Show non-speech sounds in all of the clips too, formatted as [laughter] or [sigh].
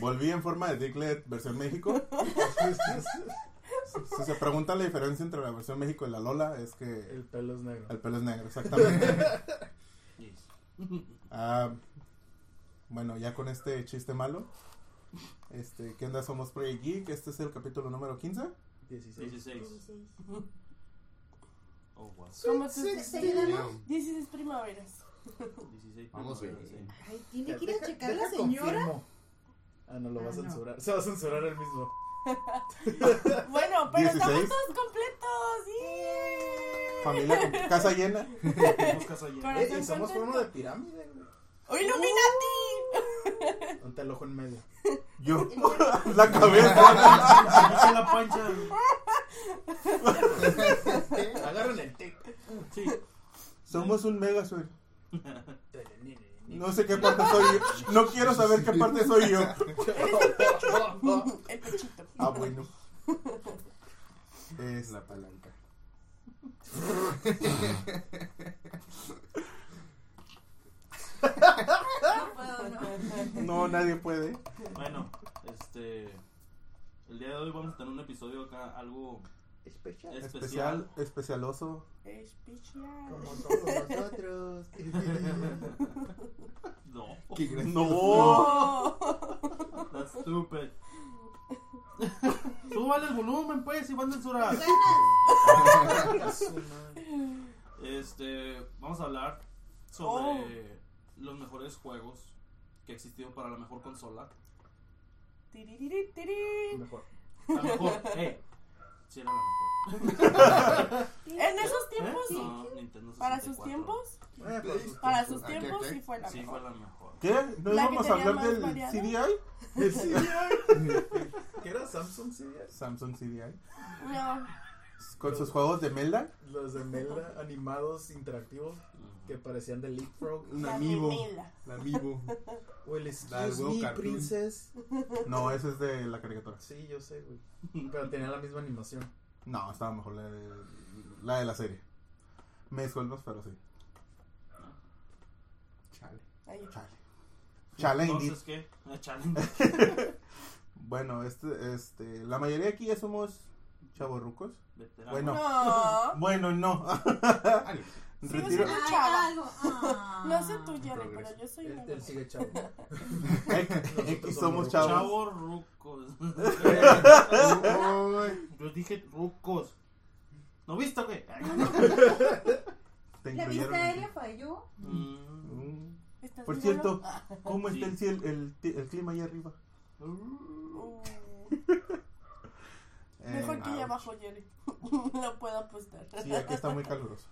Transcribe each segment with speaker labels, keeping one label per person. Speaker 1: volví en forma de Diglett versión México.
Speaker 2: [laughs]
Speaker 1: si, si se pregunta la diferencia entre la versión México y la Lola, es que
Speaker 2: El pelo es negro.
Speaker 1: el pelo es negro, exactamente.
Speaker 2: [laughs]
Speaker 1: Ah, bueno, ya con este chiste malo. Este, ¿Qué onda? Somos Project Geek. Este es el capítulo número 15.
Speaker 2: 16.
Speaker 3: 16.
Speaker 4: 16.
Speaker 3: Oh, wow.
Speaker 4: ¿Cómo se
Speaker 5: Sexy.
Speaker 4: se llama? 16 primaveras.
Speaker 3: 16
Speaker 6: Vamos
Speaker 3: primaveras,
Speaker 6: bien. [laughs]
Speaker 3: sí.
Speaker 5: Ay, tiene que ir a
Speaker 2: Deja-
Speaker 5: checar
Speaker 2: deja
Speaker 5: la señora.
Speaker 2: confirmo. Ah, no, lo va a
Speaker 5: Ah, no.
Speaker 2: censurar. Se va a censurar él mismo.
Speaker 4: Bueno, pero estamos
Speaker 1: 16.
Speaker 4: todos completos. ¡yay!
Speaker 1: Familia con [laughs] casa llena.
Speaker 2: Tenemos casa llena.
Speaker 4: Corazón
Speaker 2: Eh, y somos
Speaker 4: contento.
Speaker 2: forma de pirámide, güey.
Speaker 4: ¡Oh, Illuminati!
Speaker 2: Ponte el ojo en medio.
Speaker 4: [laughs]
Speaker 1: Yo, [laughs] la cabeza.
Speaker 3: Dice la pancha.
Speaker 2: [laughs] Agarren el tic.
Speaker 3: Sí.
Speaker 1: Somos un mega sueño. No
Speaker 2: [laughs]
Speaker 1: sé qué parte soy yo. No quiero saber qué parte soy
Speaker 4: [laughs]
Speaker 1: yo.
Speaker 4: El pechito.
Speaker 1: Ah,
Speaker 4: [laughs]
Speaker 1: bueno. Es-
Speaker 6: Es la palanca.
Speaker 5: No puedo, no.
Speaker 1: no, nadie puede.
Speaker 3: Bueno, este. El día de hoy vamos a tener un episodio acá, algo especial.
Speaker 1: Especial, especialoso.
Speaker 4: Especial.
Speaker 2: Como todos nosotros.
Speaker 3: [laughs] No,
Speaker 6: Qué gracioso.
Speaker 1: No.
Speaker 4: Oh.
Speaker 3: that's stupid. Súbale el volumen, pues, y van a censurar. Este, vamos a hablar sobre los mejores juegos que existieron para la mejor consola.
Speaker 4: Tiriri, tiri.
Speaker 2: Mejor.
Speaker 3: La mejor, eh. Sí, era la mejor.
Speaker 4: En esos
Speaker 3: ¿Eh?
Speaker 4: tiempos,
Speaker 3: No, Nintendo 64.
Speaker 4: para sus tiempos,
Speaker 1: Eh, pues,
Speaker 4: para sus
Speaker 6: Ah, ¿qué,
Speaker 4: tiempos
Speaker 6: qué?
Speaker 4: sí fue la
Speaker 3: Sí, fue
Speaker 4: mejor.
Speaker 3: la mejor.
Speaker 1: ¿Qué? ¿No
Speaker 4: La que
Speaker 1: íbamos a
Speaker 4: tenía
Speaker 1: hablar
Speaker 4: más
Speaker 1: del
Speaker 4: variado.
Speaker 1: CDI?
Speaker 2: El ¿Qué era Samsung sí?
Speaker 1: Samsung CDI.
Speaker 4: No,
Speaker 1: Con sus juegos de Melda.
Speaker 2: Los de Melda animados interactivos que parecían de Leapfrog.
Speaker 6: Un
Speaker 4: la
Speaker 6: amigo.
Speaker 4: gemela.
Speaker 6: Un amigo.
Speaker 2: O el
Speaker 6: Da el
Speaker 2: Excuse
Speaker 6: huevo
Speaker 2: Me
Speaker 6: cartoon.
Speaker 2: Princess.
Speaker 1: No, ese es de la caricatura.
Speaker 2: Sí, yo sé, güey. Pero tenía la misma animación.
Speaker 1: No, estaba mejor la de la, de la serie. Me disculpas, pero sí.
Speaker 6: Chale.
Speaker 4: Ahí.
Speaker 1: Chale. Chale, indeed.
Speaker 3: Entonces, ¿qué? Ah, Challenge.
Speaker 1: Bueno, este, este, la mayoría aquí ya somos chavorrucos.
Speaker 3: Veterano.
Speaker 1: Bueno.
Speaker 4: No.
Speaker 1: Bueno, no. [laughs]
Speaker 6: Chale.
Speaker 1: Retiro.
Speaker 4: sí,
Speaker 5: Ay,
Speaker 4: Chava.
Speaker 5: algo. Ah.
Speaker 4: No sé tú, Jerry,
Speaker 6: progreso.
Speaker 4: pero yo soy
Speaker 2: Él, él
Speaker 4: negra.
Speaker 2: sigue chavo.
Speaker 1: X somos
Speaker 2: somos
Speaker 1: chavos.
Speaker 3: Chavo rucos.
Speaker 6: Uy,
Speaker 3: Yo dije rucos. ¿No viste, güey?
Speaker 1: Te
Speaker 5: La
Speaker 1: incluyeron.
Speaker 5: vista aérea falló.
Speaker 3: Mm.
Speaker 1: Mm.
Speaker 4: ¿Estás
Speaker 1: Por
Speaker 4: bien,
Speaker 1: cierto,
Speaker 4: no? Ah,
Speaker 1: ¿cómo
Speaker 3: Sí.
Speaker 1: está el, cielo, el, ti- el clima ahí arriba?
Speaker 4: uh,
Speaker 1: Eh,
Speaker 4: Mejor que ya
Speaker 1: ah,
Speaker 4: abajo, Jerry. [laughs] Lo puedo apostar.
Speaker 1: Sí, aquí está muy
Speaker 4: [laughs]
Speaker 1: caluroso.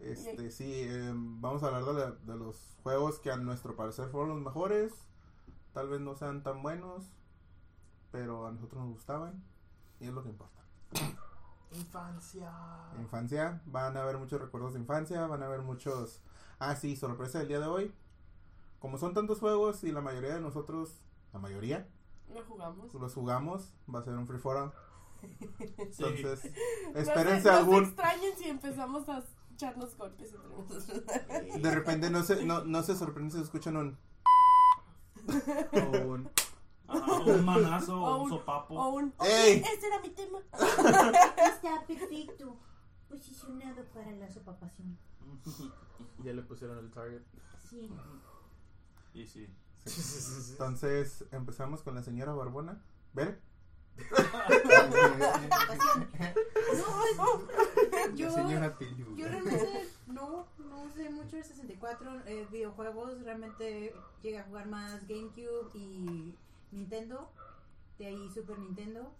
Speaker 1: Este, sí, eh, vamos a hablar de, la- de los juegos que a nuestro parecer fueron los mejores. Tal vez no sean tan buenos, pero a nosotros nos gustaban y es lo que importa.
Speaker 2: Infancia.
Speaker 3: Ah,
Speaker 1: Infancia, van a haber muchos recuerdos de infancia, van a haber muchos... Ah, sí, sorpresa del día de hoy. Como son tantos juegos y la mayoría de nosotros, la mayoría,
Speaker 4: Lo jugamos.
Speaker 1: los jugamos, va a ser un free for all.
Speaker 3: Sí.
Speaker 1: Entonces,
Speaker 4: No se-
Speaker 1: espérense
Speaker 4: no se
Speaker 1: algún...
Speaker 4: extrañen si empezamos a echarnos golpes entre nosotros.
Speaker 1: De repente no se, no, no se sorprenden si escuchan un...
Speaker 2: O un-
Speaker 3: Ajá, o un manazo,
Speaker 4: O
Speaker 3: o un
Speaker 4: un-
Speaker 3: sopapo.
Speaker 4: O un.
Speaker 1: ¡Ey!
Speaker 4: Este era mi tema.
Speaker 5: Está perfecto. Posicionado para la sopapación.
Speaker 2: Ya le pusieron el target.
Speaker 5: Sí.
Speaker 3: Y sí.
Speaker 2: [laughs]
Speaker 1: Entonces, empezamos con la señora Barbona. ¿Ver?
Speaker 5: Sopapación. No, pues,
Speaker 6: La
Speaker 5: yo,
Speaker 6: señora Pilu.
Speaker 5: yo realmente no, no sé mucho de 64 eh, videojuegos. Realmente llegué a jugar más GameCube y Nintendo. De ahí Super Nintendo.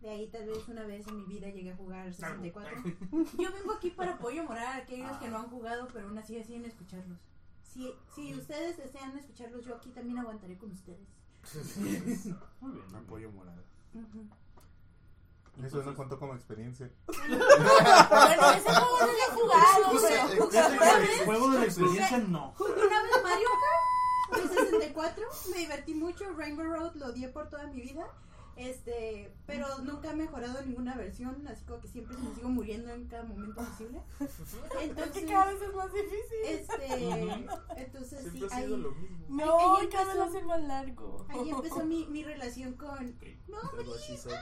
Speaker 5: De ahí tal vez una vez en mi vida llegué a jugar 64. Yo vengo aquí para apoyo moral a aquellos que no han jugado, pero aún así deciden escucharlos. Si, si ustedes desean escucharlos, yo aquí también aguantaré con ustedes.
Speaker 3: Muy bien.
Speaker 6: Apoyo moral.
Speaker 1: Eso no contó como experiencia.
Speaker 4: Bueno, ese juego no lo he jugado, pero.
Speaker 3: Fíjate que el juego de la experiencia no.
Speaker 5: Jugué una vez Mario Kart de 64, me divertí mucho, Rainbow Road lo odié por toda mi vida. Este, pero nunca he mejorado ninguna versión, así como que siempre me sigo muriendo en cada momento posible.
Speaker 4: Es
Speaker 5: Entonces,
Speaker 4: que [laughs] cada vez es más difícil.
Speaker 5: este, entonces sí,
Speaker 2: Siempre ha
Speaker 5: ahí,
Speaker 2: sido lo mismo.
Speaker 4: No,
Speaker 5: Ahí- ahí
Speaker 4: y cada vez lo
Speaker 5: empezó-
Speaker 4: hace más largo.
Speaker 5: ahí empezó mi, mi relación con... No,
Speaker 2: That's what she said.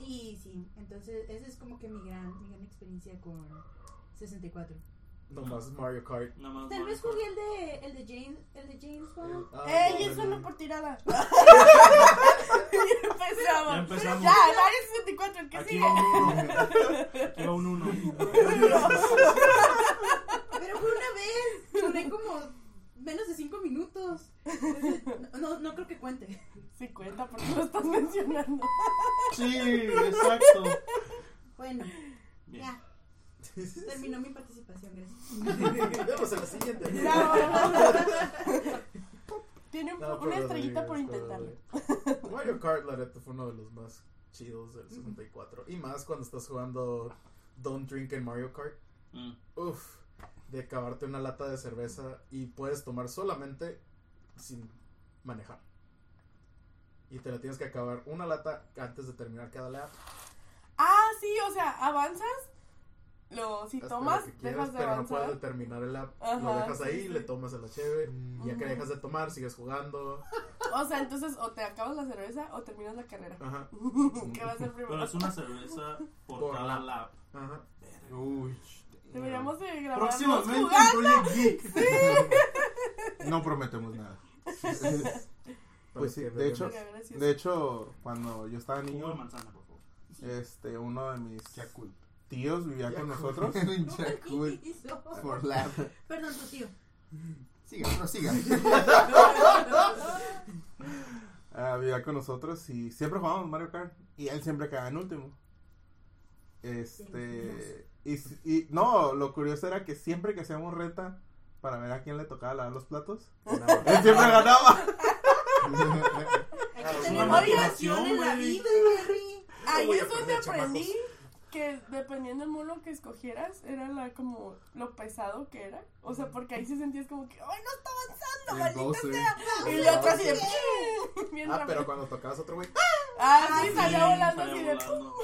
Speaker 5: Y sí, entonces esa es como que mi gran, mi gran experiencia con 64.
Speaker 2: Nomás Mario Kart.
Speaker 3: Nada más.
Speaker 5: Tal vez
Speaker 3: Mario
Speaker 5: jugué el de, el de James, el de James Bond.
Speaker 2: Ah,
Speaker 4: ¡Ey,
Speaker 2: no,
Speaker 4: es
Speaker 2: no,
Speaker 4: Eh, solo
Speaker 2: no.
Speaker 4: por tirada! ya empezamos.
Speaker 3: Ya empezamos.
Speaker 4: Ya, el área 64, ¿qué
Speaker 3: Kart. Aquí
Speaker 4: sigue?
Speaker 3: va un uno. Aquí va un uno.
Speaker 5: Pero fue una vez, duré como menos de 5 minutos. Entonces, no, no creo que cuente.
Speaker 4: 50, ¿por qué lo estás mencionando?
Speaker 3: Sí, exacto.
Speaker 5: Bueno,
Speaker 3: Bien.
Speaker 5: ya, terminó mi participación, gracias.
Speaker 2: [laughs] Vamos a la siguiente.
Speaker 4: Bravo. Tiene un-
Speaker 2: No, pero
Speaker 4: una
Speaker 2: dale,
Speaker 4: estrellita por
Speaker 2: dale.
Speaker 4: intentarlo.
Speaker 2: Mario Kart, la neta, fue uno de los más chidos del 64. Y más cuando estás jugando Don't Drink en Mario Kart.
Speaker 3: Mm.
Speaker 2: Uf, de acabarte una lata de cerveza y puedes tomar solamente sin manejar. Y te la tienes que acabar una lata antes de terminar cada lap.
Speaker 4: Ah, sí, o sea, avanzas, lo, si
Speaker 2: Hasta lo
Speaker 4: tomas,
Speaker 2: que quieras,
Speaker 4: dejas de
Speaker 2: pero no
Speaker 4: avanzar.
Speaker 2: puedes terminar el lap. lo
Speaker 4: Ajá,
Speaker 2: dejas
Speaker 4: sí,
Speaker 2: ahí,
Speaker 4: sí.
Speaker 2: le tomas a la cheve.
Speaker 1: Mm,
Speaker 2: Y ya que
Speaker 4: Ujú.
Speaker 2: dejas de tomar, sigues jugando.
Speaker 4: O sea, entonces o te acabas la cerveza o terminas la carrera. [laughs]
Speaker 2: Ajá,
Speaker 4: ¿Qué va a ser
Speaker 3: Pero
Speaker 4: primero?
Speaker 3: es una cerveza por,
Speaker 2: Por
Speaker 3: cada
Speaker 2: lap.
Speaker 3: lap.
Speaker 2: ajá.
Speaker 1: Uy.
Speaker 4: Deberíamos de grabar
Speaker 3: Próximamente
Speaker 4: jugando.
Speaker 3: en Project Geek.
Speaker 1: No prometemos nada. Pues sí,
Speaker 2: Para que
Speaker 1: de hecho-
Speaker 2: veamos.
Speaker 4: Porque ahora sí es-
Speaker 1: De hecho, cuando yo estaba
Speaker 3: Jugo de
Speaker 1: niño,
Speaker 3: manzana, por favor.
Speaker 1: este, uno de mis
Speaker 6: Yakul.
Speaker 1: tíos vivía con
Speaker 6: [laughs]
Speaker 1: nosotros.
Speaker 5: [laughs]
Speaker 6: Yakul for life.
Speaker 5: Perdón, tu tío.
Speaker 6: [laughs] Siga, prosiga.
Speaker 1: Ah, vivía con nosotros y siempre jugábamos Mario Kart y él siempre quedaba en último. Este y, s- y- no, lo curioso era que siempre que hacíamos reta para ver a quién le tocaba lavar los platos,
Speaker 2: Ganaba.
Speaker 1: él siempre ganaba.
Speaker 5: Hay
Speaker 2: Claro,
Speaker 5: que
Speaker 2: es
Speaker 5: tener
Speaker 4: una
Speaker 5: motivación en la
Speaker 3: motivación,
Speaker 5: vida, Harry.
Speaker 4: [laughs] Ahí
Speaker 2: voy a
Speaker 4: es donde
Speaker 2: aprender,
Speaker 4: aprendí que dependiendo del mono que escogieras, era la, como lo pesado que era. O sea, porque ahí sí sentías como que, ¡ay, no está avanzando,
Speaker 6: El
Speaker 4: maldita
Speaker 6: Bowser.
Speaker 4: sea! Y la otra así de, bien
Speaker 2: Ah,
Speaker 4: rápido.
Speaker 2: pero cuando tocabas otro güey.
Speaker 4: Ah, sí, salía volando
Speaker 3: Sale
Speaker 4: así de,
Speaker 3: volando.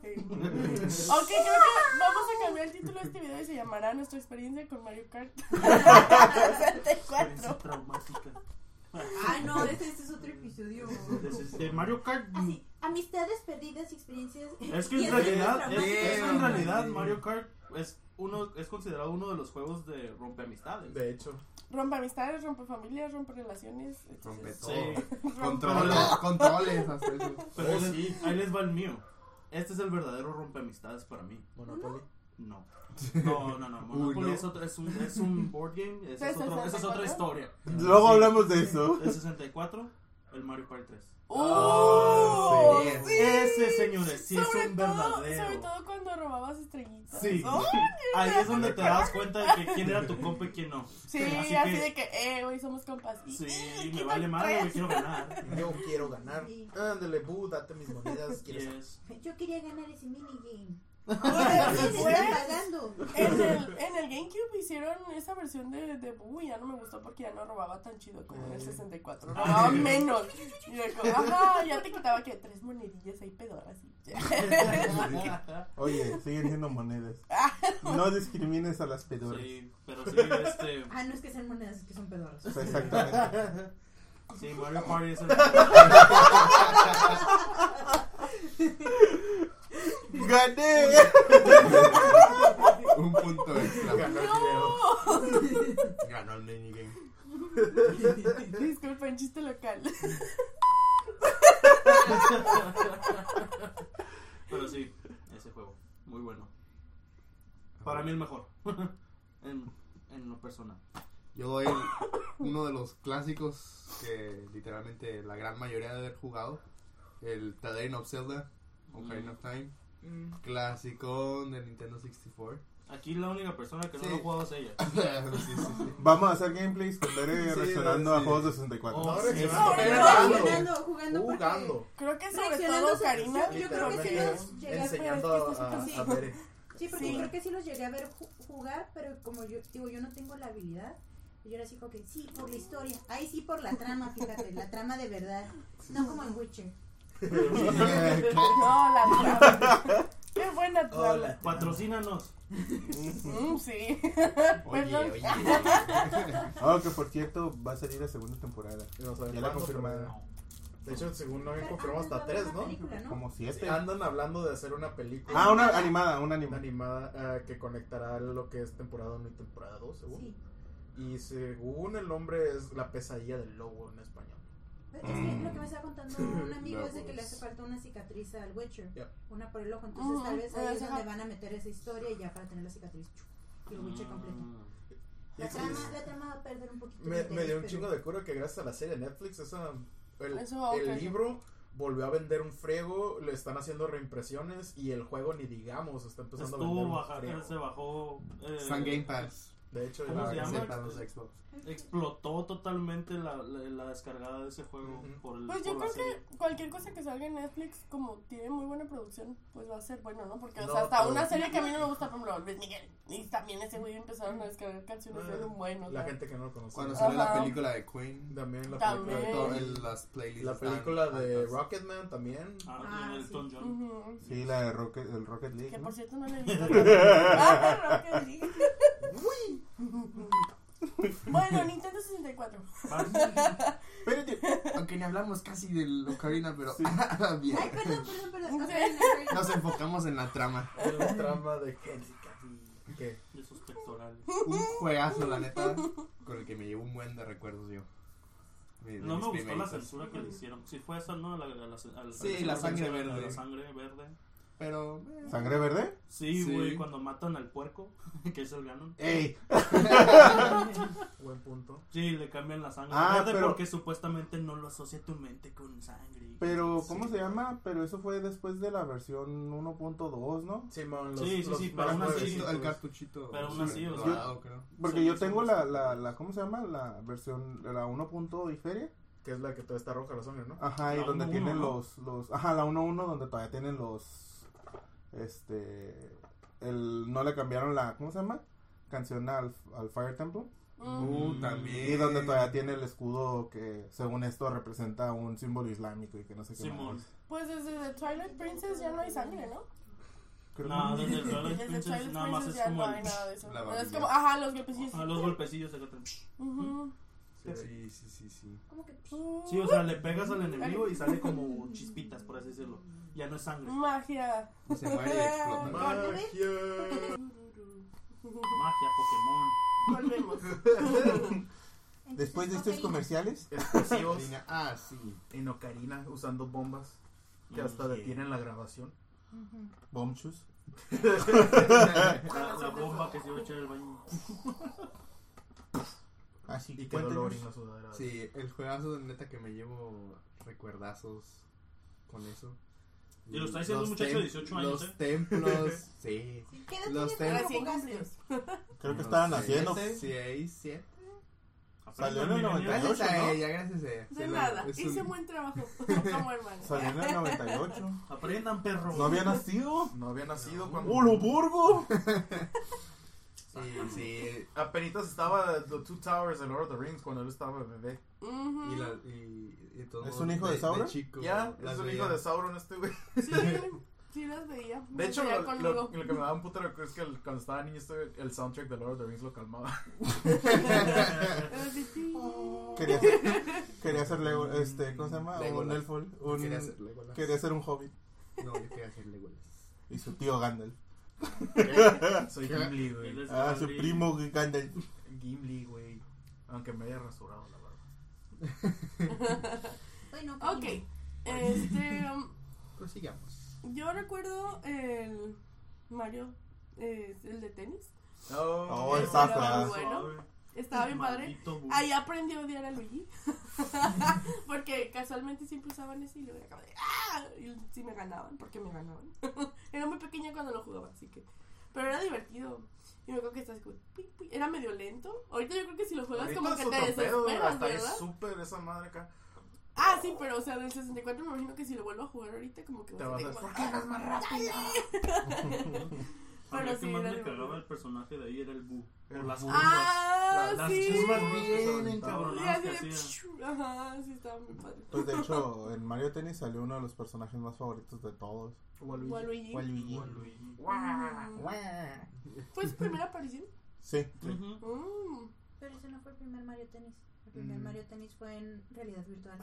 Speaker 4: Sí. Ok, creo que vamos a cambiar el título de este video y se llamará Nuestra experiencia con Mario Kart [laughs] 64.
Speaker 3: Experiencia traumática.
Speaker 5: Ah, no, ese, ese Este es otro episodio.
Speaker 3: De Mario Kart.
Speaker 4: Ah,
Speaker 5: Así, amistades perdidas, experiencias. [laughs]
Speaker 3: Es que en
Speaker 5: experiencias
Speaker 3: realidad, es,
Speaker 5: traumáticas.
Speaker 3: es que en
Speaker 6: Damn.
Speaker 3: realidad Mario Kart es uno es considerado uno de los juegos de rompeamistades.
Speaker 2: De hecho,
Speaker 4: Rompe amistades, rompe familias, rompe relaciones. entonces,
Speaker 6: todo.
Speaker 3: Sí.
Speaker 4: rompe-
Speaker 6: Controles, controles. hasta eso.
Speaker 3: Pero
Speaker 2: Oh,
Speaker 3: ahí, les-
Speaker 2: sí.
Speaker 3: ahí les va el mío. Este es el verdadero rompeamistades para mí.
Speaker 2: Monopoly.
Speaker 1: [laughs]
Speaker 3: No. No, no, no. Monopoly
Speaker 6: no.
Speaker 3: es, otro, es, un, es un board game. Esa es,
Speaker 4: ¿De
Speaker 3: otro- esa es otra
Speaker 4: 64?
Speaker 3: historia.
Speaker 1: Luego
Speaker 3: Sí.
Speaker 1: hablamos de eso.
Speaker 3: El 64, el Mario Kart 3.
Speaker 4: ¡Oh!
Speaker 6: sí.
Speaker 4: sí.
Speaker 3: Ah, Ese, señores, sí
Speaker 4: sobre
Speaker 3: es un
Speaker 4: todo,
Speaker 3: verdadero.
Speaker 4: Sobre todo cuando robabas estrellitas.
Speaker 3: [laughs] Sí.
Speaker 4: ¡Oh!
Speaker 3: Ahí es donde te das cuenta de que quién era tu compa y quién no.
Speaker 4: Sí,
Speaker 3: Así
Speaker 4: así,
Speaker 3: que-
Speaker 4: de "Eh, que, eh, güey, somos compas. Y-
Speaker 3: Sí,
Speaker 4: y-
Speaker 3: me
Speaker 4: y-
Speaker 3: vale madre, güey,
Speaker 4: traes-
Speaker 3: quiero
Speaker 4: [laughs]
Speaker 3: ganar.
Speaker 2: Yo quiero ganar.
Speaker 5: Sí.
Speaker 2: Ándale, Bu, date mis monedas. ¿Quieres
Speaker 3: [laughs] Yes.
Speaker 5: Yo quería ganar ese minigame.
Speaker 4: Pues, [laughs] Güey,
Speaker 5: Ustedes están
Speaker 4: güey,
Speaker 5: pagando.
Speaker 4: En el, en el GameCube hicieron esa versión de, de Boo y ya no me gustó porque ya no robaba tan chido como en el 64. Robaba menos. Y yo como, ajá, ya te quitaba que tres monedillas ahí pedoras.
Speaker 1: Oye, siguen siendo monedas. No discrimines a las pedoras.
Speaker 3: Sí, pero sí,
Speaker 4: [laughs]
Speaker 3: este.
Speaker 5: Ah, no es que sean monedas, es que son pedorros.
Speaker 1: O sea, Exactamente.
Speaker 3: Sí, Mario Party es el.
Speaker 1: ¡Gané!
Speaker 6: Un punto extra.
Speaker 2: ganar dinero?
Speaker 6: Ganó el Nene Game.
Speaker 4: [laughs] Disculpen, chiste local.
Speaker 3: Pero sí, ese juego. Muy bueno. Para mí el mejor. [laughs] en, en lo personal.
Speaker 6: Yo doy uno de los clásicos que literalmente la gran mayoría debe haber jugado. El Tadain of Zelda, Ocarina of Time.
Speaker 2: Mm.
Speaker 6: Clásico de Nintendo 64.
Speaker 3: Aquí la única persona que no
Speaker 6: Sí.
Speaker 3: lo ha jugado es ella.
Speaker 6: [laughs] sí, sí, sí.
Speaker 1: Vamos a hacer gameplays con Tere
Speaker 6: [laughs] Sí,
Speaker 1: reaccionando a
Speaker 6: sí.
Speaker 1: juegos de 64.
Speaker 3: Oh,
Speaker 2: No,
Speaker 3: sí.
Speaker 2: reaccionando.
Speaker 4: Sobre
Speaker 2: Jugando.
Speaker 5: Jugando, jugando. porque-
Speaker 2: Jugando.
Speaker 4: Creo que sobre
Speaker 5: Reaccionando
Speaker 4: todo
Speaker 5: sobre-
Speaker 4: Karina.
Speaker 5: Yo creo que sí los
Speaker 2: Literalmente
Speaker 5: llegué a-
Speaker 2: enseñando
Speaker 4: pero es que
Speaker 2: a,
Speaker 4: esto es
Speaker 2: a
Speaker 5: [laughs]
Speaker 2: [laughs]
Speaker 4: otra
Speaker 2: Bere.
Speaker 5: Sí, porque
Speaker 4: Sí.
Speaker 5: creo que sí los llegué a ver ju- jugar, pero como yo digo, yo no tengo la habilidad, Y yo era así como que sí, por la historia. Ahí sí, por la trama, fíjate, la trama de verdad. No como en Witcher.
Speaker 4: [laughs] No,
Speaker 2: [laughs]
Speaker 4: la trama. Qué buena trama.
Speaker 2: Hola.
Speaker 3: Patrocínanos.
Speaker 4: Mm, sí.
Speaker 6: Oye,
Speaker 4: Perdón.
Speaker 6: oye.
Speaker 1: Ah, que por cierto, va a salir la segunda temporada.
Speaker 2: Y no saben
Speaker 1: Ya la
Speaker 2: cuándo,
Speaker 1: confirmaron.
Speaker 2: pero- De hecho, según no
Speaker 5: Pero
Speaker 2: habían
Speaker 5: ah,
Speaker 2: confirmado hasta
Speaker 5: antes va a haber
Speaker 2: tres,
Speaker 5: una
Speaker 2: ¿no? Este,
Speaker 5: película,
Speaker 1: Como siete.
Speaker 2: Andan hablando de hacer una película
Speaker 1: Ah, una animada, una animada.
Speaker 2: animada ah, que conectará lo que es temporada 1 y temporada 2, según.
Speaker 5: Sí.
Speaker 2: Y según el nombre es La pesadilla del lobo en español.
Speaker 5: Es que
Speaker 2: Mm.
Speaker 5: lo que me estaba contando un amigo es de que
Speaker 6: Lobos.
Speaker 5: le hace falta una cicatriz al Witcher.
Speaker 2: Ya.
Speaker 5: Una por el ojo. Entonces,
Speaker 4: Ujú,
Speaker 5: tal vez ahí
Speaker 4: eh,
Speaker 5: es
Speaker 4: ajá.
Speaker 5: donde van a meter esa historia y ya para tener la cicatriz. chu, Y el Witcher completo.
Speaker 3: Mm.
Speaker 5: La
Speaker 2: Sí,
Speaker 5: trama,
Speaker 2: sí.
Speaker 5: la trama va a perder un poquito. de
Speaker 2: Mm. Me, me
Speaker 5: interés,
Speaker 2: dio un
Speaker 5: pero-
Speaker 2: chingo de cura que gracias a la serie de Netflix, esa, el,
Speaker 4: Ah, Eso va a
Speaker 2: el
Speaker 4: ocurrir.
Speaker 2: libro volvió a vender un friego, le están haciendo reimpresiones y el juego ni digamos está empezando a vender
Speaker 3: Estuvo
Speaker 2: un
Speaker 3: baja,
Speaker 2: friego.
Speaker 3: se bajó. eh,
Speaker 6: Está en Game Pass.
Speaker 2: De hecho,
Speaker 3: ¿Cómo
Speaker 2: la-
Speaker 6: Para
Speaker 3: se
Speaker 6: que
Speaker 3: llama?
Speaker 6: sepan los Xbox.
Speaker 3: Explotó totalmente la, la- la descargada de ese juego
Speaker 2: Ujú.
Speaker 3: por el.
Speaker 4: Pues yo
Speaker 3: por la
Speaker 4: creo
Speaker 3: serie.
Speaker 4: que cualquier cosa que salga en Netflix, como tiene muy buena producción, pues va a ser bueno, ¿no? Porque, o
Speaker 2: No,
Speaker 4: sea, hasta
Speaker 2: pero-
Speaker 4: una serie que a mí no me gusta, por ejemplo, Luis Miguel. Y también ese güey empezaron a descargar
Speaker 3: Ah,
Speaker 4: canciones de un bueno.
Speaker 2: la gente que no lo conoce.
Speaker 6: Cuando sale la
Speaker 4: Ajá.
Speaker 6: película de Queen,
Speaker 2: También la
Speaker 4: También.
Speaker 2: película,
Speaker 6: todo el- las playlists.
Speaker 2: la
Speaker 6: están
Speaker 2: película de
Speaker 6: altas.
Speaker 2: Rocketman también.
Speaker 3: Ah,
Speaker 5: Ah,
Speaker 3: de
Speaker 5: sí.
Speaker 3: Elton John.
Speaker 4: Ujú.
Speaker 1: Sí, la de Rocket, el Rocket League.
Speaker 4: Que
Speaker 1: ¿no?
Speaker 4: por cierto
Speaker 3: [laughs]
Speaker 4: no le he visto. Ah, Rocket League. bueno, Nintendo 64. [laughs]
Speaker 1: Espérate.
Speaker 6: Aunque ni hablamos casi del Ocarina, pero [laughs] bien.
Speaker 5: Ay, perdón, perdón, perdón.
Speaker 4: [laughs] Sí.
Speaker 5: Ocarina of Time.
Speaker 6: Nos enfocamos en la trama.
Speaker 2: La trama de Henry Cavill.
Speaker 4: [laughs]
Speaker 2: ¿Qué?
Speaker 3: De sus pectorales.
Speaker 6: Un juegazo, la neta, con el que me llevo un buen de recuerdos yo. Mi- de
Speaker 3: No
Speaker 6: mis
Speaker 3: me gustó la
Speaker 6: primeritos.
Speaker 3: censura que le hicieron. Si fue esa, ¿no? La, la- la- al-
Speaker 6: Sí,
Speaker 3: al-
Speaker 6: la
Speaker 3: al-
Speaker 6: sangre
Speaker 3: la-
Speaker 6: verde.
Speaker 3: La sangre verde.
Speaker 6: Pero. eh,
Speaker 1: [laughs] ¿Sangre verde?
Speaker 3: Sí,
Speaker 6: Sí.
Speaker 3: güey, cuando matan al puerco, [laughs] que es el Ganon.
Speaker 1: ¡Ey!
Speaker 2: Buen punto.
Speaker 3: Sí, le cambian la sangre
Speaker 1: Ah,
Speaker 3: verde
Speaker 1: pero-
Speaker 3: porque supuestamente no lo asocia tu mente con sangre.
Speaker 1: Pero,
Speaker 3: Sí.
Speaker 1: ¿cómo se llama? Pero eso fue después de la versión 1.2, ¿no?
Speaker 2: Simón, los,
Speaker 3: Sí, sí,
Speaker 2: los
Speaker 3: Pues, sí, pero aún
Speaker 2: más
Speaker 3: así-
Speaker 2: nuevecitos.
Speaker 6: el cartuchito.
Speaker 3: Pero aún así, o sea,
Speaker 6: dorado, creo.
Speaker 1: Porque
Speaker 3: Sí,
Speaker 1: yo
Speaker 3: sí,
Speaker 1: tengo
Speaker 3: sí.
Speaker 1: la, la, la, ¿cómo se llama? La versión, la 1. y feria.
Speaker 2: Que es la que todavía está roja la sangre, ¿no?
Speaker 1: Ajá, y
Speaker 3: La
Speaker 1: donde
Speaker 3: 1.1,
Speaker 1: tienen
Speaker 3: ¿no?
Speaker 1: los, los, ajá, la 1.1 donde todavía tienen los, este, el, no le cambiaron la, ¿cómo se llama? Canción al, al Fire Temple.
Speaker 4: Mm.
Speaker 6: Uh, también.
Speaker 1: Y donde todavía tiene el escudo que, según esto, representa un símbolo islámico y que no sé qué
Speaker 3: Simón.
Speaker 1: más.
Speaker 4: Pues desde The Twilight Princess ya no hay sangre, ¿no?
Speaker 1: Creo
Speaker 3: No,
Speaker 1: que-
Speaker 3: desde el Twilight
Speaker 4: Desde
Speaker 3: Princess
Speaker 4: Twilight
Speaker 3: nada más es
Speaker 4: Princess ya
Speaker 3: como
Speaker 4: no hay
Speaker 3: el. [laughs]
Speaker 4: nada de eso.
Speaker 6: la
Speaker 4: es
Speaker 6: varilla.
Speaker 4: como, ajá, los golpecillos.
Speaker 3: A los golpecillos de Gaten.
Speaker 4: Ujú.
Speaker 6: Sí, sí, sí, sí.
Speaker 5: Como que.
Speaker 3: Sí, o sea, le pegas al enemigo y sale como chispitas, por así decirlo. Ya no es sangre.
Speaker 4: Magia.
Speaker 6: Y se muere y explota.
Speaker 2: Magia.
Speaker 4: Mm.
Speaker 3: Magia, Pokémon.
Speaker 4: Volvemos.
Speaker 1: [laughs] Después de este estos
Speaker 5: comerciales
Speaker 1: comerciales,
Speaker 2: Explosivos.
Speaker 6: Ah, sí.
Speaker 2: en Ocarina usando bombas que
Speaker 3: Mm,
Speaker 2: hasta
Speaker 3: sí.
Speaker 2: detienen la grabación.
Speaker 1: Bomchus.
Speaker 3: La, la bomba que se iba a echar el baño.
Speaker 1: Así
Speaker 2: Y
Speaker 1: que
Speaker 2: que dolor en
Speaker 1: Ah, cuéntenos.
Speaker 2: la
Speaker 3: Ah.
Speaker 2: sudadera.
Speaker 6: Sí, el juegazo de neta que me llevo recuerdazos con eso.
Speaker 3: Y lo está diciendo
Speaker 6: Los
Speaker 3: un muchacho de
Speaker 6: tem-
Speaker 3: 18 años,
Speaker 6: Los
Speaker 3: ¿eh? [laughs]
Speaker 6: templos. sí.
Speaker 5: ¿Qué edad tienes
Speaker 6: Los
Speaker 5: cuando
Speaker 4: Recién
Speaker 5: jugaste?
Speaker 4: cumplidos.
Speaker 1: Creo que estaban haciendo.
Speaker 6: Sí, ahí, sí.
Speaker 1: Salió en el
Speaker 3: Aprendan, millennials.
Speaker 6: Gracias a
Speaker 1: ¿no?
Speaker 6: ella, gracias a ella.
Speaker 4: De
Speaker 6: Se la-
Speaker 4: nada.
Speaker 6: es
Speaker 4: Hice
Speaker 6: un-
Speaker 4: buen
Speaker 6: [laughs]
Speaker 4: trabajo. Como hermano.
Speaker 1: Salió en
Speaker 3: [laughs]
Speaker 1: el 98.
Speaker 3: Aprendan, perro.
Speaker 1: ¿No había nacido?
Speaker 2: No había nacido cuando.
Speaker 1: ¡Uloburgo!
Speaker 6: Sí, sí.
Speaker 2: Apenitas estaba The Two Towers de Lord of the Rings cuando él estaba bebé.
Speaker 4: Ujú.
Speaker 6: Y la, y, y todo
Speaker 1: ¿Es un hijo de Sauron?
Speaker 6: chico,
Speaker 2: Ya,
Speaker 6: las
Speaker 2: es un
Speaker 6: veía.
Speaker 2: hijo de Sauron este güey.
Speaker 4: Sí, sí las veía.
Speaker 2: De hecho,
Speaker 4: Veía
Speaker 2: lo,
Speaker 4: conmigo.
Speaker 2: lo- lo
Speaker 4: [laughs]
Speaker 2: que me daba un puto recuerdo es que el- cuando estaba niño este, güey, el soundtrack de Lord of the Rings lo calmaba.
Speaker 4: Era así, sí.
Speaker 6: Oh.
Speaker 1: Quería ser, quería ser Lego, este, ¿cómo se llama? Un
Speaker 6: Legolas.
Speaker 1: elfo.
Speaker 6: Yo
Speaker 1: Un,
Speaker 6: Quería ser Legolas.
Speaker 1: quería ser un hobbit.
Speaker 6: No, yo quería ser Legolas.
Speaker 1: Y su tío Gandalf.
Speaker 2: Soy Gimli,
Speaker 3: Él
Speaker 2: güey.
Speaker 3: es
Speaker 1: Ah, su
Speaker 3: Gandhi.
Speaker 1: primo Gandalf.
Speaker 2: Gimli, güey. Aunque me haya rasurado la barba.
Speaker 5: Bueno,
Speaker 4: [laughs] Ok. Este. um,
Speaker 6: Prosigamos.
Speaker 4: yo recuerdo el. Mario. eh, el de tenis.
Speaker 1: Oh,
Speaker 2: [laughs]
Speaker 4: Ese
Speaker 1: está
Speaker 4: era muy
Speaker 1: atrás.
Speaker 4: bueno. Estaba bien padre.
Speaker 3: Maldito burro.
Speaker 4: Ahí aprendí a odiar a Luigi. [laughs] porque casualmente siempre usaban ese y luego era como de ¡Ah! Y sí me ganaban, porque me ganaban. [laughs] era muy pequeña cuando lo jugaba, así que. Pero era divertido. Y me acuerdo que estás como. "Pi, pi". Era medio lento. Ahorita yo creo que si lo juegas
Speaker 2: Ahorita
Speaker 4: como
Speaker 2: es
Speaker 4: que te
Speaker 2: otro pedo, güey,
Speaker 4: desesperas,
Speaker 2: Hasta es
Speaker 4: ¿verdad?
Speaker 2: súper esa madre acá.
Speaker 4: Ah, sí, pero o sea, del 64 me imagino que si lo vuelvo a jugar ahorita, como que
Speaker 2: Te
Speaker 4: vas a
Speaker 2: vas a
Speaker 4: tener
Speaker 2: decir, ¿por qué no
Speaker 4: como, [laughs]
Speaker 2: es más rápido?
Speaker 3: A mí
Speaker 4: Pero
Speaker 3: el que
Speaker 4: sí,
Speaker 3: más
Speaker 4: era
Speaker 3: me
Speaker 4: el-
Speaker 3: cagaba el personaje de ahí era el Bu. Por
Speaker 2: El
Speaker 3: las
Speaker 2: Bu.
Speaker 3: curvas.
Speaker 4: Ah,
Speaker 3: La- las
Speaker 4: sí.
Speaker 3: curvas
Speaker 6: bien
Speaker 2: bien,
Speaker 3: cabrón.
Speaker 2: cabrón.
Speaker 4: Y
Speaker 3: Ah,
Speaker 4: así
Speaker 3: que
Speaker 4: de
Speaker 3: hacía.
Speaker 4: pshu, Ajá, sí, estaba muy padre.
Speaker 1: Pues de hecho, en Mario Tennis salió uno de los personajes más favoritos de todos. Waluigi.
Speaker 4: Waluigi.
Speaker 3: Waluigi.
Speaker 4: Mm. Fue su primera
Speaker 1: [laughs]
Speaker 4: aparición.
Speaker 1: Sí.
Speaker 3: Ujú.
Speaker 4: Mm.
Speaker 5: Pero ese no fue el primer Mario Tennis. El primer
Speaker 2: Mm.
Speaker 5: Mario Tennis fue en realidad virtual.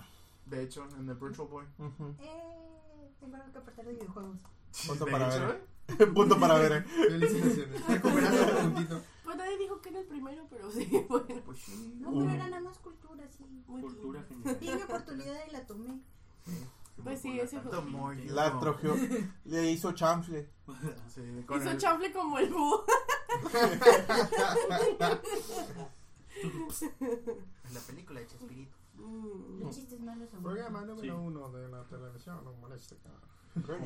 Speaker 2: De hecho, en el Virtual Boy. [laughs]
Speaker 1: Ujú.
Speaker 5: ¡Eh! Tengo algo que apartar de videojuegos.
Speaker 1: Punto
Speaker 2: De
Speaker 1: para
Speaker 2: hecho,
Speaker 1: ver.
Speaker 2: ¿eh?
Speaker 1: Punto para
Speaker 2: [laughs]
Speaker 1: ver. eh.
Speaker 4: [laughs]
Speaker 6: Felicitaciones. Recuperaste el puntito.
Speaker 4: Pues nadie dijo que era el primero, pero sí, [laughs] bueno.
Speaker 3: Pues sí.
Speaker 2: Uh.
Speaker 1: Uh,
Speaker 5: No, pero era nada más cultura, sí.
Speaker 4: Muy bien. [laughs]
Speaker 3: Cultura general.
Speaker 5: Tiene oportunidad y la tomé.
Speaker 4: Pues sí, ese fue.
Speaker 2: Tanto muy-
Speaker 1: La trojeó. Le hizo chanfle.
Speaker 2: Sí, con
Speaker 4: Hizo
Speaker 2: el-
Speaker 4: chanfle como el
Speaker 1: [laughs]
Speaker 4: búho.
Speaker 7: En la película de Chespirito.
Speaker 4: Mm.
Speaker 5: Los chistes malos son
Speaker 6: Programa número
Speaker 3: Sí.
Speaker 6: uno de la televisión. No moleste.
Speaker 2: Pero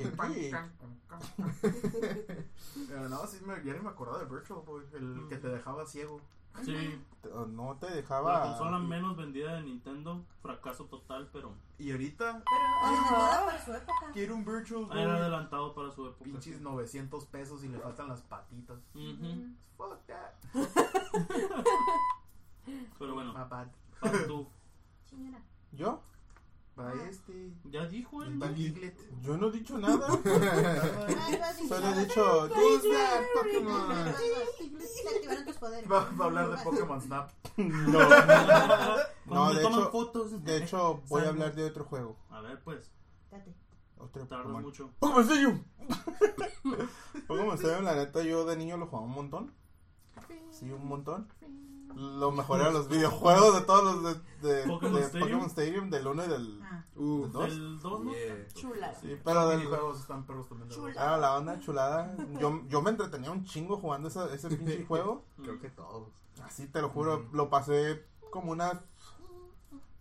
Speaker 2: no, sí, me, ya ni me acordaba del Virtual Boy, el que te dejaba ciego.
Speaker 3: Sí,
Speaker 1: No te
Speaker 3: la consola
Speaker 1: dejaba.
Speaker 3: menos vendida de Nintendo. Fracaso total, pero
Speaker 2: Y ahorita
Speaker 5: Pero
Speaker 4: Ajá.
Speaker 5: animada para su época.
Speaker 2: quiero un Virtual
Speaker 3: era
Speaker 2: Boy.
Speaker 3: adelantado para su época.
Speaker 2: Pinches 900 pesos y le faltan las patitas.
Speaker 3: Ujú.
Speaker 2: Fuck that.
Speaker 3: Pero
Speaker 1: Ah.
Speaker 3: bueno,
Speaker 2: My bad.
Speaker 3: para tú.
Speaker 5: Señora.
Speaker 1: ¿Yo?
Speaker 2: Para este.
Speaker 3: Ya dijo él. [laughs]
Speaker 2: Para
Speaker 3: ¿no?
Speaker 2: Giglet.
Speaker 1: Yo no he dicho
Speaker 2: [laughs]
Speaker 1: nada.
Speaker 5: Ay, vas Ah, a
Speaker 1: Solo he
Speaker 5: invitar [laughs]
Speaker 1: dicho. "Who's that Pokémon?"
Speaker 5: Se activaron tus poderes.
Speaker 2: Va, va a hablar de Pokémon [laughs] Snap.
Speaker 1: No.
Speaker 3: Cuando
Speaker 1: No,
Speaker 3: le
Speaker 1: de
Speaker 3: toman
Speaker 1: hecho-
Speaker 3: fotos.
Speaker 1: De hecho, voy a hablar de otro juego.
Speaker 3: A ver, pues,
Speaker 5: Date.
Speaker 1: Otro
Speaker 3: tardas
Speaker 1: Pokémon.
Speaker 3: mucho.
Speaker 1: Pokémon [laughs] Stadium. Pokémon Stadium, Pues, la neta, yo de niño lo jugaba un montón. Sí, un montón. Lo mejor eran [laughs] los videojuegos de todos los de, de- de
Speaker 3: Pokémon Stadium.
Speaker 1: Pokémon, Stadium? del 1 y del
Speaker 5: Ah.
Speaker 1: del dos.
Speaker 3: El 2, ¿no?
Speaker 6: Yeah.
Speaker 4: Chula.
Speaker 1: Sí, pero
Speaker 2: Los
Speaker 1: del
Speaker 2: videojuegos están perros también. de
Speaker 4: Chula.
Speaker 1: Ah, la onda chulada. Yo, yo me entretenía un chingo jugando esa- ese [laughs] pinche juego.
Speaker 3: Mm.
Speaker 6: Creo que todos.
Speaker 1: Así te lo juro, lo pasé como unas.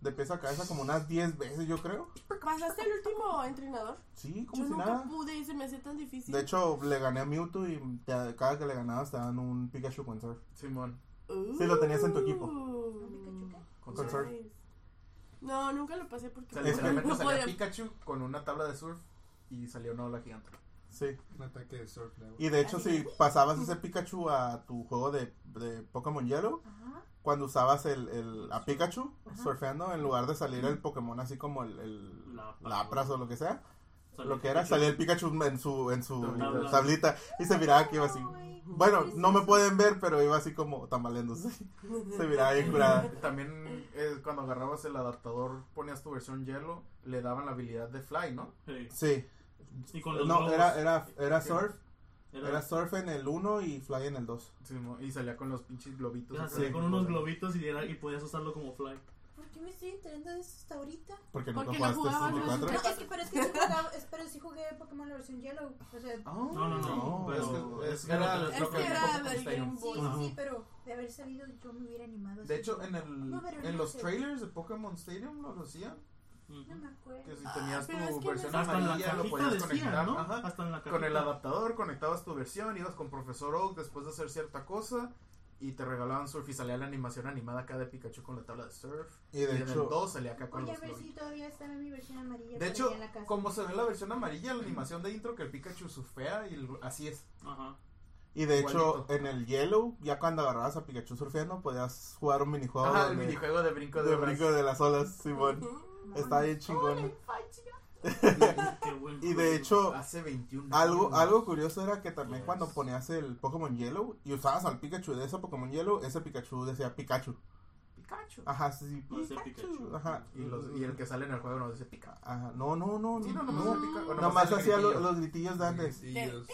Speaker 1: De pieza a cabeza, como unas 10 veces, yo creo.
Speaker 4: ¿Pasaste el último entrenador?
Speaker 1: Sí,
Speaker 4: Yo
Speaker 1: como si
Speaker 4: nunca
Speaker 1: nada.
Speaker 4: pude y se me hacía tan difícil.
Speaker 1: De hecho, le gané a Mewtwo y te- cada que le ganabas te dan un Pikachu con Surf.
Speaker 2: Simón.
Speaker 1: sí lo tenías en tu equipo.
Speaker 2: Con
Speaker 1: Con
Speaker 2: surf.
Speaker 1: surf.
Speaker 4: Nice. Uh. No, nunca lo pasé porque pues,
Speaker 2: O sea,
Speaker 1: Es que-
Speaker 2: literalmente
Speaker 4: no
Speaker 2: salía
Speaker 4: podía.
Speaker 2: Pikachu con una tabla de surf y salió una ola gigante.
Speaker 1: Sí.
Speaker 6: Un ataque de surf. de agua.
Speaker 1: Y de hecho,
Speaker 4: Así
Speaker 1: si pasabas ese Pikachu a tu juego de, de Pokémon Yellow,
Speaker 5: Ajá.
Speaker 1: cuando usabas el, el- a Pikachu
Speaker 5: Ajá.
Speaker 1: surfeando, en lugar de salir el Pokémon así como el, el
Speaker 3: Lapras.
Speaker 1: Lapras o lo que sea,
Speaker 3: Salió
Speaker 1: lo que era,
Speaker 3: Pikachu.
Speaker 1: salía el Pikachu en su, en su
Speaker 3: Tabla.
Speaker 1: tablita y se miraba que iba así.
Speaker 5: Ay,
Speaker 1: Bueno,
Speaker 5: qué
Speaker 1: no me
Speaker 5: precioso.
Speaker 1: pueden ver, pero iba así como tambaleándose.
Speaker 4: [laughs]
Speaker 1: Se miraba bien curada.
Speaker 2: También eh, cuando agarrabas el adaptador, ponías tu versión hielo, le daban la habilidad de fly, ¿no?
Speaker 3: Sí.
Speaker 1: Sí.
Speaker 3: Y con los
Speaker 1: No,
Speaker 3: globos.
Speaker 1: era, era, era surf.
Speaker 3: Era-
Speaker 1: Era surf en el 1 y fly en el 2.
Speaker 2: Sí, mo- y salía con los pinches globitos.
Speaker 3: era
Speaker 2: acá.
Speaker 3: así, Ah, con unos globitos y, era, y podías usarlo como fly.
Speaker 5: ¿Por qué me estoy enterando de eso hasta ahorita?
Speaker 1: Porque nunca
Speaker 4: Porque no
Speaker 1: jugaste
Speaker 4: jugabas, no
Speaker 1: 64.
Speaker 5: No, es que, pero es que sí jugaba, [laughs] es- pero sí jugué Pokémon la versión Yellow. O sea, sí,
Speaker 2: Oh.
Speaker 3: No, no, no.
Speaker 1: No,
Speaker 3: pero
Speaker 2: es que- es que
Speaker 3: pero-
Speaker 2: era-
Speaker 4: Es que era del Game
Speaker 5: sí,
Speaker 4: Boy.
Speaker 5: sí, pero de haber sabido yo me hubiera animado.
Speaker 2: De
Speaker 5: así.
Speaker 2: hecho, en, el,
Speaker 5: No, pero
Speaker 2: en
Speaker 5: no
Speaker 2: los
Speaker 5: sé.
Speaker 2: trailers de Pokémon Stadium lo hacían.
Speaker 5: No
Speaker 3: Ujú.
Speaker 5: me acuerdo.
Speaker 2: Que si tenías
Speaker 4: pero es
Speaker 2: tu
Speaker 4: que
Speaker 2: versión
Speaker 4: no es-
Speaker 3: Hasta en la
Speaker 2: amarilla, lo
Speaker 3: cajita
Speaker 2: podías
Speaker 3: decía,
Speaker 2: conectar.
Speaker 3: ¿no?
Speaker 2: Ajá.
Speaker 3: Hasta en la cajita.
Speaker 2: Con el adaptador conectabas tu versión, ibas con Profesor Oak después de hacer cierta cosa y te regalaban surf y salía la animación animada acá de Pikachu con la tabla de surf.
Speaker 1: Y
Speaker 2: Y
Speaker 1: de
Speaker 2: en el
Speaker 1: hecho,
Speaker 2: 2 salía acá con
Speaker 5: Voy a
Speaker 2: los
Speaker 5: ver si
Speaker 2: globitos.
Speaker 5: todavía está en mi versión amarilla.
Speaker 2: De
Speaker 5: por
Speaker 2: hecho,
Speaker 5: allá en la casa.
Speaker 2: como se ve en la versión amarilla, la animación de intro que el Pikachu surfea y el- así es.
Speaker 3: Ajá.
Speaker 1: Y de
Speaker 2: Igualito.
Speaker 1: hecho, en el Yellow, ya cuando agarrabas a Pikachu surfeando, podías jugar un minijuego
Speaker 2: Ajá, el
Speaker 1: donde-
Speaker 2: minijuego de brinco de,
Speaker 1: de
Speaker 2: olas.
Speaker 1: brinco de las olas, Simón. Está bien chingón.
Speaker 4: [laughs]
Speaker 3: [laughs] Qué bueno.
Speaker 1: Y de hecho,
Speaker 2: Hace 21
Speaker 1: algo,
Speaker 2: años.
Speaker 1: algo curioso era que también
Speaker 3: Yes.
Speaker 1: cuando ponías el Pokémon Yellow y usabas al Pikachu de ese Pokémon Yellow, ese Pikachu decía Pikachu.
Speaker 2: Pikachu.
Speaker 1: Ajá, sí, sí,
Speaker 3: No decía
Speaker 1: Pikachu.
Speaker 3: Pikachu.
Speaker 1: Ajá.
Speaker 2: Y, los- y el que sale en el juego nos dice Pikachu.
Speaker 1: Ajá, no, no, no.
Speaker 2: Sí, no,
Speaker 1: no,
Speaker 2: nomás
Speaker 1: no.
Speaker 2: el Pikachu. o
Speaker 1: Nada más
Speaker 2: el
Speaker 1: hacía lo-
Speaker 2: gritillo.
Speaker 1: los gritillos de antes.
Speaker 6: Sí, ellos-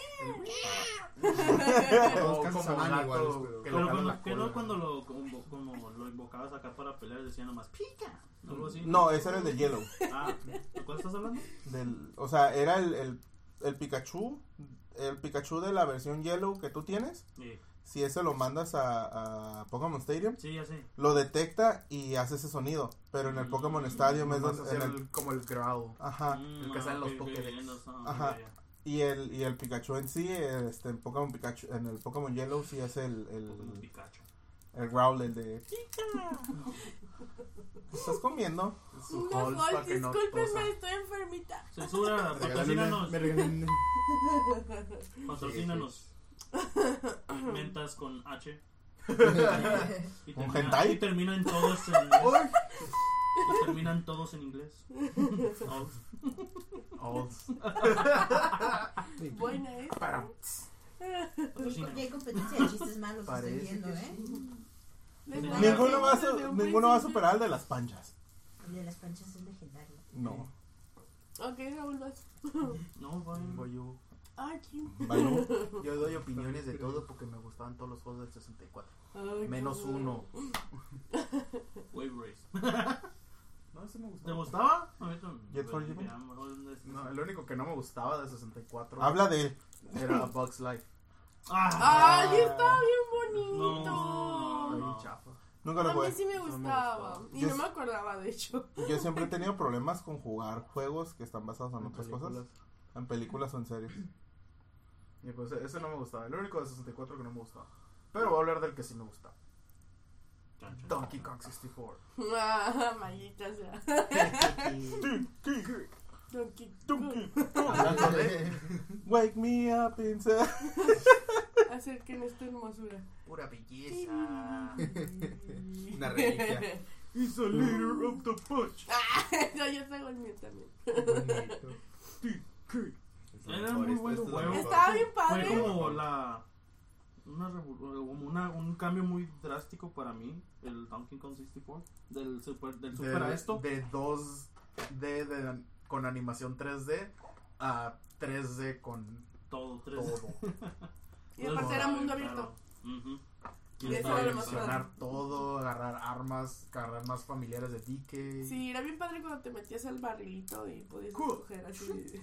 Speaker 2: Como,
Speaker 6: Todos casi
Speaker 2: como
Speaker 6: sonaban
Speaker 2: gato
Speaker 6: iguales, pero-
Speaker 2: que le
Speaker 3: Pero
Speaker 2: jala
Speaker 3: cuando,
Speaker 2: la
Speaker 3: que no
Speaker 2: cola.
Speaker 3: cuando lo, como, como lo invocabas acá para pelear, decía nomás pica. Algo así.
Speaker 1: No, ese era el de Yellow.
Speaker 3: Ah, ¿de cuál estás hablando?
Speaker 1: Del, o sea, era el, el, el Pikachu, el Pikachu de la versión Yellow que tú tienes.
Speaker 3: Sí,
Speaker 1: Si ese lo mandas a, a Pokémon Stadium,
Speaker 3: Eh, sí ya sé.
Speaker 1: lo detecta y hace ese sonido. Pero en el Pokémon Stadium es
Speaker 2: Nomás
Speaker 1: donde.
Speaker 2: hacía
Speaker 1: en el-
Speaker 2: el- como el growl.
Speaker 1: ajá.
Speaker 3: Mm,
Speaker 2: el que sale en
Speaker 3: ah,
Speaker 2: los
Speaker 3: ok, ok,
Speaker 2: Pokédex.
Speaker 3: en los- ah,
Speaker 1: Ajá.
Speaker 3: ya, ya.
Speaker 1: Y el, y el Pikachu en sí, este, en, Pokémon Pikachu, en el Pokémon Yellow, sí es el,
Speaker 3: Pokémon
Speaker 1: el,
Speaker 3: Pikachu.
Speaker 1: el growl, el de.
Speaker 4: [laughs]
Speaker 1: ¿Estás comiendo?
Speaker 2: Su
Speaker 4: No,
Speaker 2: halls
Speaker 4: Hulk,
Speaker 2: pa' que no tosa.
Speaker 4: discúlpenme, estoy enfermita.
Speaker 3: Censura,
Speaker 6: Regálame una-
Speaker 3: patrocínanos.
Speaker 4: [laughs]
Speaker 6: me regalan una-
Speaker 3: Patrocínanos. Mentas con H. Y
Speaker 1: ¿Un
Speaker 3: termina-
Speaker 1: hentai?
Speaker 3: Y terminan todos [laughs] en inglés. Y terminan todos en [laughs] inglés. Oh.
Speaker 4: Buena, ¿eh?
Speaker 5: Porque hay competencia de chistes malos, estoy
Speaker 2: Parece
Speaker 5: viendo,
Speaker 2: que
Speaker 5: ¿eh?
Speaker 4: Les
Speaker 3: Ninguno
Speaker 4: mando
Speaker 1: Ninguno va, a,
Speaker 4: fotos de
Speaker 1: su-
Speaker 4: un
Speaker 1: ninguno va a
Speaker 4: príncipe.
Speaker 1: superar el de las panchas.
Speaker 5: El de las panchas es legendario.
Speaker 1: No.
Speaker 4: Ok, Raúl, vas. Ah,
Speaker 3: No, voy.
Speaker 2: Voy yo.
Speaker 4: Ay, ¿quién?
Speaker 1: Balú.
Speaker 2: Yo doy opiniones de todo porque me gustaban todos los juegos del 64.
Speaker 4: Ay,
Speaker 2: Menos
Speaker 4: qué bueno.
Speaker 2: uno.
Speaker 3: Wave Race.
Speaker 2: No, ese me
Speaker 3: ¿Te
Speaker 2: gustaba.
Speaker 3: gustaba? A mí también.
Speaker 1: Jet for
Speaker 3: Bueno,
Speaker 1: Given.
Speaker 3: ya, mejor es-
Speaker 2: No, el único que no me gustaba de 64
Speaker 1: Habla de él.
Speaker 2: era Bugs [laughs] Life.
Speaker 3: Ah,
Speaker 4: Ay, está bien
Speaker 3: No,
Speaker 4: bonito.
Speaker 3: no, no.
Speaker 2: Muy chafa.
Speaker 1: Nunca lo
Speaker 4: A mí
Speaker 1: jugué.
Speaker 4: sí me gustaba. Y
Speaker 1: pues, Yo
Speaker 4: no
Speaker 1: sí-
Speaker 4: me acordaba, de hecho. [laughs]
Speaker 1: Yo siempre he tenido problemas con jugar juegos que están basados en otras cosas. En películas o en series.
Speaker 2: Y pues ese no me gustaba. El único de 64 que no me gustaba. Pero voy a hablar del que sí me gustaba.
Speaker 3: Chan, chan.
Speaker 2: Donkey Kong 64.
Speaker 4: Ah, maldita sea. Donkey Kong.
Speaker 1: Wake me up inside.
Speaker 4: Acerquen esta hermosura.
Speaker 7: Pura belleza.
Speaker 6: [laughs] Una reliquia.
Speaker 2: He's a leader of the punch.
Speaker 4: [laughs] No, yo traigo el mío también. [laughs]
Speaker 3: Era muy bueno juego.
Speaker 4: Estaba bien
Speaker 3: Fue
Speaker 4: padre.
Speaker 3: como la. Una, revo- una- un cambio muy drástico para mí, el Donkey Kong 64. Del Super, del super a
Speaker 2: de,
Speaker 3: esto.
Speaker 2: de 2D de- con animación 3D a 3D con
Speaker 3: Todo, tres.
Speaker 4: [laughs]
Speaker 2: todo.
Speaker 4: Y aparte era mundo abierto.
Speaker 3: Claro. Ujú.
Speaker 4: Y eso
Speaker 3: Estaba
Speaker 4: era lo más
Speaker 3: bien
Speaker 4: padre.
Speaker 2: Ganar todo, agarrar armas, agarrar más familiares de DK.
Speaker 4: Sí, era bien padre cuando te metías al barrilito y podías
Speaker 2: Cool.
Speaker 4: coger así.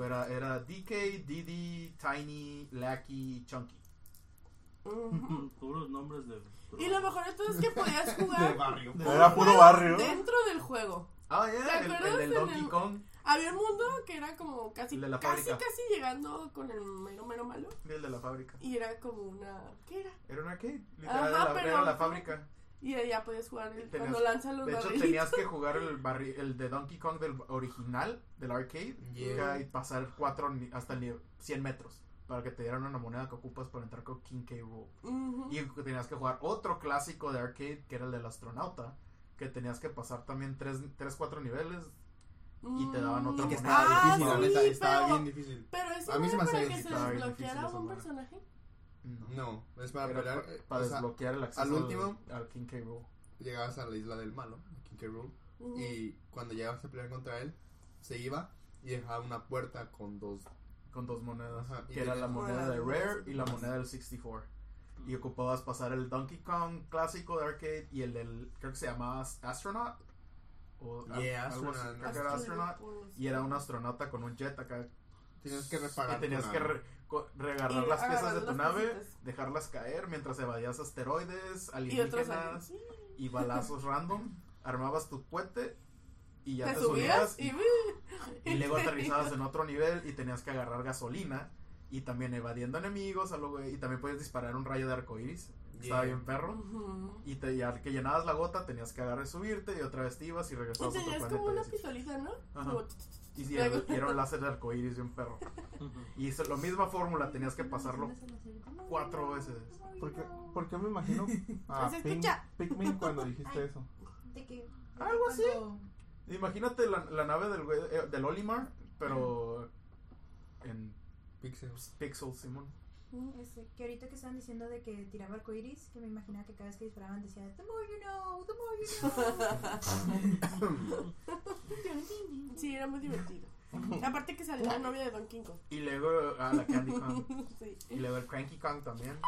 Speaker 2: Era, era DK, DD, Tiny, Lackey y Chunky.
Speaker 4: Ujú.
Speaker 3: Puros nombres de.
Speaker 4: Y lo mejor de todo es
Speaker 2: [laughs]
Speaker 4: que podías
Speaker 6: De
Speaker 4: jugar
Speaker 6: barrio.
Speaker 1: Era puro barrio.
Speaker 4: dentro del juego.
Speaker 2: Ah, ya,
Speaker 4: ¿Te
Speaker 2: el- el,
Speaker 4: acuerdas
Speaker 2: del
Speaker 4: en
Speaker 2: Donkey
Speaker 4: el-
Speaker 2: Kong.
Speaker 4: Había un mundo que era como casi,
Speaker 2: El de la
Speaker 4: casi,
Speaker 2: fábrica.
Speaker 4: casi llegando con el mero, mero malo.
Speaker 2: El de la fábrica.
Speaker 4: Y era como una. ¿Qué era?
Speaker 2: Era una arcade. Literal,
Speaker 4: Ajá,
Speaker 2: era, la,
Speaker 4: pero-
Speaker 2: era la fábrica.
Speaker 4: Y allá podías jugar el-
Speaker 2: Tenías-
Speaker 4: cuando lanzan los
Speaker 2: De hecho,
Speaker 4: barrilitos.
Speaker 2: tenías que jugar el, barri- el de Donkey Kong del original, del arcade,
Speaker 6: Yeah.
Speaker 2: y pasar cuatro ni- hasta el nivel- 100 metros para que te dieran una moneda que ocupas para entrar con King K. Rool.
Speaker 4: Ujú.
Speaker 2: Y tenías que jugar otro clásico de arcade, que era el del astronauta, que tenías que pasar también 3, tres 4 niveles. y te daban otra
Speaker 4: Mm.
Speaker 6: Y que
Speaker 2: moneda.
Speaker 6: estaba
Speaker 4: Ah,
Speaker 6: difícil, la
Speaker 4: sí,
Speaker 6: neta. Estaba
Speaker 4: pero-
Speaker 6: bien difícil.
Speaker 4: Pero eso
Speaker 6: A mí
Speaker 4: no
Speaker 6: se
Speaker 4: era
Speaker 6: me
Speaker 4: para
Speaker 6: hace
Speaker 4: que se
Speaker 2: difícil.
Speaker 4: desbloqueara
Speaker 2: Difícil
Speaker 4: un
Speaker 2: esa
Speaker 4: personaje.
Speaker 2: No.
Speaker 6: No, es para
Speaker 2: Era
Speaker 6: pelear.
Speaker 2: pa-
Speaker 6: eh,
Speaker 2: para
Speaker 6: o sea,
Speaker 2: desbloquear el acceso
Speaker 6: último-
Speaker 2: al, al King K. Rool.
Speaker 6: llegabas a la isla del malo, King K. Rool,
Speaker 4: Ujú.
Speaker 6: y cuando llegabas a pelear contra él, se iba y dejaba una puerta con dos.
Speaker 2: con dos monedas,
Speaker 6: Ajá, y
Speaker 2: que era la
Speaker 6: tenías-
Speaker 2: moneda de Rare y la moneda del 64. Y ocupabas pasar el Donkey Kong clásico de arcade y el del, creo que se llamaba As- Astronaut. O al-
Speaker 6: Yeah,
Speaker 2: algo así,
Speaker 6: Astronaut.
Speaker 2: creo que era Astronaut.
Speaker 4: Astronautas.
Speaker 2: Y era un astronauta con un jet acá.
Speaker 6: Tenías que reparar.
Speaker 2: Que tenías
Speaker 6: tu
Speaker 2: que
Speaker 6: nave.
Speaker 2: re- co- regalar
Speaker 4: Y
Speaker 2: las piezas
Speaker 4: agarrar
Speaker 2: de tu
Speaker 4: las
Speaker 2: nave,
Speaker 4: piecitas.
Speaker 2: dejarlas caer mientras evadías asteroides,
Speaker 4: Y otros
Speaker 2: alienígenas
Speaker 4: aliens.
Speaker 2: y balazos random. Armabas tu cohete y ya
Speaker 4: Te
Speaker 2: te,
Speaker 4: subías
Speaker 2: y
Speaker 4: y.
Speaker 2: y luego aterrizabas en otro nivel y tenías que agarrar gasolina. Y también evadiendo enemigos, algo, güey, y también podías disparar un rayo de arcoiris. que Estaba
Speaker 6: Yeah.
Speaker 2: bien perro.
Speaker 4: Ujú.
Speaker 2: Y te, ya que llenabas la gota, tenías que agarrar y subirte. Y otra vez te ibas y
Speaker 4: Y
Speaker 2: regresabas a otro
Speaker 4: tenías
Speaker 2: planeta.
Speaker 4: como
Speaker 2: y
Speaker 4: una
Speaker 2: así.
Speaker 4: pistolita, ¿no?
Speaker 2: Ajá.
Speaker 4: Como-
Speaker 2: Y si era,
Speaker 4: [laughs]
Speaker 2: y era un láser de arcoiris de un perro. Y hizo la misma fórmula, tenías que pasarlo cuatro veces.
Speaker 1: ¿Por qué, por qué me imagino a
Speaker 4: Se
Speaker 1: Pink-
Speaker 4: escucha.
Speaker 1: Pikmin cuando dijiste eso?
Speaker 5: De que,
Speaker 2: Algo así.
Speaker 5: cuando-
Speaker 2: Imagínate la, la nave del, güey- eh, del Olimar, pero en
Speaker 6: Pixels.
Speaker 2: Pixel Simon.
Speaker 5: Este, que ahorita que estaban diciendo de que tiraba arcoiris, que me imaginaba que cada vez que disparaban decía, The more you know, the more you know.
Speaker 4: Sí, era muy divertido. Aparte que salió la novia de Don Kong.
Speaker 2: Y luego a la Candy Kong.
Speaker 4: Sí.
Speaker 2: Y luego el Cranky Kong también.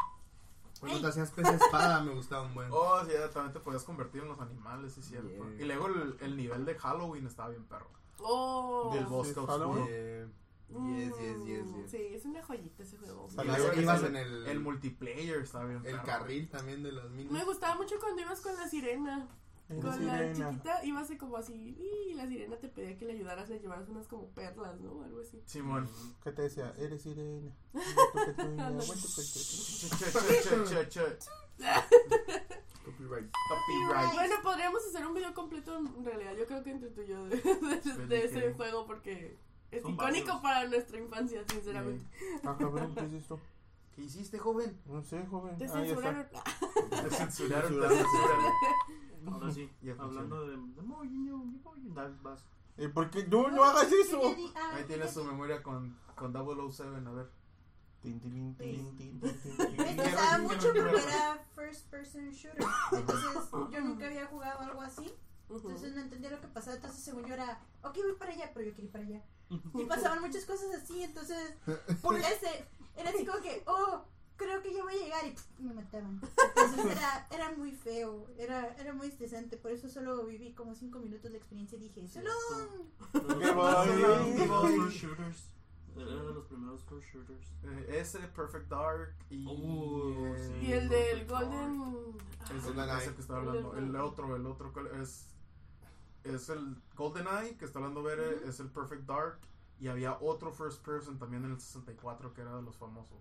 Speaker 6: Cuando te hacías pez espada, me gustaba un buen.
Speaker 2: Oh, sí, ya, también te podías convertir en los animales, sí, cierto.
Speaker 6: Yeah.
Speaker 2: Y luego el, el nivel de Halloween estaba bien perro.
Speaker 4: Oh.
Speaker 2: Del
Speaker 1: bo-
Speaker 2: bosque
Speaker 1: sí,
Speaker 2: oscuro.
Speaker 6: Yeah.
Speaker 4: Mm,
Speaker 6: Yes, yes, yes, yes.
Speaker 4: Sí, es una joyita ese juego.
Speaker 2: Y
Speaker 1: Salió-
Speaker 2: luego
Speaker 1: Ibas-
Speaker 2: el-
Speaker 1: ibas
Speaker 6: en el-
Speaker 2: el multiplayer estaba bien
Speaker 6: El
Speaker 2: perro.
Speaker 6: carril también de las minas.
Speaker 4: Me gustaba mucho cuando ibas con la sirena.
Speaker 1: Eres
Speaker 4: con la
Speaker 1: sirena.
Speaker 4: chiquita ibas y como así. Y la sirena te pedía que le ayudaras, le llevaras unas como perlas, ¿no? Algo así.
Speaker 2: Simón.
Speaker 1: ¿Qué te decía? Eres sirena.
Speaker 4: [laughs]
Speaker 1: pues,
Speaker 2: Che, che, che, che, che.
Speaker 6: Copyright.
Speaker 2: Copyright.
Speaker 1: Pues,
Speaker 4: Bueno, podríamos hacer un video completo en realidad. Yo creo que entre tú y yo de, de- de ese
Speaker 2: qué?
Speaker 4: juego porque Es
Speaker 3: Son
Speaker 4: icónico
Speaker 3: varios.
Speaker 4: para nuestra infancia, sinceramente.
Speaker 1: Ah, cabrón, ¿qué es esto?
Speaker 7: ¿Qué hiciste, joven?
Speaker 1: No sé, joven.
Speaker 4: Te
Speaker 1: Ahí Ah, está.
Speaker 4: censuraron. Ah,
Speaker 2: Te censuraron, te
Speaker 1: Censuraron.
Speaker 2: censuraron.
Speaker 3: Ahora sí,
Speaker 2: Ya
Speaker 3: hablando de. de Mourinho, de Mourinho, dale, vas.
Speaker 1: ¿Y por qué? [laughs] No, no hagas
Speaker 4: [laughs]
Speaker 1: eso.
Speaker 5: "Ah,
Speaker 2: Ahí tienes su memoria con, con 007, a ver.
Speaker 1: Tin, tin, tin, tin, tin, tin,
Speaker 5: este Me
Speaker 1: tin.
Speaker 5: gustaba mucho porque era first person shooter. Entonces yo nunca había jugado algo así.
Speaker 4: Ujú.
Speaker 5: Entonces no entendía lo que pasaba. Entonces según yo era, ok, voy para allá, pero yo quería ir para allá. Y pasaban muchas cosas así. Entonces, por ese, era así como que, oh, creo que ya voy a llegar. Y pf, me mataban. Entonces era, era muy feo. Era, era muy estresante. Por eso solo viví como cinco minutos la experiencia y dije, solo un
Speaker 1: Qué bonito.
Speaker 3: First shooters. Era de los primeros first shooters.
Speaker 2: Eh, Ese, Perfect Dark y.
Speaker 3: Uh,
Speaker 2: eh,
Speaker 3: sí.
Speaker 4: Y el del Golden. ah,
Speaker 2: Es el,
Speaker 6: GoldenEye.
Speaker 2: ese que está hablando. El otro, el otro ¿cuál es. Es el GoldenEye que está hablando Bere, es el Perfect Dark. Y había otro first person también en el 64 que era de los famosos.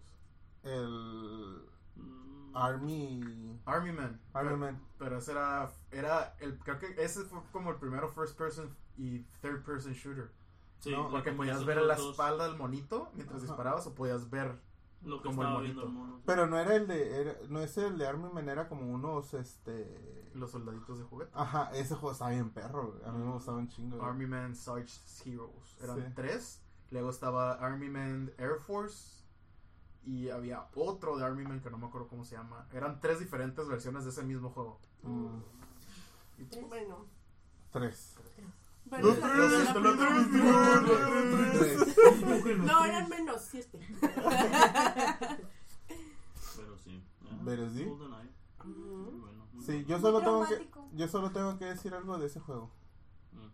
Speaker 1: El
Speaker 3: Mm.
Speaker 1: Army.
Speaker 2: Army Man.
Speaker 1: Army
Speaker 2: Pero-
Speaker 1: Man.
Speaker 2: Pero ese era, era el, creo que ese fue como el primero first person y third person shooter.
Speaker 3: Sí, la
Speaker 1: No,
Speaker 2: Porque podías
Speaker 3: combinación
Speaker 2: ver
Speaker 3: de
Speaker 2: la
Speaker 3: los dos,
Speaker 2: espalda del monito mientras
Speaker 1: Ajá.
Speaker 2: disparabas o podías ver.
Speaker 3: Lo que
Speaker 2: como el
Speaker 3: estaba viendo el
Speaker 2: monito.
Speaker 3: mono. [laughs]
Speaker 1: Pero no era el de. era- no es el de Army Man, era como unos. Este.
Speaker 2: Los soldaditos de juguete.
Speaker 1: Ajá, ese juego estaba bien perro. güey. A mí me
Speaker 3: Ujú.
Speaker 1: gustaba un chingo. güey.
Speaker 2: Army Man Sarge's Heroes. Eran
Speaker 1: Sí.
Speaker 2: tres. Luego estaba Army Man Air Force. Y había otro de Army Man que no me acuerdo cómo se llama. Eran tres diferentes versiones de ese mismo juego.
Speaker 1: Mm,
Speaker 4: Bueno.
Speaker 1: tres.
Speaker 4: Pero
Speaker 1: Los
Speaker 4: esa-
Speaker 1: tres,
Speaker 4: la
Speaker 1: este,
Speaker 4: primera-
Speaker 1: los tres, los tres, los tres.
Speaker 4: No, eran menos este.
Speaker 1: [laughs]
Speaker 4: siete.
Speaker 3: Pero sí.
Speaker 1: Pero sí.
Speaker 3: GoldenEye, muy bueno, muy
Speaker 1: Sí,
Speaker 3: bueno.
Speaker 1: yo solo
Speaker 5: Muy
Speaker 1: tengo que.
Speaker 5: traumático.
Speaker 1: Yo solo tengo que decir algo de ese juego.
Speaker 3: Mm.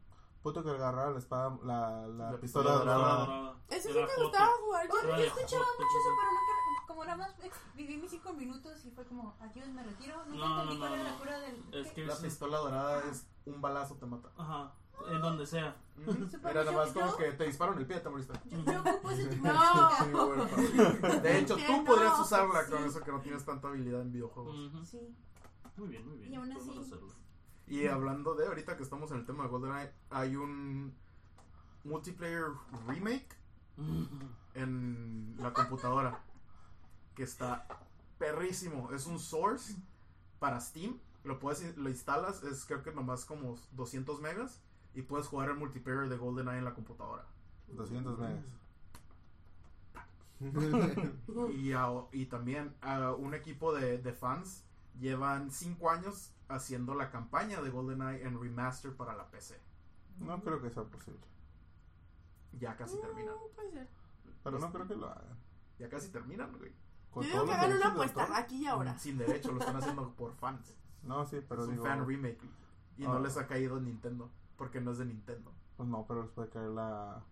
Speaker 1: Puto que agarraba la espada, la, la, pistola
Speaker 2: La pistola
Speaker 1: dorada.
Speaker 3: Dorada.
Speaker 4: Eso sí
Speaker 3: Era
Speaker 4: te
Speaker 3: foto.
Speaker 4: gustaba jugar. Yo-
Speaker 5: Yo
Speaker 3: Era
Speaker 5: yo
Speaker 3: de
Speaker 5: escuchaba
Speaker 3: foto,
Speaker 5: mucho eso,
Speaker 3: sí.
Speaker 5: pero nunca, como nada más ex- viví mis cinco minutos y fue como, adiós, me retiro. Nunca
Speaker 3: No,
Speaker 5: entendí
Speaker 3: no,
Speaker 5: cuál
Speaker 3: no,
Speaker 5: era la
Speaker 3: no.
Speaker 5: cura del...
Speaker 3: Es que
Speaker 2: La
Speaker 3: sí.
Speaker 2: pistola dorada es un balazo te mata.
Speaker 3: Ajá. En donde sea.
Speaker 5: Supongo
Speaker 2: Era nada
Speaker 5: yo-
Speaker 2: más como
Speaker 5: yo-
Speaker 2: que te dispararon el pie y te
Speaker 4: [laughs]
Speaker 2: moriste.
Speaker 5: Yo, yo ocupo ese tipo de
Speaker 4: No.
Speaker 5: música.
Speaker 2: De hecho,
Speaker 4: Que
Speaker 2: tú
Speaker 4: no,
Speaker 2: podrías usarla
Speaker 4: sí.
Speaker 2: con eso que no tienes tanta habilidad en videojuegos.
Speaker 3: Ujú.
Speaker 5: Sí.
Speaker 3: Muy bien, muy bien.
Speaker 5: Y aún así-
Speaker 3: Podemos hacerlo.
Speaker 2: Y hablando de ahorita que estamos en el tema de GoldenEye, hay un multiplayer remake en la computadora que está perrísimo. Es un source para Steam. Lo puedes lo instalas, es creo que nomás como 200 megas y puedes jugar el multiplayer de GoldenEye en la computadora.
Speaker 1: 200 megas.
Speaker 6: [laughs]
Speaker 2: Y, a- y también a un equipo de, de fans llevan 5 años haciendo la campaña de GoldenEye en remaster para la PC.
Speaker 1: No creo que sea posible.
Speaker 2: Ya casi
Speaker 4: Mm,
Speaker 2: terminan.
Speaker 4: puede ser.
Speaker 1: Pero no creo que lo hagan.
Speaker 2: Ya casi terminan, güey.
Speaker 4: Yo
Speaker 1: Con
Speaker 4: digo
Speaker 1: todos
Speaker 4: que
Speaker 1: los
Speaker 4: hagan una
Speaker 1: derechos de
Speaker 4: apuesta
Speaker 1: autor.
Speaker 4: aquí y ahora.
Speaker 2: Sin derecho, lo están haciendo [laughs] por fans.
Speaker 1: No, sí, pero
Speaker 2: es un
Speaker 1: digo.
Speaker 2: fan remake. Y
Speaker 1: Ah.
Speaker 2: no les ha caído Nintendo. Porque no es de Nintendo.
Speaker 1: Pues no, pero les puede caer la.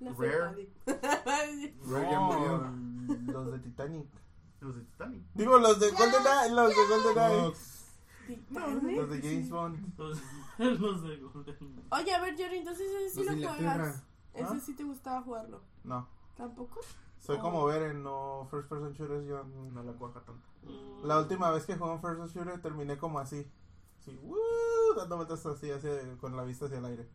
Speaker 4: La
Speaker 2: Rare.
Speaker 4: [laughs] sepa.
Speaker 6: Rare ya murió.
Speaker 1: No, los de Titanic.
Speaker 2: Los de Titanic.
Speaker 1: Digo, los de GoldenEye. Los de GoldenEye.
Speaker 4: Titanic.
Speaker 1: Los de James Bond.
Speaker 3: [laughs] Los, los de Golden.
Speaker 4: Oye, a ver, Jerry, entonces ese sí
Speaker 6: Los de
Speaker 4: lo juegas.
Speaker 6: Inglaterra.
Speaker 4: Ese
Speaker 1: ¿Ah?
Speaker 4: sí te gustaba jugarlo.
Speaker 1: No.
Speaker 4: ¿Tampoco?
Speaker 1: Soy
Speaker 4: Oh.
Speaker 1: como ver en no First Person Shooters. Yo.
Speaker 2: No la cuaja tanto.
Speaker 1: La última vez que jugué un First Person Shooter terminé como así. Sí, uh, dando vueltas así, así, con la vista hacia el aire.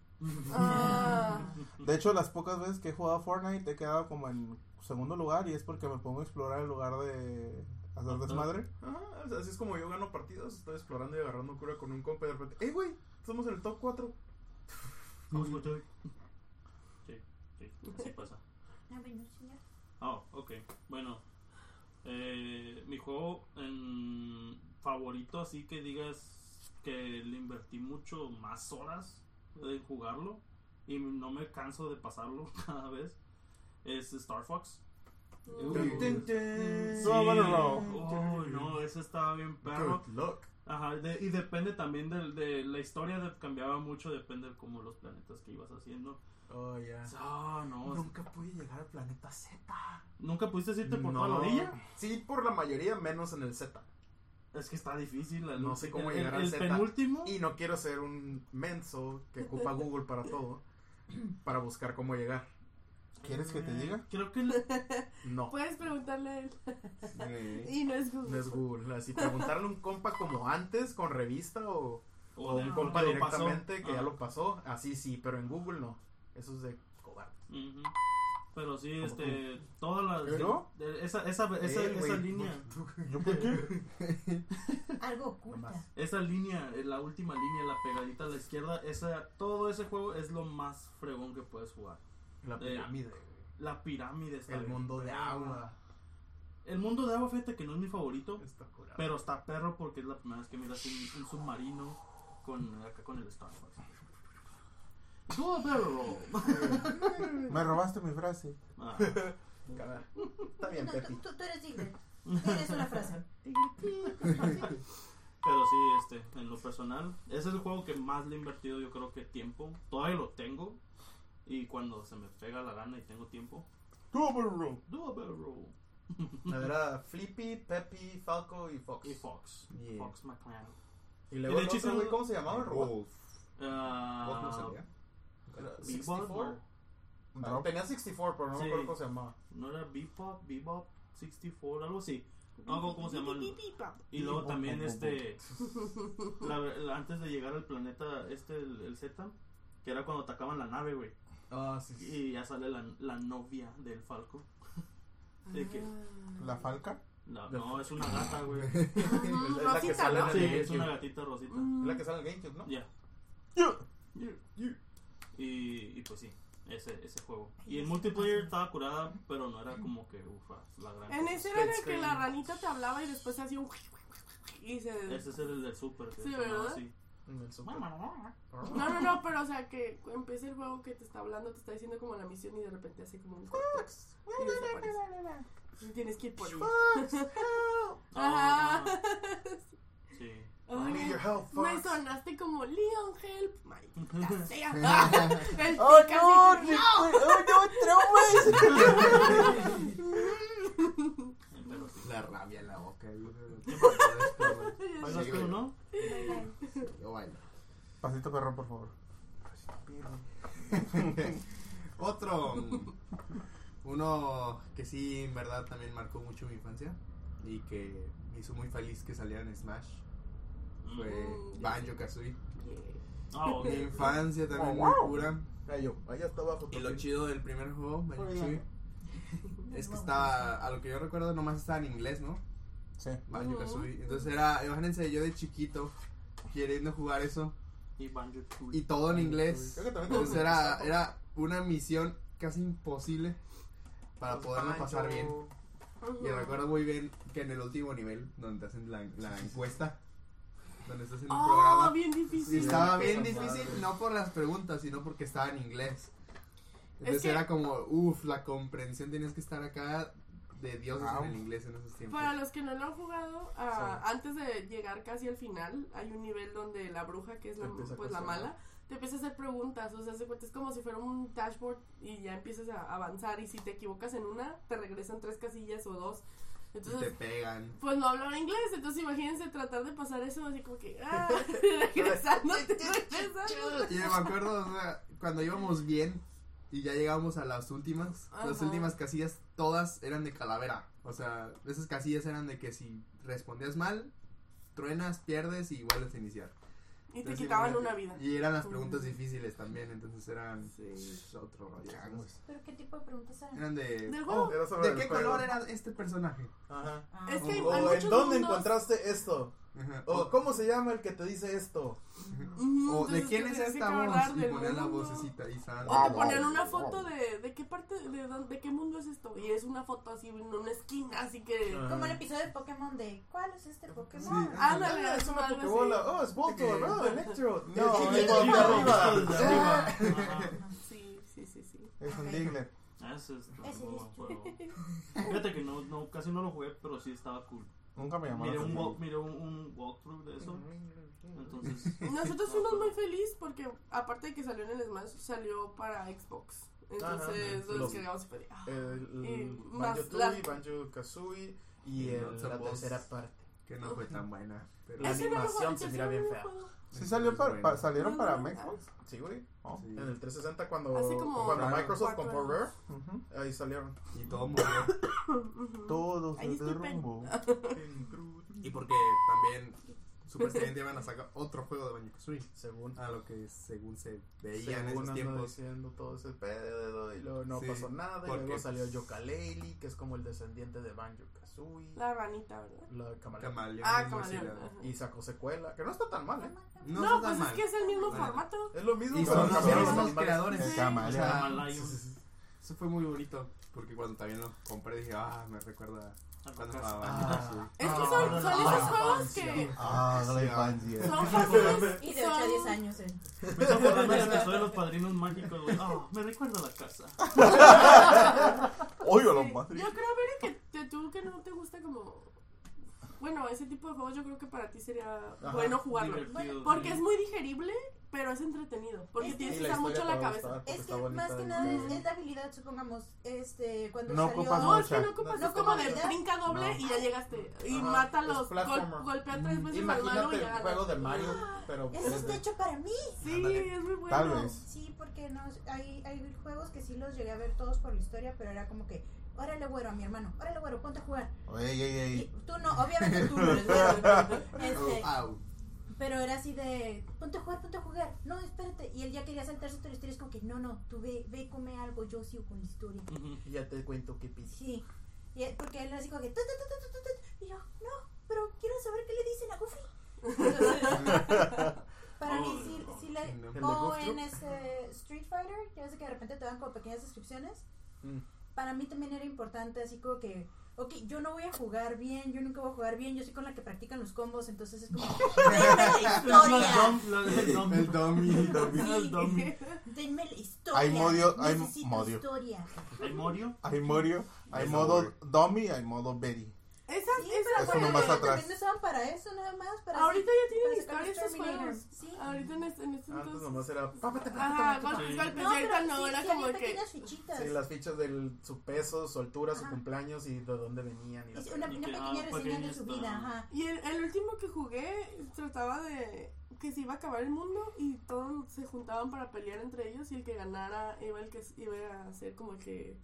Speaker 4: Ah,
Speaker 1: De hecho, las pocas veces que he jugado a Fortnite he quedado como en segundo lugar y es porque me pongo a explorar el lugar de hacer desmadre.
Speaker 2: Ajá, o sea, así es como yo gano partidas. Estoy explorando y agarrando cura con un compa y de repente. ¡Ey, güey! Estamos en el top 4.
Speaker 3: Vamos, Joy. Sí, sí, así pasa.
Speaker 5: Ah, bueno, señor.
Speaker 3: Ah, ok. Bueno, eh, mi juego en favorito, así que digas que le invertí mucho más horas en jugarlo y no me canso de pasarlo [laughs] cada vez, es Star Fox.
Speaker 6: Uy.
Speaker 2: Tin, tin.
Speaker 1: So- Solo roll.
Speaker 3: Oh, no, ese estaba bien perro.
Speaker 2: Good luck.
Speaker 3: Ajá, de- y depende también del- de, la historia, de- cambiaba mucho, depende de cómo los planetas que ibas haciendo.
Speaker 2: Oh, ya.
Speaker 3: Ah, no,
Speaker 2: Nunca pude llegar al planeta Z.
Speaker 3: ¿Nunca pudiste irte por toda la orilla?
Speaker 2: Sí, por la mayoría, menos en el Z.
Speaker 3: Es que está difícil. la-
Speaker 2: No sé cómo
Speaker 3: el-
Speaker 2: llegar al
Speaker 3: El
Speaker 2: Z.
Speaker 3: penúltimo.
Speaker 2: Y no quiero ser un menso que ocupa Google para todo, para buscar cómo llegar.
Speaker 1: ¿Quieres que te
Speaker 3: Ah.
Speaker 1: diga?
Speaker 3: Creo que le-
Speaker 2: No,
Speaker 4: puedes preguntarle a él.
Speaker 6: Sí.
Speaker 4: Y no es Google.
Speaker 2: no es Google. Así preguntarle a un compa como antes, con revista o, [laughs] o
Speaker 3: de-
Speaker 2: un compa
Speaker 3: lo pasó.
Speaker 2: directamente que ya
Speaker 3: Ajá.
Speaker 2: lo pasó, así sí, pero en Google no. Eso es de. co-
Speaker 5: guardo.
Speaker 3: Ujú. Pero sí, este, todas las...
Speaker 1: ¿Pero?
Speaker 3: de- esa, esa, esa,
Speaker 2: Eh,
Speaker 3: esa
Speaker 2: güey,
Speaker 3: línea,
Speaker 1: ¿Yo por qué?
Speaker 5: Algo oculta.
Speaker 2: Nomás.
Speaker 3: esa línea, eh, la última línea, la pegadita a la izquierda, esa, todo ese juego es lo más fregón que puedes jugar.
Speaker 2: La pirámide, güey.
Speaker 3: La pirámide Eh, está
Speaker 2: El
Speaker 3: bien
Speaker 2: mundo de
Speaker 3: perra.
Speaker 2: agua.
Speaker 3: El mundo de agua, fíjate que no es mi favorito,
Speaker 2: Está curado.
Speaker 3: pero está perro porque es la primera vez que miras un, un submarino con, acá con el Starbucks. ¡Go, perro!
Speaker 1: Me robaste mi frase.
Speaker 3: Ah,
Speaker 2: Cada- Está bien,
Speaker 5: No, tú,
Speaker 2: Pepi.
Speaker 5: tú- tú eres tigre. Tú eres una frase.
Speaker 3: Pero sí, este, en lo personal, ese es el juego que más le he invertido, yo creo que tiempo. Todavía lo tengo. Y cuando se me pega la gana y tengo tiempo,
Speaker 1: Tú,
Speaker 3: do a barrel.
Speaker 2: A ver, a Flippy, Peppy, Falco y Fox.
Speaker 3: Y Fox.
Speaker 6: Yeah.
Speaker 3: Fox McClan.
Speaker 2: Y luego
Speaker 3: Y de
Speaker 2: el
Speaker 3: hecho
Speaker 2: otro,
Speaker 3: hizo-
Speaker 2: güey, ¿cómo se llamaba el robot?
Speaker 6: Wolf. Wolf no
Speaker 3: Ah,
Speaker 6: salía.
Speaker 2: Era
Speaker 3: Bebop,
Speaker 2: 64.
Speaker 1: Rob.
Speaker 2: Tenía 64, pero no
Speaker 3: Ah, Sí.
Speaker 2: me acuerdo cómo se llamaba.
Speaker 3: no era Bebop, Bebop 64, algo así. No me acuerdo cómo se llama. el- Y luego también este la- la- antes de llegar al planeta este el, el Z, que era cuando atacaban la nave, güey.
Speaker 2: Ah, sí, sí.
Speaker 3: Y ya sale la, la novia del Falco. [laughs] ¿De qué?
Speaker 1: ¿La falca?
Speaker 3: No,
Speaker 2: Del
Speaker 3: no, es una gata, güey.
Speaker 2: [laughs] Es la que
Speaker 4: Rosita,
Speaker 2: sale
Speaker 4: ¿no?
Speaker 2: en
Speaker 3: Sí,
Speaker 2: el
Speaker 3: es una
Speaker 2: GameCube.
Speaker 3: gatita rosita.
Speaker 2: Es
Speaker 4: Mm.
Speaker 2: la que sale en el GameCube, ¿no?
Speaker 3: Ya.
Speaker 1: Yo.
Speaker 3: Y, y pues sí, ese, ese juego. Y el multiplayer estaba curada, pero no era como que, ufa, la gran.
Speaker 4: En
Speaker 3: cosa.
Speaker 4: ese era en el
Speaker 2: Split
Speaker 4: que la
Speaker 2: screen.
Speaker 4: ranita te hablaba y después se hacía un y se
Speaker 3: Ese es el del Super. que
Speaker 4: Sí,
Speaker 3: sonaba
Speaker 4: ¿verdad?
Speaker 3: así.
Speaker 2: En el Super. Ah.
Speaker 4: No, no, no, pero o sea que empieza el juego que te está hablando, te está diciendo como la misión y de repente hace como un corte y desaparece. Y tienes que ir por ella. [laughs]
Speaker 3: Ah,
Speaker 4: Ajá.
Speaker 3: sí.
Speaker 2: I need your
Speaker 4: Ay,
Speaker 2: help,
Speaker 4: Me
Speaker 2: Fox.
Speaker 4: sonaste como Leon Help. Maldita
Speaker 1: [laughs]
Speaker 4: sea. [laughs] El
Speaker 1: ¡Oh,
Speaker 4: casi-
Speaker 1: no! ¡Oh, no!
Speaker 4: [laughs]
Speaker 3: Pero sí.
Speaker 6: [laughs] La rabia en la boca. yo creo.
Speaker 3: ¿Bailas
Speaker 6: Sí,
Speaker 3: tú,
Speaker 6: güey.
Speaker 3: no?
Speaker 6: Yo bailo.
Speaker 1: Pasito perrón, por favor.
Speaker 6: [laughs] Otro. Uno que sí, en verdad, también marcó mucho mi infancia. Y que me hizo muy feliz que saliera en Smash. Fue
Speaker 4: Mm.
Speaker 6: Banjo Kazooie.
Speaker 3: Ah, ok.
Speaker 6: Mi infancia también
Speaker 1: Oh,
Speaker 6: muy
Speaker 1: wow.
Speaker 6: pura.
Speaker 2: Ahí yo, allá está abajo.
Speaker 6: Y lo chido del primer juego, Banjo
Speaker 1: Oiga.
Speaker 6: Kazooie, es que estaba, a lo que yo recuerdo, nomás estaba en inglés, ¿no?
Speaker 1: Sí.
Speaker 6: Banjo
Speaker 4: Ujú.
Speaker 6: Kazooie. Entonces era, imagínense, yo de chiquito queriendo jugar eso
Speaker 3: Y Banjo Tooie.
Speaker 6: y todo en inglés.
Speaker 2: Creo que también
Speaker 6: Entonces
Speaker 2: tenía
Speaker 6: era,
Speaker 2: Sapo.
Speaker 6: era una misión casi imposible para poderlo pasar bien.
Speaker 4: Ujú.
Speaker 6: Y recuerdo muy bien que en el último nivel, donde te hacen la,
Speaker 2: [laughs]
Speaker 6: la encuesta, donde estás en un
Speaker 4: Ah,
Speaker 6: programa,
Speaker 4: bien
Speaker 6: y
Speaker 4: difícil.
Speaker 6: estaba
Speaker 2: Sí,
Speaker 6: bien
Speaker 2: esa
Speaker 6: difícil,
Speaker 2: madre.
Speaker 6: no por las preguntas, sino porque estaba en inglés. Entonces
Speaker 4: que-
Speaker 6: era como, uff, la comprensión tenías que estar acá de dioses
Speaker 1: Wow.
Speaker 6: en el inglés en esos tiempos.
Speaker 4: Para los que no lo han jugado, ah, antes de llegar casi al final, hay un nivel donde la bruja, que es la,
Speaker 2: Te empieza a
Speaker 4: pues, la
Speaker 2: cuestionar.
Speaker 4: mala, te empieza a hacer preguntas. O sea, se cuenta, es como si fuera un dashboard y ya empiezas a avanzar. Y si te equivocas en una, te regresan tres casillas o dos.
Speaker 6: Y te
Speaker 4: Entonces,
Speaker 6: pegan.
Speaker 4: pues no hablaba inglés. Entonces, imagínense tratar de pasar eso así como que, ah, [laughs] regresándote, regresándote.
Speaker 6: Y me acuerdo, o sea, cuando íbamos bien y ya llegábamos a las últimas, las
Speaker 4: Ajá.
Speaker 6: últimas casillas todas eran de calavera. O sea, esas casillas eran de que si respondías mal, truenas, pierdes y vuelves a iniciar.
Speaker 4: Y te
Speaker 6: Entonces,
Speaker 4: quitaban una
Speaker 6: imagínate.
Speaker 4: vida.
Speaker 6: Y eran las
Speaker 4: Mm.
Speaker 6: preguntas difíciles también, entonces eran
Speaker 4: Sí.
Speaker 6: otro rollo.
Speaker 1: Changos.
Speaker 5: ¿Pero qué tipo de preguntas eran?
Speaker 6: Eran de...
Speaker 4: Del juego.
Speaker 2: Oh, Era sobre
Speaker 6: Oh, ¿De
Speaker 2: el
Speaker 6: qué
Speaker 2: juego.
Speaker 6: color era este personaje?
Speaker 2: Ajá.
Speaker 5: Ah,
Speaker 4: Es que hay,
Speaker 2: O
Speaker 4: hay
Speaker 2: ¿en
Speaker 4: muchos
Speaker 2: dónde
Speaker 4: mundos.
Speaker 2: encontraste esto?
Speaker 6: Ajá.
Speaker 2: O ¿cómo se llama el que te dice esto?
Speaker 4: Ujú,
Speaker 6: O de
Speaker 4: entonces
Speaker 6: quién
Speaker 4: te
Speaker 6: es
Speaker 4: tienes que
Speaker 6: esta
Speaker 4: acordar
Speaker 6: voz y
Speaker 4: del
Speaker 6: ponían la
Speaker 4: mundo.
Speaker 6: vocecita Ah, y sal.
Speaker 4: O te ponían una foto de, de qué parte, de, dónde- de qué mundo es esto. Y es una foto así en una esquina, así que.
Speaker 5: Como el episodio de Pokémon de ¿Cuál es este
Speaker 6: Sí.
Speaker 5: Pokémon?
Speaker 6: Ah,
Speaker 4: Ándale,
Speaker 2: Ah, es una
Speaker 4: algo así.
Speaker 2: Pokébola. Oh, es Voltor.
Speaker 6: Ok.
Speaker 2: Oh, Electro.
Speaker 1: No,
Speaker 2: es
Speaker 1: es
Speaker 2: Digimon de
Speaker 1: Digimon.
Speaker 2: arriba.
Speaker 3: Desde arriba.
Speaker 5: [laughs]
Speaker 3: Ajá.
Speaker 6: Oh.
Speaker 4: Sí, sí, sí, sí.
Speaker 1: Es un
Speaker 5: Ok.
Speaker 1: Diglett.
Speaker 3: Ese es un
Speaker 5: Ese
Speaker 3: buen
Speaker 5: es
Speaker 3: juego. Fíjate que no, no, casi no lo jugué, pero sí estaba cool.
Speaker 1: Nunca me llamaron.
Speaker 3: Miré un,
Speaker 1: así.
Speaker 3: walk, miré un, un walkthrough de eso. Entonces,
Speaker 4: [laughs] Nosotros fuimos muy felices porque, aparte de que salió en el Smash, salió para Xbox.
Speaker 2: Ah,
Speaker 4: Entonces
Speaker 2: Ajá.
Speaker 4: lo
Speaker 2: Lo-
Speaker 4: descargamos y fue de, ah. Y
Speaker 2: El
Speaker 4: más
Speaker 2: Banjo Tooie,
Speaker 4: la-
Speaker 2: Banjo Kazooie y el,
Speaker 6: Lots of
Speaker 2: la
Speaker 6: Boss.
Speaker 2: tercera parte.
Speaker 6: Que no fue tan buena. Pero
Speaker 2: La
Speaker 4: Ese no lo
Speaker 2: animación
Speaker 4: jugué,
Speaker 2: se
Speaker 4: ese
Speaker 2: mira
Speaker 4: no
Speaker 2: bien
Speaker 4: lo
Speaker 2: fea.
Speaker 4: jugué.
Speaker 1: ¿Sí salió
Speaker 6: Es
Speaker 1: para,
Speaker 6: bueno.
Speaker 1: pa- salieron
Speaker 4: No, [laughs]
Speaker 1: para
Speaker 4: no,
Speaker 1: Xbox?
Speaker 2: Sí, güey.
Speaker 1: Oh.
Speaker 6: Sí.
Speaker 2: En el 360 cuando,
Speaker 4: Hace como
Speaker 2: cuando
Speaker 1: cuatro
Speaker 2: Microsoft
Speaker 4: años.
Speaker 2: compró Rare,
Speaker 1: Ujú.
Speaker 2: ahí salieron.
Speaker 6: Y todo murió.
Speaker 4: Ujú.
Speaker 1: Todo se
Speaker 4: Ahí disculpen.
Speaker 1: derrumbó.
Speaker 2: El Groot.
Speaker 6: Y porque también Supuestamente van a sacar otro juego de Banjo Kazooie.
Speaker 2: Según.
Speaker 6: A lo que según se veía Ah, en
Speaker 2: Según
Speaker 6: esos
Speaker 2: ando
Speaker 6: tiempos.
Speaker 2: diciendo todo ese pedo y luego no
Speaker 6: Sí,
Speaker 2: pasó nada y
Speaker 6: porque-
Speaker 2: luego salió Yooka-Laylee que es como el descendiente de Banjo Kazooie la,
Speaker 4: La ranita, ¿verdad?
Speaker 2: Camaleón,
Speaker 6: Camaleón.
Speaker 4: Ah,
Speaker 6: y
Speaker 4: camaleón.
Speaker 6: Murciélago.
Speaker 4: ajá.
Speaker 2: y sacó secuela que no está tan mal ¿eh?
Speaker 6: No,
Speaker 4: No,
Speaker 6: está tan
Speaker 4: pues es
Speaker 6: mal.
Speaker 4: que es el mismo
Speaker 6: Bueno.
Speaker 2: [laughs]
Speaker 4: formato.
Speaker 2: es lo mismo
Speaker 6: Y
Speaker 2: pero
Speaker 6: son los
Speaker 2: cambiaron
Speaker 6: mismos
Speaker 2: animales.
Speaker 4: pues
Speaker 6: creadores.
Speaker 1: El
Speaker 6: O
Speaker 1: camaleón.
Speaker 6: sea,
Speaker 3: Camaleón.
Speaker 6: sí, sí, sí. Eso fue muy bonito. Porque cuando también lo compré dije, ah, me
Speaker 3: A
Speaker 6: recuerda
Speaker 3: tu
Speaker 6: cuando
Speaker 3: casa.
Speaker 6: estaba
Speaker 2: Ah.
Speaker 6: Banjo Kazooie.
Speaker 4: Es que
Speaker 2: Ah,
Speaker 4: son,
Speaker 2: no,
Speaker 4: son
Speaker 2: no,
Speaker 4: esos
Speaker 2: no,
Speaker 4: juegos
Speaker 2: infancia.
Speaker 4: que
Speaker 1: Ah, no la
Speaker 6: Sí,
Speaker 1: infancia.
Speaker 4: son pasados
Speaker 5: Y de 8 a 10
Speaker 4: son-
Speaker 5: años, eh.
Speaker 3: Me hizo
Speaker 4: [laughs]
Speaker 3: acordar de la canción de los padrinos mágicos, güey. Ah, me recuerda a la casa.
Speaker 1: Oye, lo
Speaker 4: Sí.
Speaker 1: madre.
Speaker 4: Yo creo, Vero, que te- tú que no te gusta como... Bueno, ese tipo de juegos yo creo que para ti sería
Speaker 2: Ajá,
Speaker 4: bueno jugarlo.
Speaker 3: Divertido,
Speaker 4: Porque
Speaker 3: sí.
Speaker 4: es muy digerible, pero es entretenido. Porque
Speaker 5: Es que-
Speaker 4: tienes
Speaker 2: Y la
Speaker 4: que usar mucho
Speaker 2: historia
Speaker 4: la
Speaker 2: te va a
Speaker 4: cabeza.
Speaker 2: gustar porque
Speaker 5: Es que
Speaker 2: está bonita
Speaker 5: más que
Speaker 2: y-
Speaker 5: nada es, es la habilidad, supongamos. Este, cuando
Speaker 1: No
Speaker 5: salió.
Speaker 1: ocupas
Speaker 4: No, es que
Speaker 1: mucha.
Speaker 4: no ocupas,
Speaker 5: No
Speaker 4: es como de
Speaker 5: ocupas.
Speaker 4: brinca doble
Speaker 1: No.
Speaker 4: y ya llegaste. Y
Speaker 2: Ajá,
Speaker 4: mata
Speaker 2: es
Speaker 4: los, gol,
Speaker 2: platformer.
Speaker 4: golpea tres veces al malo y
Speaker 2: imagínate
Speaker 4: ya
Speaker 2: el
Speaker 4: ganas.
Speaker 2: juego de Mario pero pues,
Speaker 5: Eso está este hecho para mí.
Speaker 4: Sí,
Speaker 2: Ándale.
Speaker 4: es muy bueno.
Speaker 1: Tal vez.
Speaker 5: Pues Sí, porque no, hay, hay juegos que sí los llegué a ver todos por la historia, pero era como que, órale, güero, a mi hermano, órale, güero, ponte a jugar.
Speaker 1: Ey, ey,
Speaker 5: Y
Speaker 1: ey.
Speaker 5: tú no, obviamente tú no eres güero.
Speaker 1: [laughs]
Speaker 5: Este,
Speaker 6: Oh, au.
Speaker 5: pero era así de, ponte a jugar, ponte a jugar. No, espérate. Y él ya quería saltarse toda la historia. Es como que, no, no, tú ve, ve y come algo, yo sigo con la historia.
Speaker 3: Ujú.
Speaker 2: y ya te cuento qué pis
Speaker 5: Sí. Y él- porque él así como que, tut, tut, tut, tut, tut. y yo, no, pero quiero saber qué le dicen a Goofy. Entonces,
Speaker 1: [laughs]
Speaker 5: para mí, sí, sí le.
Speaker 6: ¿El de
Speaker 5: O
Speaker 2: Goof
Speaker 5: en
Speaker 2: Troop?
Speaker 5: ese Street Fighter, ya sé que de repente te dan como pequeñas descripciones.
Speaker 2: Mm.
Speaker 5: Para mí también era importante, así como que. Ok, yo no voy a jugar bien, yo nunca voy a jugar bien, yo soy con la que practican los combos, entonces es como.
Speaker 1: [laughs]
Speaker 5: ¡Denme la
Speaker 3: Es más
Speaker 5: historia!
Speaker 3: dumb, la- el dumb.
Speaker 6: El dummy. dummy.
Speaker 3: El dummy.
Speaker 5: ¡Denme la historia!
Speaker 1: Hay modio- hay
Speaker 5: Necesito
Speaker 1: modio.
Speaker 5: historia.
Speaker 3: ¿Hay Morio?
Speaker 1: Hay Morio, hay modo Domi, hay modo Betty.
Speaker 4: Esa,
Speaker 5: Sí,
Speaker 4: esa
Speaker 1: Eso
Speaker 5: pero
Speaker 1: nomás
Speaker 5: bueno,
Speaker 1: atrás.
Speaker 5: También usaban para eso, nada más. Para
Speaker 4: Ahorita ya
Speaker 5: para
Speaker 4: tienen
Speaker 5: sacar los
Speaker 4: historia estos
Speaker 5: Terminator.
Speaker 4: juegos.
Speaker 5: Sí.
Speaker 4: Ahorita en este, en este
Speaker 2: antes
Speaker 4: entonces.
Speaker 2: nomás era "Pápate,
Speaker 4: Ajá,
Speaker 2: pápate, pápate".
Speaker 4: golpes,
Speaker 3: Sí.
Speaker 4: golpes.
Speaker 5: No,
Speaker 4: Y
Speaker 5: pero
Speaker 4: ahorita
Speaker 5: sí,
Speaker 4: no, era
Speaker 5: sí
Speaker 4: como
Speaker 5: había
Speaker 4: que.
Speaker 5: pequeñas fichitas.
Speaker 2: Sí, las fichas de su peso, su altura, su
Speaker 5: Ajá.
Speaker 2: cumpleaños y de dónde venían. Y la
Speaker 5: Es Una, una
Speaker 2: fregada.
Speaker 3: Y que, ah,
Speaker 5: pequeña reseña
Speaker 3: pequeña
Speaker 5: de su
Speaker 3: historia.
Speaker 5: vida, ajá.
Speaker 4: Y el, el último que jugué trataba de que se iba a acabar el mundo y todos se juntaban para pelear entre ellos y el que ganara iba el que s- iba a hacer como que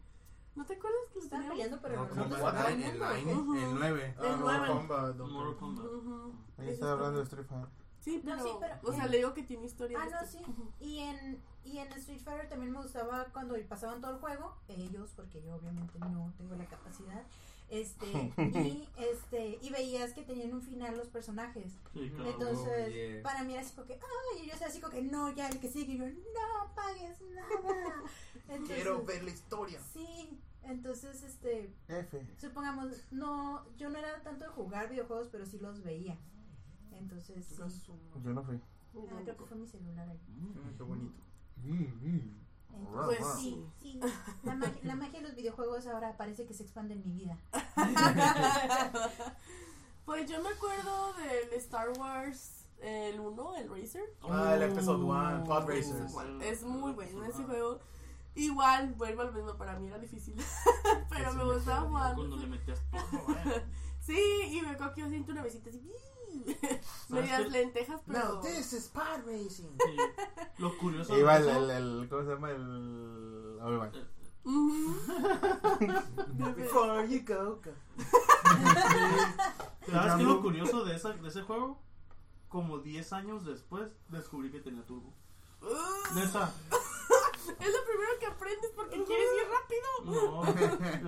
Speaker 4: ¿No te acuerdas que lo
Speaker 5: Estaban
Speaker 4: teníamos?
Speaker 5: peleando por el
Speaker 6: No, como
Speaker 5: honor.
Speaker 2: ¿cómo
Speaker 6: el nine, el
Speaker 4: Ujú.
Speaker 6: 9, el 9.
Speaker 2: Ah,
Speaker 4: el
Speaker 2: Mortal
Speaker 4: nueve.
Speaker 2: Kombat, Donkey
Speaker 3: Mortal
Speaker 2: Kong.
Speaker 3: Kombat.
Speaker 4: Ujú.
Speaker 1: Ahí está hablando de Street Fighter.
Speaker 4: Sí,
Speaker 5: No,
Speaker 4: pero,
Speaker 5: sí, pero-
Speaker 4: o sea, le digo que tiene historia.
Speaker 5: Ah,
Speaker 4: de
Speaker 5: no,
Speaker 4: esto.
Speaker 5: sí. Y en, y en Street Fighter también me gustaba cuando pasaban todo el juego, ellos, porque yo obviamente no tengo la capacidad,
Speaker 2: [laughs]
Speaker 5: este, y, este, y veías que tenían un final los personajes.
Speaker 3: Sí, claro.
Speaker 5: Entonces,
Speaker 6: yeah.
Speaker 5: para mí era así como que, ay, y yo era así como que, no, ya el que sigue, y yo, no pagues nada. Entonces,
Speaker 2: Quiero ver la historia.
Speaker 5: Sí, entonces, este,
Speaker 1: F.
Speaker 5: supongamos, no, yo no era tanto de jugar videojuegos, pero sí los veía. Entonces, sí.
Speaker 1: Yo no fui.
Speaker 5: Ah, creo que fue mi celular ahí.
Speaker 2: Mm, Qué bonito.
Speaker 6: Mm, mm.
Speaker 1: Ah,
Speaker 5: Entonces,
Speaker 4: Pues
Speaker 5: sí, sí. La, mag- la magia de los videojuegos ahora parece que se expande en mi vida.
Speaker 4: [laughs] Pues yo me acuerdo del Star Wars el 1, el Racer.
Speaker 2: Ah, el episodio
Speaker 3: Uh,
Speaker 2: one, Pod Racers.
Speaker 4: Es muy
Speaker 1: Ah,
Speaker 4: bueno ese juego. Igual, vuelvo al mismo, para mí era difícil. [laughs] pero
Speaker 2: Ese
Speaker 4: me
Speaker 2: me
Speaker 4: gustaba
Speaker 2: jodió
Speaker 4: jugar.
Speaker 3: Cuando le metías
Speaker 4: [laughs]
Speaker 3: todo, eh.
Speaker 4: Sí, y me acuerdo que yo siento una besita así.
Speaker 3: ¿Sabes
Speaker 4: [laughs] Medias
Speaker 3: qué?
Speaker 4: lentejas, pero.
Speaker 2: is Pod Racing.
Speaker 3: Sí. Lo curioso
Speaker 1: Iba el,
Speaker 3: de
Speaker 1: el,
Speaker 3: eso-
Speaker 1: el- ¿cómo se llama? El... Obi-Wan.
Speaker 4: Ujú.
Speaker 2: [laughs]
Speaker 4: [laughs]
Speaker 2: Before you go, go.
Speaker 3: ¿Sabes qué es lo curioso de, esa, de ese juego? Como 10 años después descubrí que tenía turbo.
Speaker 4: Uh,
Speaker 3: Neta,
Speaker 4: es lo primero que aprendes porque quieres ir rápido.
Speaker 3: no.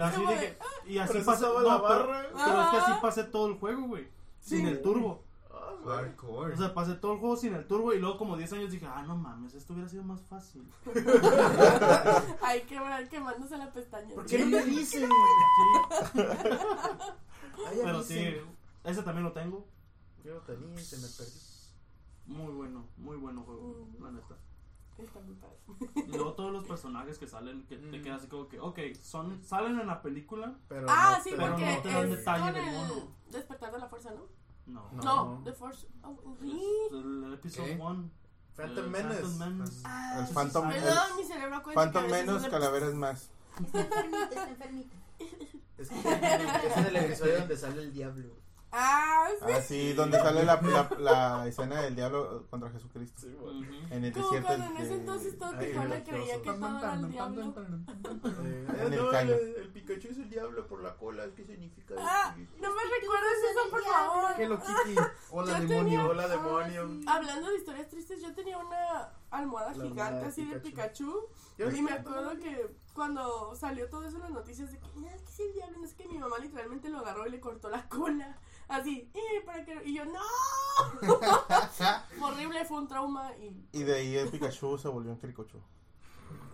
Speaker 3: Así
Speaker 4: Como
Speaker 3: de
Speaker 4: de,
Speaker 3: que- y así
Speaker 2: Pero
Speaker 3: pasé
Speaker 2: pasaba
Speaker 3: no,
Speaker 2: la
Speaker 3: pero-
Speaker 2: barra.
Speaker 3: Pero, es que así pasé todo el juego, güey. Sin el turbo.
Speaker 6: Hardcore.
Speaker 3: O sea, pasé todo el juego sin el turbo y luego como 10 años dije, ah, no mames, esto hubiera sido más fácil.
Speaker 2: [laughs]
Speaker 4: Ay, qué mal, quemándose la pestaña.
Speaker 2: ¿Por qué no me dicen, güey?
Speaker 3: Sí,
Speaker 2: Ay,
Speaker 3: pero sí,
Speaker 2: avisen.
Speaker 3: ese también lo tengo.
Speaker 2: Yo lo tenía y se me perdió.
Speaker 3: Muy bueno, muy bueno juego,
Speaker 4: Mm.
Speaker 3: la neta.
Speaker 4: Está muy padre.
Speaker 3: Y luego todos los personajes que salen, que te
Speaker 2: Mm.
Speaker 3: quedas así como que, ok, son, salen en la película.
Speaker 2: Pero
Speaker 4: Ah,
Speaker 2: no
Speaker 4: sí,
Speaker 2: te-
Speaker 3: pero
Speaker 4: porque
Speaker 3: no te dan
Speaker 4: es
Speaker 3: detalle
Speaker 4: con
Speaker 3: del mono.
Speaker 4: el despertar de la fuerza, ¿no?
Speaker 3: No.
Speaker 2: No.
Speaker 4: No, The Force. Oh,
Speaker 3: Es
Speaker 4: ¿sí?
Speaker 3: El, el episodio
Speaker 6: ¿Qué?
Speaker 3: 1.
Speaker 2: Phantom Menace.
Speaker 4: Ah,
Speaker 1: El
Speaker 4: sí,
Speaker 1: Phantom-
Speaker 4: sí.
Speaker 1: el-
Speaker 4: Perdón, mi cerebro cuenta.
Speaker 1: Phantom
Speaker 4: que a veces
Speaker 1: menos,
Speaker 4: es de-
Speaker 1: calaveras más.
Speaker 5: Está enfermita, está enfermita.
Speaker 2: Es que ese [laughs] es el episodio donde sale el diablo.
Speaker 4: Ah, sí.
Speaker 1: Así, donde sale la, la, la escena del diablo contra Jesucristo.
Speaker 2: Eh,
Speaker 1: En el
Speaker 4: Como
Speaker 1: desierto.
Speaker 4: cuando en ese
Speaker 1: de-
Speaker 4: entonces todo
Speaker 2: Ay,
Speaker 4: Tijuana
Speaker 2: religioso.
Speaker 4: creía que todo era el diablo.
Speaker 2: Eh,
Speaker 1: el
Speaker 2: no,
Speaker 1: caño.
Speaker 2: el, el pico pecho es el diablo, por la cola, ¿qué significa
Speaker 4: Ah, no me recuerdes eso, por favor.
Speaker 6: Hello Kitty. Hola
Speaker 4: Yo
Speaker 6: demonio.
Speaker 4: tenía-
Speaker 2: Hola, demonio.
Speaker 4: Hablando de historias tristes, yo tenía una almohada
Speaker 2: La almohada
Speaker 4: gigante
Speaker 2: de
Speaker 4: así de Pikachu.
Speaker 2: Ya
Speaker 4: Y me acuerdo que cuando salió todo eso en las noticias de que, "Ah, es que sí, el diablo, no sé qué", mi mamá literalmente lo agarró y le cortó la cola. Así, "Eh, para que. Y yo, no. Horrible, fue un trauma y.
Speaker 1: Y de ahí el Pikachu se volvió un cricocho.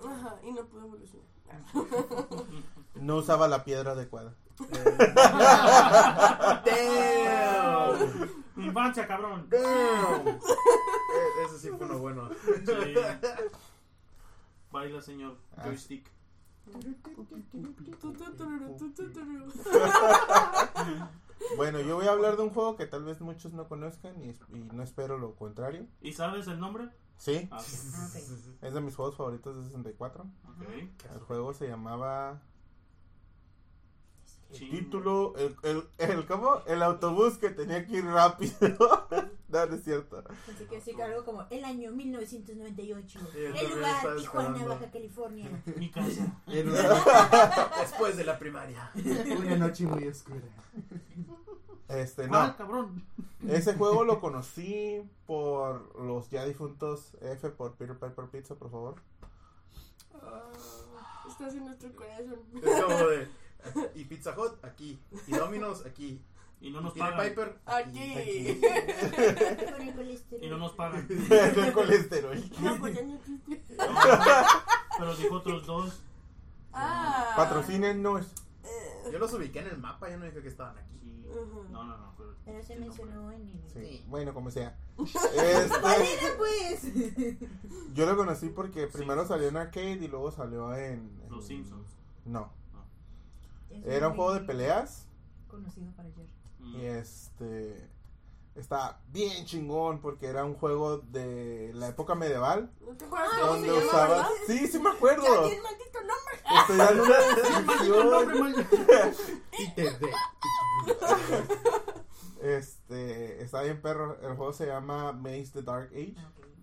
Speaker 4: Ajá, y no pude evolucionar.
Speaker 1: No usaba la piedra adecuada.
Speaker 2: Damn.
Speaker 3: Infancia, [laughs] cabrón.
Speaker 2: Damn. E- ese sí fue uno bueno.
Speaker 3: Sí. Baila, señor. Joystick.
Speaker 4: Tu, tu, tururu, tu, tu, tururu.
Speaker 1: Bueno, yo voy a hablar de un juego que tal vez muchos no conozcan y, y no espero lo contrario.
Speaker 3: ¿Y sabes el nombre?
Speaker 1: Sí,
Speaker 3: Ah,
Speaker 1: es de mis juegos favoritos de 64.
Speaker 3: ok.
Speaker 1: El juego se llamaba... El
Speaker 3: Chin.
Speaker 1: título, el, el, el, ¿cómo? El autobús que tenía que ir rápido. [laughs] no, no es cierto.
Speaker 5: Así que
Speaker 1: Ah,
Speaker 5: sí, que algo como el año 1998.
Speaker 2: Sí, yo
Speaker 5: el
Speaker 2: también
Speaker 5: lugar
Speaker 2: estaba
Speaker 5: Tijuana,
Speaker 2: esperando.
Speaker 5: Baja
Speaker 1: [laughs]
Speaker 5: California.
Speaker 3: Mi casa.
Speaker 6: En una,
Speaker 2: Después de la primaria.
Speaker 6: una noche muy oscura.
Speaker 1: Este, no.
Speaker 3: Ah, cabrón.
Speaker 1: Ese juego lo conocí por los ya difuntos F por Peter Piper Pizza, por favor.
Speaker 4: [laughs] Estás en nuestro corazón.
Speaker 2: Es como de. Y Pizza Hut aquí. Y Domino's aquí.
Speaker 3: Y no
Speaker 2: Y
Speaker 3: nos
Speaker 2: Pied
Speaker 3: pagan.
Speaker 2: Piper
Speaker 4: Aquí.
Speaker 5: Con el colesterol.
Speaker 3: Y no nos
Speaker 1: [laughs]
Speaker 3: pagan.
Speaker 1: El colesterol.
Speaker 4: [laughs] No, pues ya no existe.
Speaker 3: Pero dijo otros dos.
Speaker 4: Ah. eh,
Speaker 1: Patrocínenos.
Speaker 2: Yo los ubiqué en el mapa, yo no dije que estaban aquí.
Speaker 3: Sí.
Speaker 4: Ujú.
Speaker 3: No, no, no. Pero,
Speaker 5: Pero se
Speaker 3: el nombre.
Speaker 5: mencionó en el.
Speaker 1: Sí, Bueno, como
Speaker 4: [laughs]
Speaker 1: sea. Este,
Speaker 5: ¡Valera, pues!
Speaker 1: yo lo conocí porque primero salió en arcade y luego salió en. en-
Speaker 3: Los Simpsons.
Speaker 1: No.
Speaker 5: Es
Speaker 1: Era
Speaker 5: muy
Speaker 1: un juego de peleas
Speaker 5: Conocido para ayer.
Speaker 3: Mm.
Speaker 1: y este. Está bien chingón porque era un juego de la época medieval.
Speaker 4: ¿No te acuerdas Ah, cómo
Speaker 1: Donde
Speaker 4: se llama,
Speaker 1: Ah, usabas.
Speaker 4: verdad?
Speaker 1: Sí, sí me
Speaker 4: Ya
Speaker 1: acuerdo.
Speaker 4: tiene el maldito nombre.
Speaker 1: Estoy dando
Speaker 4: [laughs]
Speaker 1: una descripción.
Speaker 6: [laughs] Y te ve.
Speaker 1: Este, está bien perro. El juego se llama Maze the Dark Age.
Speaker 5: Ah, ok.
Speaker 1: Está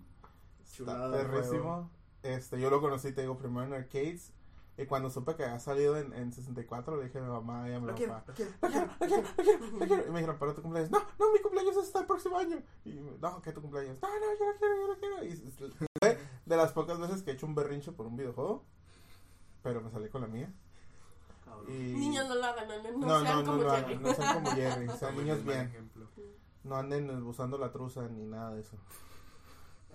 Speaker 4: pues,
Speaker 2: Chulada de juego.
Speaker 1: perrísimo. Este, yo lo conocí, te digo, primero en arcades. Y cuando supe que había salido en, en 64, le dije a mi mamá y a mi
Speaker 2: Lo quiero,
Speaker 1: papá.
Speaker 2: lo quiero.
Speaker 1: "Lo quiero, lo quiero, lo quiero, lo quiero". Y me dijeron, pero tu cumpleaños. No, no, mi cumpleaños es hasta el próximo año. Y me, no, que tu cumpleaños. No, no, yo lo quiero, yo lo quiero. Y es- es- fue de las pocas veces que he hecho un berrinche por un videojuego. Pero me salí con la mía.
Speaker 3: Cabrón.
Speaker 1: Y...
Speaker 4: Niños no lo hagan, no, no,
Speaker 1: no,
Speaker 4: sean
Speaker 1: no, no
Speaker 4: como
Speaker 1: lo
Speaker 4: Jerry.
Speaker 1: hagan, no sean
Speaker 4: [laughs]
Speaker 1: como Jerry, sean niños
Speaker 6: Por
Speaker 1: bien.
Speaker 6: ejemplo.
Speaker 1: No anden usando la truza ni nada de eso.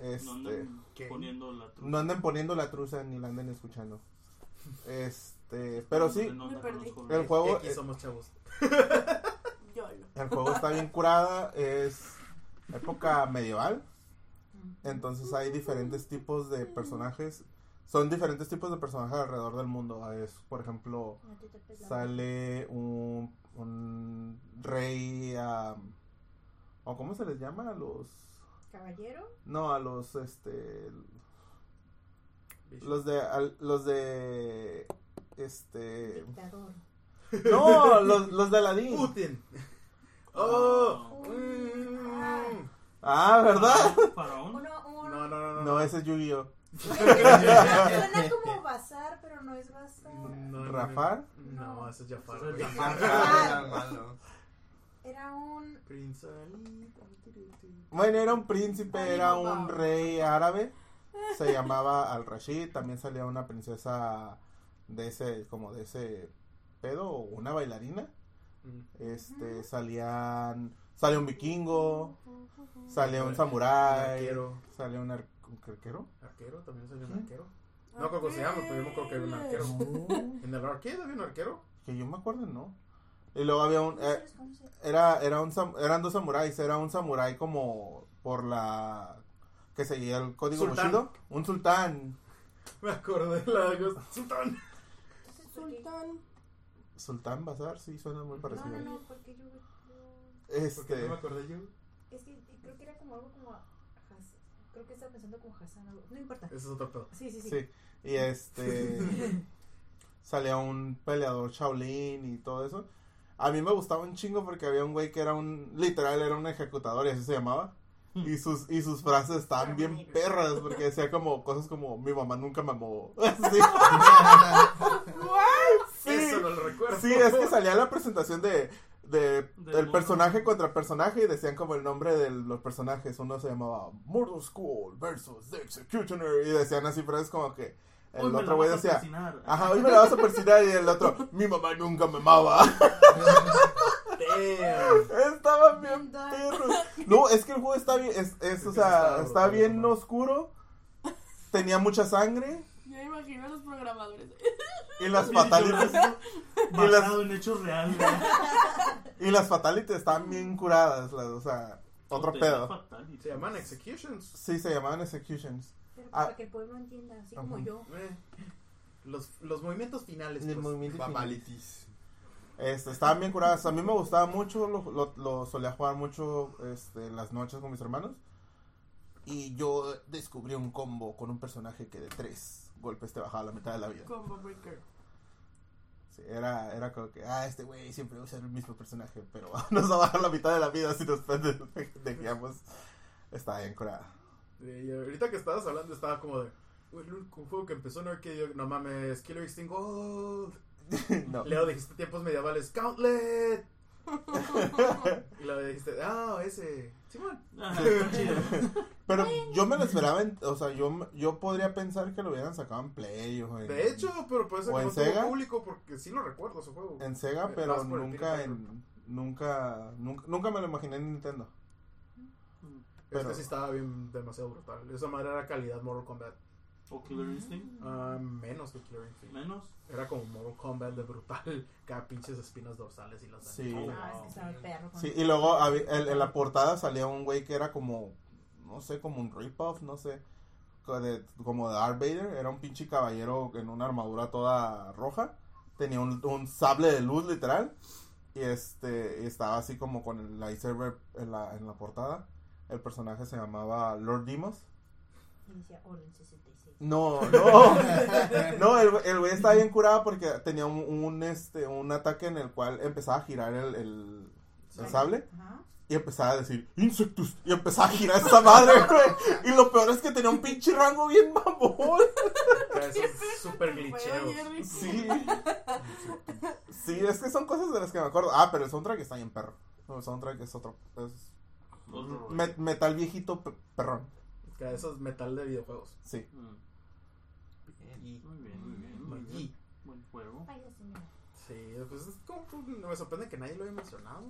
Speaker 1: Este,
Speaker 3: No andan
Speaker 6: ¿Qué?
Speaker 3: poniendo la truca.
Speaker 1: no anden poniendo la truza ni la anden escuchando. Este, pero sí,
Speaker 3: No andan
Speaker 4: Me
Speaker 3: con los
Speaker 4: perdí.
Speaker 3: jóvenes.
Speaker 1: el juego,
Speaker 2: Aquí somos chavos.
Speaker 4: Yolo.
Speaker 1: el juego está bien curada, es época medieval. Entonces hay diferentes tipos de personajes. Son diferentes tipos de personajes alrededor del mundo. Es, por ejemplo,
Speaker 5: No te tapes la
Speaker 1: sale un, un rey am, o cómo se les llama a los
Speaker 5: boca. Caballero.
Speaker 1: no a los este los de al- los de
Speaker 5: [laughs]
Speaker 1: este
Speaker 5: Dictador.
Speaker 1: no los, los de Aladdin
Speaker 2: [laughs] Putin. Oh.
Speaker 3: Oh.
Speaker 2: Mm.
Speaker 1: ah verdad
Speaker 3: Faraón.
Speaker 5: Uno, uno.
Speaker 2: No, no, no.
Speaker 1: no
Speaker 2: [laughs]
Speaker 1: ese es Yu-Gi-Oh [laughs]
Speaker 5: Suena como bazar, pero no es bazar.
Speaker 2: No, no,
Speaker 1: Rafar
Speaker 2: No, no, eso es Jafar.
Speaker 3: Eso es
Speaker 2: güey.
Speaker 3: Jafar.
Speaker 1: [laughs]
Speaker 6: Era malo.
Speaker 5: Era un.
Speaker 2: Prince Ali.
Speaker 1: bueno era un príncipe era un rey árabe se llamaba Al Rashid también salía una princesa de ese como de ese pedo o una bailarina
Speaker 2: Mm.
Speaker 1: Este, salían. Salía un vikingo, salía un samurái,
Speaker 2: Arquero.
Speaker 1: salía un, ar- un arquero.
Speaker 2: Arquero, también salió un arquero. No, creo que se llama, pero yo me acuerdo que era un arquero. En el arcade había un arquero. [laughs]
Speaker 1: que yo me acuerdo, ¿no? Y luego había un.
Speaker 5: ¿Cómo se
Speaker 1: eh,
Speaker 5: los conoce?
Speaker 1: era, era un sam- eran dos samuráis, era un samurái como por la. que seguía el código
Speaker 2: Sultán.
Speaker 1: Bushido. Un sultán.
Speaker 2: Me acuerdo de la Ghost Sultan.
Speaker 5: Entonces, ¿por qué?
Speaker 4: Sultán.
Speaker 1: Sultán Bazar, sí, suena muy
Speaker 5: No,
Speaker 1: parecido.
Speaker 5: no, no, porque yo. yo-
Speaker 2: Porque no
Speaker 1: Este.
Speaker 2: me acordé yo.
Speaker 5: Es que creo que era como algo como. Has- Creo que estaba pensando como Hassan. algo- No importa.
Speaker 2: Ese es otro pedo.
Speaker 5: Sí, sí, sí.
Speaker 1: Sí.
Speaker 5: [laughs]
Speaker 1: Y este. salía un peleador Shaolin y todo eso. A mí me gustaba un chingo porque había un güey que era un. Literal, era un ejecutador y así se llamaba. Y sus, y sus frases estaban bien perras porque decía como
Speaker 5: [laughs]
Speaker 1: cosas [laughs] como: Mi mamá nunca me amó. Así.
Speaker 2: Eso no lo
Speaker 1: Sí, es que salía la presentación de, de
Speaker 3: Del
Speaker 1: el
Speaker 3: mono.
Speaker 1: personaje contra personaje y decían como el nombre de los personajes. Uno se llamaba Mortal School versus The Executioner y decían así frases como que
Speaker 3: Hoy
Speaker 1: el
Speaker 3: me la
Speaker 1: otro güey
Speaker 3: vas a
Speaker 1: decía,
Speaker 3: asesinar.
Speaker 1: ajá, hoy me la vas a persinar y el otro, mi mamá nunca me amaba.
Speaker 2: Damn.
Speaker 1: [laughs] Estaban bien perros. No, es que el juego está bien, es, es, o
Speaker 2: Sí,
Speaker 1: sea,
Speaker 2: está
Speaker 1: está
Speaker 2: brutal,
Speaker 1: bien
Speaker 2: ¿no?
Speaker 1: oscuro. Tenía mucha sangre
Speaker 4: Yo me imagino a los programadores.
Speaker 3: [laughs]
Speaker 1: y las
Speaker 3: Bien
Speaker 1: fatalities
Speaker 3: llorando,
Speaker 1: [laughs] Y las-
Speaker 3: Basado en hechos reales.
Speaker 1: y las fatalities están bien curadas, las, o sea, [laughs] otro
Speaker 3: Puta,
Speaker 1: pedo.
Speaker 3: está fatal.
Speaker 2: Se
Speaker 3: [laughs]
Speaker 2: llaman executions.
Speaker 1: Sí, se llamaban Executions.
Speaker 5: Pero
Speaker 1: Ah.
Speaker 5: para que el pueblo entienda, así como
Speaker 1: Ajá.
Speaker 5: yo.
Speaker 2: Eh, Los, los movimientos finales.
Speaker 1: En el
Speaker 2: pues.
Speaker 1: movimiento final.
Speaker 6: Babalitis.
Speaker 1: Este, estaban bien curadas. A mí me gustaba mucho, lo, lo- lo solía jugar mucho este, en las noches con mis hermanos. Y yo descubrí un combo con un personaje que de tres golpes te bajaba la mitad de la vida.
Speaker 4: [laughs] Combo Breaker.
Speaker 1: Sí, era, era como que, ah, este güey siempre usa el mismo personaje, pero [laughs] nos va a bajar la mitad de la vida [laughs] si después de- de- dejamos. Estaba bien curada. [laughs]
Speaker 2: Eh, y ahorita que estabas hablando, estaba como de. "Uy, el único juego que empezó en arcade. yo, No mames, Killer Extinct Gold.
Speaker 1: No.
Speaker 2: Leo dijiste tiempos medievales, Countlet. y luego dijiste, ah, ese. Simón.
Speaker 3: Ajá, Ah, está chido.
Speaker 1: [laughs] Pero yo me lo esperaba, en- o sea, yo, me- yo podría pensar que lo hubieran sacado en Play o en,
Speaker 2: De hecho, pero puede ser
Speaker 1: ¿O
Speaker 2: que
Speaker 1: en
Speaker 2: no tuvo
Speaker 1: Sega?
Speaker 2: público porque sí lo recuerdo su juego.
Speaker 1: en Sega,
Speaker 2: Eh,
Speaker 1: pero
Speaker 2: vas por el
Speaker 1: nunca
Speaker 2: Peter
Speaker 1: en nunca, nunca nunca me lo imaginé en Nintendo.
Speaker 2: Es
Speaker 1: pero-
Speaker 2: que sí estaba bien, demasiado brutal. Esa madre era calidad Mortal Kombat.
Speaker 3: O Killer Instinct.
Speaker 2: Ah, menos que Killer Instinct.
Speaker 3: Menos.
Speaker 2: Era como Mortal Kombat de brutal. [laughs] Cada pinches espinas dorsales y las
Speaker 1: Sí.
Speaker 2: Oh,
Speaker 5: Ah, es
Speaker 2: wow.
Speaker 5: que estaba el perro. con-
Speaker 1: Sí, y luego habí- en, en la portada salía un güey que era como, no sé, como un rip-off, no sé, co- de- como de Darth Vader. Era un pinche caballero en una armadura toda roja. Tenía un, un sable de luz, literal. Y este y estaba así como con el lightsaber en la, en la portada. El personaje se llamaba Lord Dimos.
Speaker 5: Y decía, Oren 66.
Speaker 1: No, no. [laughs] No, el, el güey estaba bien curado porque tenía un, un, este, un ataque en el cual empezaba a girar el- el, el sable.
Speaker 5: Ajá.
Speaker 1: Y empezaba a decir, insectus. Y empezaba a girar esa madre,
Speaker 4: [laughs]
Speaker 1: güey. Y lo peor es que tenía un pinche rango bien mamón.
Speaker 2: O sea, esos super
Speaker 4: Fue
Speaker 2: glitcheos.
Speaker 4: Jerry.
Speaker 1: Sí. Sí, es que son cosas de las que me acuerdo. Ah, pero el soundtrack está bien perro. No, el soundtrack es otro. es
Speaker 3: Otro rollo.
Speaker 1: me- metal viejito pe- perrón.
Speaker 2: O sea, esos metal de videojuegos.
Speaker 1: Sí.
Speaker 3: Mm.
Speaker 2: Y,
Speaker 3: Muy bien, muy bien, muy bien.
Speaker 2: y-
Speaker 3: Buen juego.
Speaker 5: Ay, la señora.
Speaker 2: sí, pues es como, no me sorprende que nadie lo haya mencionado.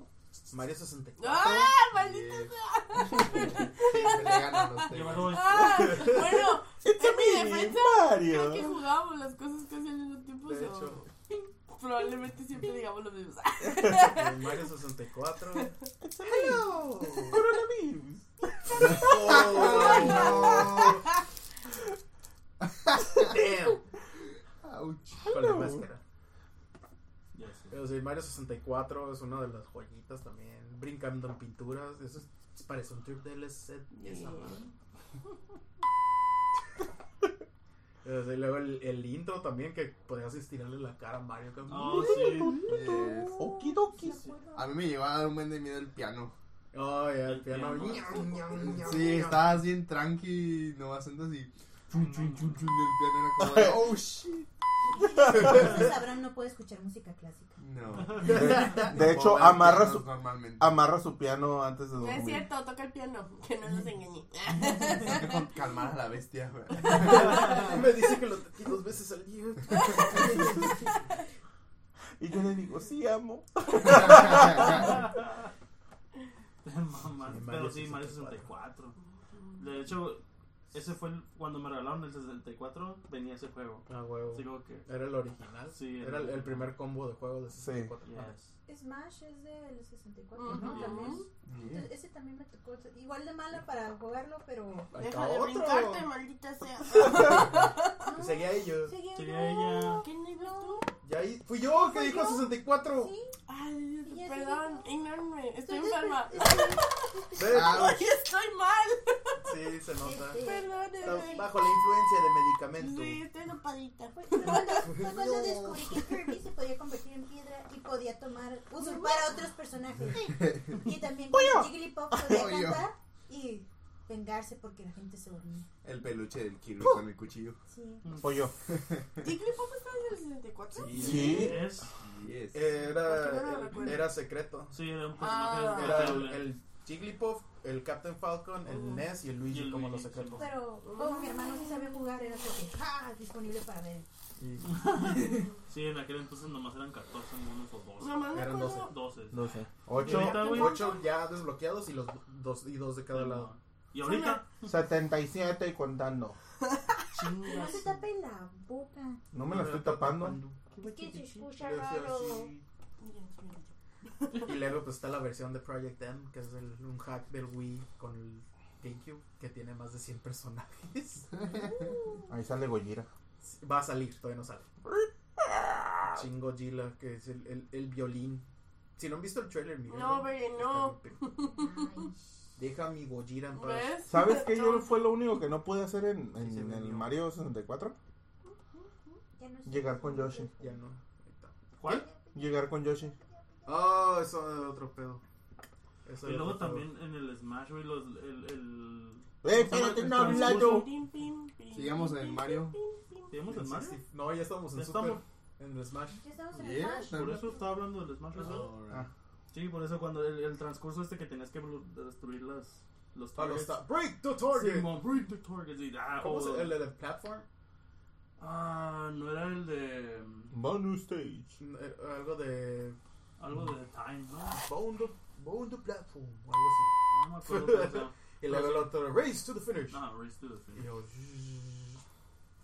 Speaker 2: Mario 64.
Speaker 4: ¡Ah! ¡Maldito!
Speaker 6: Yes. Siempre le ganan los
Speaker 3: Yo
Speaker 6: temas.
Speaker 3: me
Speaker 2: Pues,
Speaker 3: lo
Speaker 4: ¡Ah! Bueno,
Speaker 1: It's a
Speaker 4: En mi
Speaker 1: me,
Speaker 4: defensa, creo que
Speaker 1: Mario.
Speaker 4: jugábamos las cosas casi al mismo tiempo.
Speaker 2: pues. De
Speaker 4: so,
Speaker 2: hecho,
Speaker 4: Probablemente siempre digamos lo mismo. [laughs]
Speaker 2: eh, Mario 64. ¡Hello!
Speaker 1: Coronavirus.
Speaker 2: Oh, ¡Damn!
Speaker 6: Ouch.
Speaker 2: Con la máscara.
Speaker 3: Ya sé.
Speaker 2: Pero sí, Mario 64 es una de las joyitas también. Brincando en pinturas. Eso es, parece un trip DLC. [laughs] Esa madre. Pero sí, luego el, el intro también que podías estirarle la cara a Mario. que-
Speaker 3: Oh, sí. [laughs]
Speaker 6: Yes.
Speaker 1: Eh,
Speaker 5: Pues, Uh,
Speaker 1: Okidoki.
Speaker 5: ¿Se acuerdan?
Speaker 6: A mí me llevaba a dar un buen de miedo el piano.
Speaker 2: Oh, ya, el
Speaker 3: El
Speaker 2: piano.
Speaker 3: piano.
Speaker 2: Ñam, ñam, ñam, [laughs]
Speaker 6: Sí,
Speaker 2: ñam.
Speaker 6: estabas bien tranqui, no haciendo así. Chun, chun, chun, chun, el piano era como de, oh shit.
Speaker 5: Ustedes sabrán, no puedo escuchar música clásica.
Speaker 6: No.
Speaker 1: De hecho,
Speaker 6: Como
Speaker 1: amarra
Speaker 6: pianos
Speaker 1: su,
Speaker 6: Normalmente. [laughs]
Speaker 1: amarra su piano antes de
Speaker 4: No es
Speaker 1: dormir.
Speaker 4: cierto, toca el piano. Que no los [laughs] engañé.
Speaker 6: Con calmar a la bestia, güey.
Speaker 2: Me dice que lo toqué dos veces al día. [laughs]
Speaker 1: Y yo le digo, sí, amo.
Speaker 3: Mamá,
Speaker 2: Sí, Mario
Speaker 3: Pero sí, Mario 64. De hecho, ese fue el- cuando me regalaron el 64, venía ese juego.
Speaker 2: Ah, huevo.
Speaker 3: Así como que.
Speaker 2: Era el original.
Speaker 3: Sí,
Speaker 2: Era el, el primer combo de juego de
Speaker 1: Sí.
Speaker 2: 64.
Speaker 3: Yes.
Speaker 5: Smash es del 64,
Speaker 4: Ujú.
Speaker 5: ¿no? También.
Speaker 3: Yes.
Speaker 5: Entonces, ese también me tocó. Igual de mala para jugarlo, pero.
Speaker 2: [laughs] Ahí
Speaker 4: Deja
Speaker 2: está
Speaker 4: de
Speaker 2: otro.
Speaker 4: brincarte,
Speaker 2: [laughs]
Speaker 4: maldita sea.
Speaker 5: No,
Speaker 2: Seguía ellos.
Speaker 5: seguía
Speaker 3: Sí,
Speaker 5: yo.
Speaker 3: ella.
Speaker 4: ¿Quién no ibas tú?
Speaker 2: Y ahí fui yo que
Speaker 5: ¿Fui
Speaker 2: dijo
Speaker 5: yo?
Speaker 2: 64.
Speaker 5: Sí, pues,
Speaker 4: Ay,
Speaker 5: Y ya
Speaker 4: perdón,
Speaker 5: seguí.
Speaker 4: ignórame. Estoy
Speaker 5: estoy
Speaker 4: enferma.
Speaker 2: De hecho,
Speaker 6: Ah,
Speaker 4: Ay, estoy mal.
Speaker 2: pues, sí, se nota.
Speaker 5: Este,
Speaker 2: Está
Speaker 4: Perdóneme.
Speaker 2: bajo la influencia de medicamento.
Speaker 4: Sí, estoy dopadita.
Speaker 5: Fue [laughs] fue cuando, fue cuando descubrí que Kirby se podía convertir en piedra y podía tomar, usurpar a otros personajes. Y también cuando Jigglypuff podía
Speaker 6: Pollo.
Speaker 5: cantar y vengarse porque la gente se dormía.
Speaker 6: El peluche del
Speaker 1: Uh.
Speaker 6: Kirby con el cuchillo.
Speaker 5: Sí.
Speaker 1: Pollo.
Speaker 4: ¿Jigglypuff estaba en el 64?
Speaker 1: Sí.
Speaker 3: Yes.
Speaker 8: Así
Speaker 1: Eh,
Speaker 8: es.
Speaker 4: Yo no lo
Speaker 2: Era,
Speaker 4: recuerdo.
Speaker 2: era secreto.
Speaker 3: Sí, era un
Speaker 4: Ah.
Speaker 3: personaje
Speaker 2: Era el,
Speaker 3: desbloqueable.
Speaker 2: el Jigglypuff, el Captain Falcon,
Speaker 4: Ujú.
Speaker 2: el Ness y el Luigi
Speaker 3: Y el
Speaker 2: como
Speaker 3: Luigi,
Speaker 2: los secretos.
Speaker 5: Pero como mi hermano sí sabía jugar, era porque ¡ah! disponible para ver.
Speaker 3: Sí, en aquel entonces nomás eran 14 monos o 12.
Speaker 4: Nomás me
Speaker 2: Eran
Speaker 4: acuerdo.
Speaker 3: 12.
Speaker 1: No sé.
Speaker 2: Ocho,
Speaker 1: Ocho,
Speaker 3: ahorita, güey?
Speaker 2: ocho ya desbloqueados y los dos y dos de cada lado.
Speaker 3: Y ahorita,
Speaker 1: 77 y contando.
Speaker 5: No se tapen la boca.
Speaker 1: No me la estoy tapando.
Speaker 5: Es que se escucha
Speaker 2: Yo decía
Speaker 5: raro.
Speaker 2: así. Y luego pues está la versión de Project M, que es el- un hack del Wii con el GameCube, que tiene más de 100 personajes.
Speaker 1: Ahí sale Gojira.
Speaker 2: Va a salir, todavía no sale. Chingo Gila, que es el, el, el violín. Si no han visto el trailer, miren.
Speaker 4: No, Bere, no.
Speaker 2: Deja mi Gojira en paz.
Speaker 4: ¿Ves?
Speaker 1: ¿Sabes qué? Yo fue lo único que no pude hacer en, en
Speaker 2: Sí, se ve
Speaker 1: el
Speaker 2: mío.
Speaker 1: Mario 64.
Speaker 5: Ya no sé.
Speaker 1: Llegar con Yoshi.
Speaker 2: Ya no. Ahí está.
Speaker 3: ¿cuál?
Speaker 1: Llegar con Yoshi. ¡Eh,
Speaker 2: Oh, eso es otro pedo. Eso
Speaker 3: Y
Speaker 2: es
Speaker 3: luego
Speaker 2: otro pedo.
Speaker 3: también en el Smash, güey, los, el, el...
Speaker 1: ¡Eh,
Speaker 3: ¿cómo se llama?
Speaker 1: espérate,
Speaker 3: El
Speaker 1: no he
Speaker 3: transcurso.
Speaker 1: hablado!
Speaker 4: Pim, pim, pim,
Speaker 6: Sigamos
Speaker 4: pim,
Speaker 6: en
Speaker 4: pim,
Speaker 6: Mario.
Speaker 4: pim, pim.
Speaker 3: ¿Tenemos
Speaker 2: En
Speaker 3: el Smash?
Speaker 2: 60 No, ya estamos en
Speaker 3: Ya
Speaker 2: Super.
Speaker 3: estamos.
Speaker 2: En el Smash.
Speaker 5: Ya estamos en
Speaker 6: Yeah,
Speaker 5: el Smash.
Speaker 3: Por
Speaker 6: tal-
Speaker 3: eso estaba hablando del Smash, ¿verdad?
Speaker 6: Alright.
Speaker 3: Sí, por eso cuando el, el transcurso este que tenías que blu- destruir las, los
Speaker 2: Ah, no,
Speaker 3: targets.
Speaker 2: está. Break the target.
Speaker 3: Simón, break the targets y- ah,
Speaker 2: ¿Cómo
Speaker 3: o-
Speaker 2: se el, el, el platform?
Speaker 3: Ah, no era el de... mm,
Speaker 1: Bonus stage.
Speaker 2: Eh, Algo de.
Speaker 3: Algo de Time,
Speaker 2: [laughs]
Speaker 3: ¿no?
Speaker 2: Bone the, bone the platform. o Algo así.
Speaker 3: No me acuerdo cómo se llama.
Speaker 2: Y luego el otro. Race to the finish.
Speaker 3: No, Race to the
Speaker 2: Y
Speaker 3: Finish.
Speaker 2: yo,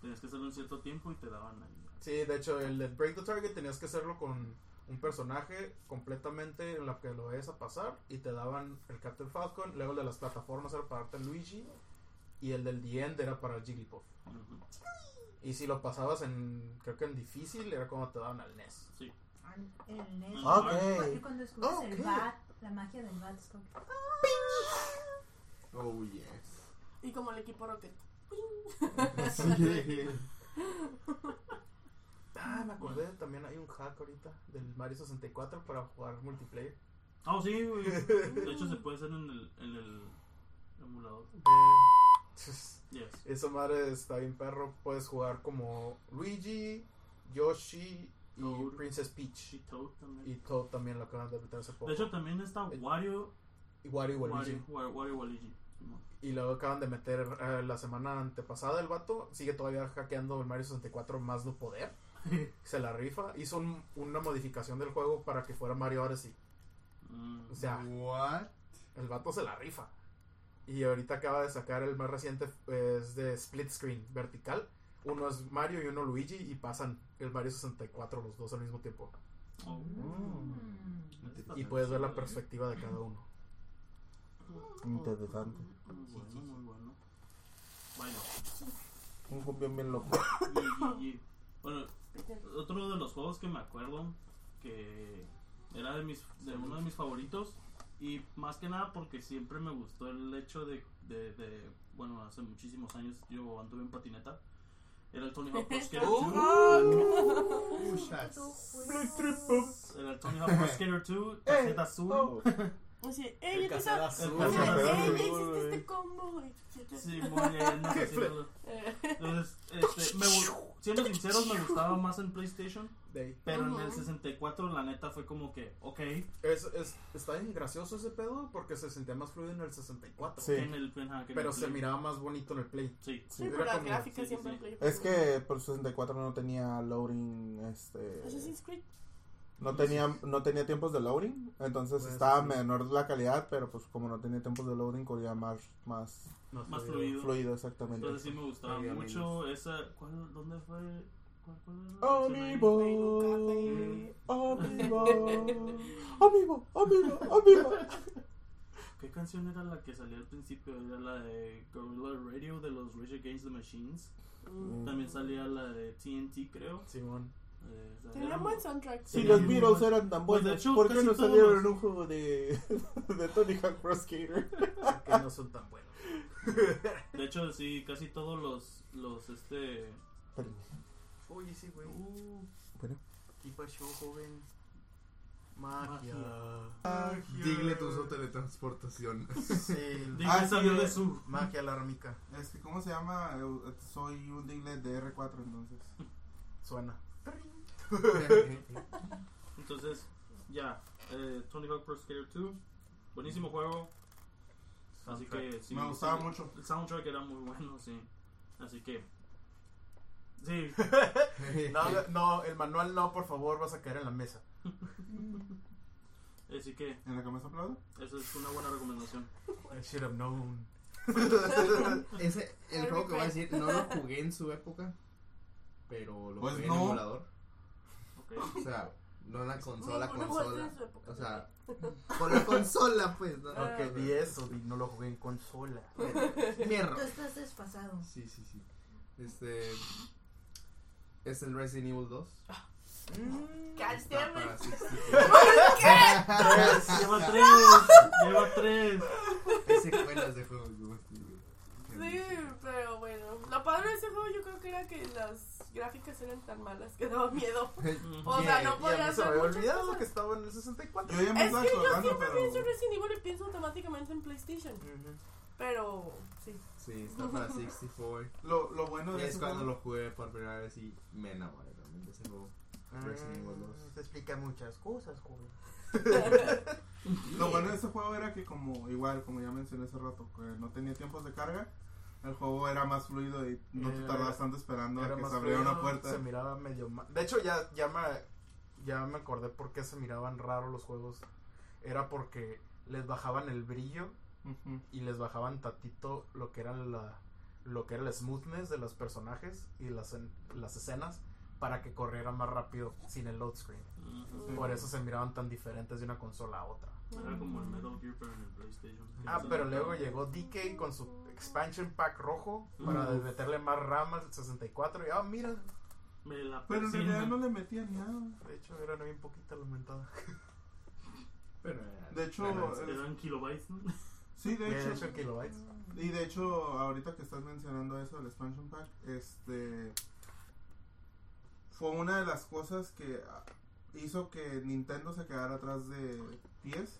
Speaker 3: Tenías que hacerlo un cierto tiempo y te daban ahí.
Speaker 2: Sí, de hecho, el de Break the Target tenías que hacerlo con un personaje completamente en la que lo es a pasar y te daban el Captain Falcon, luego el de las plataformas era para darte Luigi y el del The End era para Jigglypuff.
Speaker 3: Ujú.
Speaker 2: Y si lo pasabas en, creo que en difícil, era cuando te daban al E NES.
Speaker 3: Sí.
Speaker 5: En el NES.
Speaker 3: Ah,
Speaker 5: Cuando-
Speaker 1: Ok.
Speaker 5: Cuando descubres
Speaker 2: Ok.
Speaker 5: el bat, la magia del bat es como que,
Speaker 6: Oh, yes.
Speaker 4: Y como el equipo Rocket.
Speaker 2: Ah, me acordé, también hay un hack ahorita del Mario 64 para jugar multiplayer.
Speaker 3: Ah, sí, güey. De hecho, se puede hacer en el, en el emulador.
Speaker 2: Eh, [laughs]
Speaker 3: Yes.
Speaker 2: Esa madre está bien perro. Puedes jugar como Luigi, Yoshi y
Speaker 3: Toad.
Speaker 2: Princess Peach.
Speaker 3: Toad también.
Speaker 2: Y Toad también lo acaban de meter hace poco.
Speaker 3: De hecho, también está Wario.
Speaker 2: y Wario y Waluigi.
Speaker 3: Wario, Wario, Wario Waluigi. Simón.
Speaker 2: Y luego acaban de meter eh, la semana antepasada el vato. Sigue todavía hackeando el Mario 64 más no
Speaker 3: [laughs]
Speaker 2: poder. Se la rifa. Hizo un- una modificación del juego para que fuera Mario ahora sí.
Speaker 3: Mm.
Speaker 2: O sea,
Speaker 6: What?
Speaker 2: el vato se la rifa. Y ahorita acaba de sacar el más reciente, es de split screen vertical. Uno es Mario y uno Luigi y pasan el Mario 64 los dos al mismo tiempo.
Speaker 3: Oh.
Speaker 5: mm,
Speaker 2: Este, Y puedes ver la perspectiva de cada uno.
Speaker 1: Interesante.
Speaker 3: Muy bueno, muy bueno. Bueno,
Speaker 1: Un cumbión bien loco.
Speaker 3: [laughs] y- y- y- bueno, otro de los juegos que me acuerdo que era de mis de uno de mis favoritos y más que nada porque siempre me gustó el hecho de, de, de- bueno hace muchísimos años yo anduve en patineta era el Tony Hawk Pro
Speaker 2: [laughs]
Speaker 3: Skater 2
Speaker 2: Oh.
Speaker 3: era el Tony Hawk Pro Skater 2
Speaker 2: Eh,
Speaker 3: tarjeta azul
Speaker 4: [laughs]
Speaker 2: oh.
Speaker 4: Así, ¡eh, ya te
Speaker 2: cazador
Speaker 4: sabes!
Speaker 2: azul.
Speaker 4: ¡Eh,
Speaker 3: El cazador
Speaker 4: ya
Speaker 1: azul,
Speaker 4: hiciste
Speaker 1: güey.
Speaker 4: este combo! [laughs]
Speaker 3: sí muy bien no,
Speaker 2: [laughs]
Speaker 3: sí, no, no.
Speaker 4: Eh,
Speaker 3: entonces este, me gu- siendo sinceros me gustaba más en PlayStation
Speaker 2: De ahí.
Speaker 3: pero en
Speaker 4: Ajá.
Speaker 3: el 64 la neta fue como que ok
Speaker 2: Es, es- está bien gracioso ese pedo porque se sentía más fluido en el 64.
Speaker 1: Sí.
Speaker 3: que en el ajá, que en
Speaker 2: Pero
Speaker 3: el
Speaker 2: se
Speaker 3: Play.
Speaker 2: miraba más bonito en el Play.
Speaker 3: sí
Speaker 4: Sí,
Speaker 2: Era
Speaker 4: por la
Speaker 2: como-
Speaker 4: gráfica
Speaker 3: sí, sí,
Speaker 4: siempre
Speaker 3: sí.
Speaker 4: play.
Speaker 1: Es que por 64 no tenía loading, este...
Speaker 4: Assassin's Creed.
Speaker 1: No tenía, no tenía tiempos de loading, entonces
Speaker 2: Pues,
Speaker 1: estaba
Speaker 2: sí.
Speaker 1: menor la calidad, pero pues como no tenía tiempos de loading, corría más, más
Speaker 3: más fluido
Speaker 1: fluido exactamente.
Speaker 3: Entonces sí me gustaba
Speaker 6: Había
Speaker 3: mucho esa. ¿cuál, ¿Dónde fue? ¿Cuál, cuál era la
Speaker 1: Oh,
Speaker 3: canción ahí?
Speaker 1: Amiibo, amiibo, amiibo, amiibo, amiibo.
Speaker 3: ¿Qué canción era la que salía al principio? Era la de Gorilla Radio de los Rage Against the Machines.
Speaker 4: Mm.
Speaker 1: Mm.
Speaker 3: También salía la de TNT, creo.
Speaker 2: Simón.
Speaker 3: Eh, o sea,
Speaker 4: Tenía
Speaker 3: eran-
Speaker 4: un buen soundtrack.
Speaker 1: Si
Speaker 3: Sí,
Speaker 1: los
Speaker 3: muy
Speaker 1: Beatles
Speaker 3: bueno.
Speaker 1: eran tan
Speaker 3: Pues, de
Speaker 1: buenos,
Speaker 3: hecho,
Speaker 1: ¿por qué
Speaker 3: casi
Speaker 1: no
Speaker 3: todos
Speaker 1: salieron
Speaker 3: los-
Speaker 1: en un juego de, de Tony Hawk Pro Skater?
Speaker 2: Que no son tan buenos.
Speaker 3: De hecho, sí, casi todos los. los este.
Speaker 1: Espérenme.
Speaker 2: Oye, sí, güey.
Speaker 3: uh,
Speaker 1: Bueno.
Speaker 2: ¿Qué pasó, pues joven? Magia.
Speaker 6: Digle tu uso teletransportación.
Speaker 2: Sí,
Speaker 3: Digo,
Speaker 1: Ah, sí,
Speaker 3: salió
Speaker 1: eh.
Speaker 3: de su.
Speaker 2: magia alármica.
Speaker 8: Este, ¿Cómo se llama? Eu- Soy un Diglett de R4 entonces.
Speaker 2: Suena.
Speaker 3: Entonces, ya, eh, Tony Hawk Pro Skater 2, buenísimo juego. Así que sí,
Speaker 1: Me gustaba mucho.
Speaker 3: El soundtrack era muy bueno, sí. Así que.
Speaker 1: [laughs]
Speaker 3: Sí,
Speaker 2: No, no, el manual no, por favor, vas a caer en la mesa.
Speaker 3: así que
Speaker 1: ¿En la que más aplaudo?
Speaker 3: esa es una buena
Speaker 1: [laughs]
Speaker 3: recomendación.
Speaker 2: I should have known.
Speaker 6: Ese, el juego que voy a decir, no lo jugué en su época, pero lo
Speaker 1: Pues
Speaker 6: jugué en
Speaker 1: no.
Speaker 6: emulador.
Speaker 3: Ok.
Speaker 6: O sea, no en la consola,
Speaker 4: Pues, Ninguno jugó
Speaker 6: consola.
Speaker 4: en su época.
Speaker 6: O sea, con la consola, pues. No,
Speaker 4: Ah.
Speaker 2: Ok, di eso, di, no lo jugué en consola.
Speaker 6: [laughs] Mierda.
Speaker 5: Tú estás desfasado.
Speaker 6: Sí, sí, sí. Este. Es el Resident Evil 2. Está
Speaker 4: Mm, Cállate. [laughs]
Speaker 6: para 64.
Speaker 1: [laughs]
Speaker 3: Lleva tres, lleva tres.
Speaker 6: [laughs] Hay secuelas de juegos como este, güey.
Speaker 4: Sí, pero bueno. Lo padre de ese juego yo creo que era que las gráficas eran tan malas que daba
Speaker 6: [laughs]
Speaker 4: miedo. O sea, no
Speaker 2: Y a mí
Speaker 4: podía
Speaker 2: se me
Speaker 4: hacer
Speaker 2: había
Speaker 4: muchas
Speaker 2: olvidado
Speaker 4: cosas.
Speaker 2: que estaba en el 64.
Speaker 1: Yo ya me
Speaker 4: Es
Speaker 1: estaba
Speaker 4: que yo
Speaker 1: acordando,
Speaker 4: siempre pienso en
Speaker 1: pero.
Speaker 4: Resident Evil y pienso automáticamente en PlayStation. Pero
Speaker 6: [laughs]
Speaker 4: sí.
Speaker 6: Sí, está para 64.
Speaker 1: Lo, lo bueno
Speaker 6: Y
Speaker 1: de
Speaker 6: es
Speaker 1: ese
Speaker 6: cuando
Speaker 1: juego-
Speaker 6: lo jugué por primera vez y me enamoré también de ese juego. Resident Evil
Speaker 2: Mm,
Speaker 6: 2.
Speaker 2: Te explica muchas cosas, joven.
Speaker 1: Lo bueno de ese juego era que como igual, como ya mencioné hace rato, que no tenía tiempos de carga, el juego era más fluido y no te
Speaker 2: Era-
Speaker 1: tardabas tanto esperando
Speaker 2: Era
Speaker 1: a que
Speaker 2: más
Speaker 1: se abriera
Speaker 2: feo,
Speaker 1: una puerta.
Speaker 2: Se miraba medio mal. De hecho, ya, ya, me, ya me acordé por qué se miraban raros los juegos. Era porque les bajaban el brillo
Speaker 1: Ujú.
Speaker 2: y les bajaban tantito lo que era la lo que era el smoothness de los personajes y las, en- las escenas para que corrieran más rápido sin el load screen.
Speaker 1: Sí.
Speaker 2: Por eso se miraban tan diferentes de una consola a otra.
Speaker 3: Era como el Metal Gear pero en el PlayStation.
Speaker 2: Ah, pero luego llegó DK con su expansion pack rojo para
Speaker 3: Uf.
Speaker 2: meterle más ramas al 64 y ah, mira,
Speaker 3: Me la
Speaker 1: Pero en realidad no
Speaker 3: persiguen.
Speaker 1: le metían nada.
Speaker 2: de hecho era bien poquita lamentada. [laughs]
Speaker 6: Pero, eh,
Speaker 1: De hecho,
Speaker 6: bueno,
Speaker 1: eh,
Speaker 3: Eran kilobytes. ¿no? [laughs]
Speaker 1: sí, de
Speaker 2: De
Speaker 1: hecho.
Speaker 2: hecho, kilobytes.
Speaker 1: Y de hecho, ahorita que estás mencionando eso del expansion pack, este fue una de las cosas que ah, hizo que Nintendo se quedara atrás de 10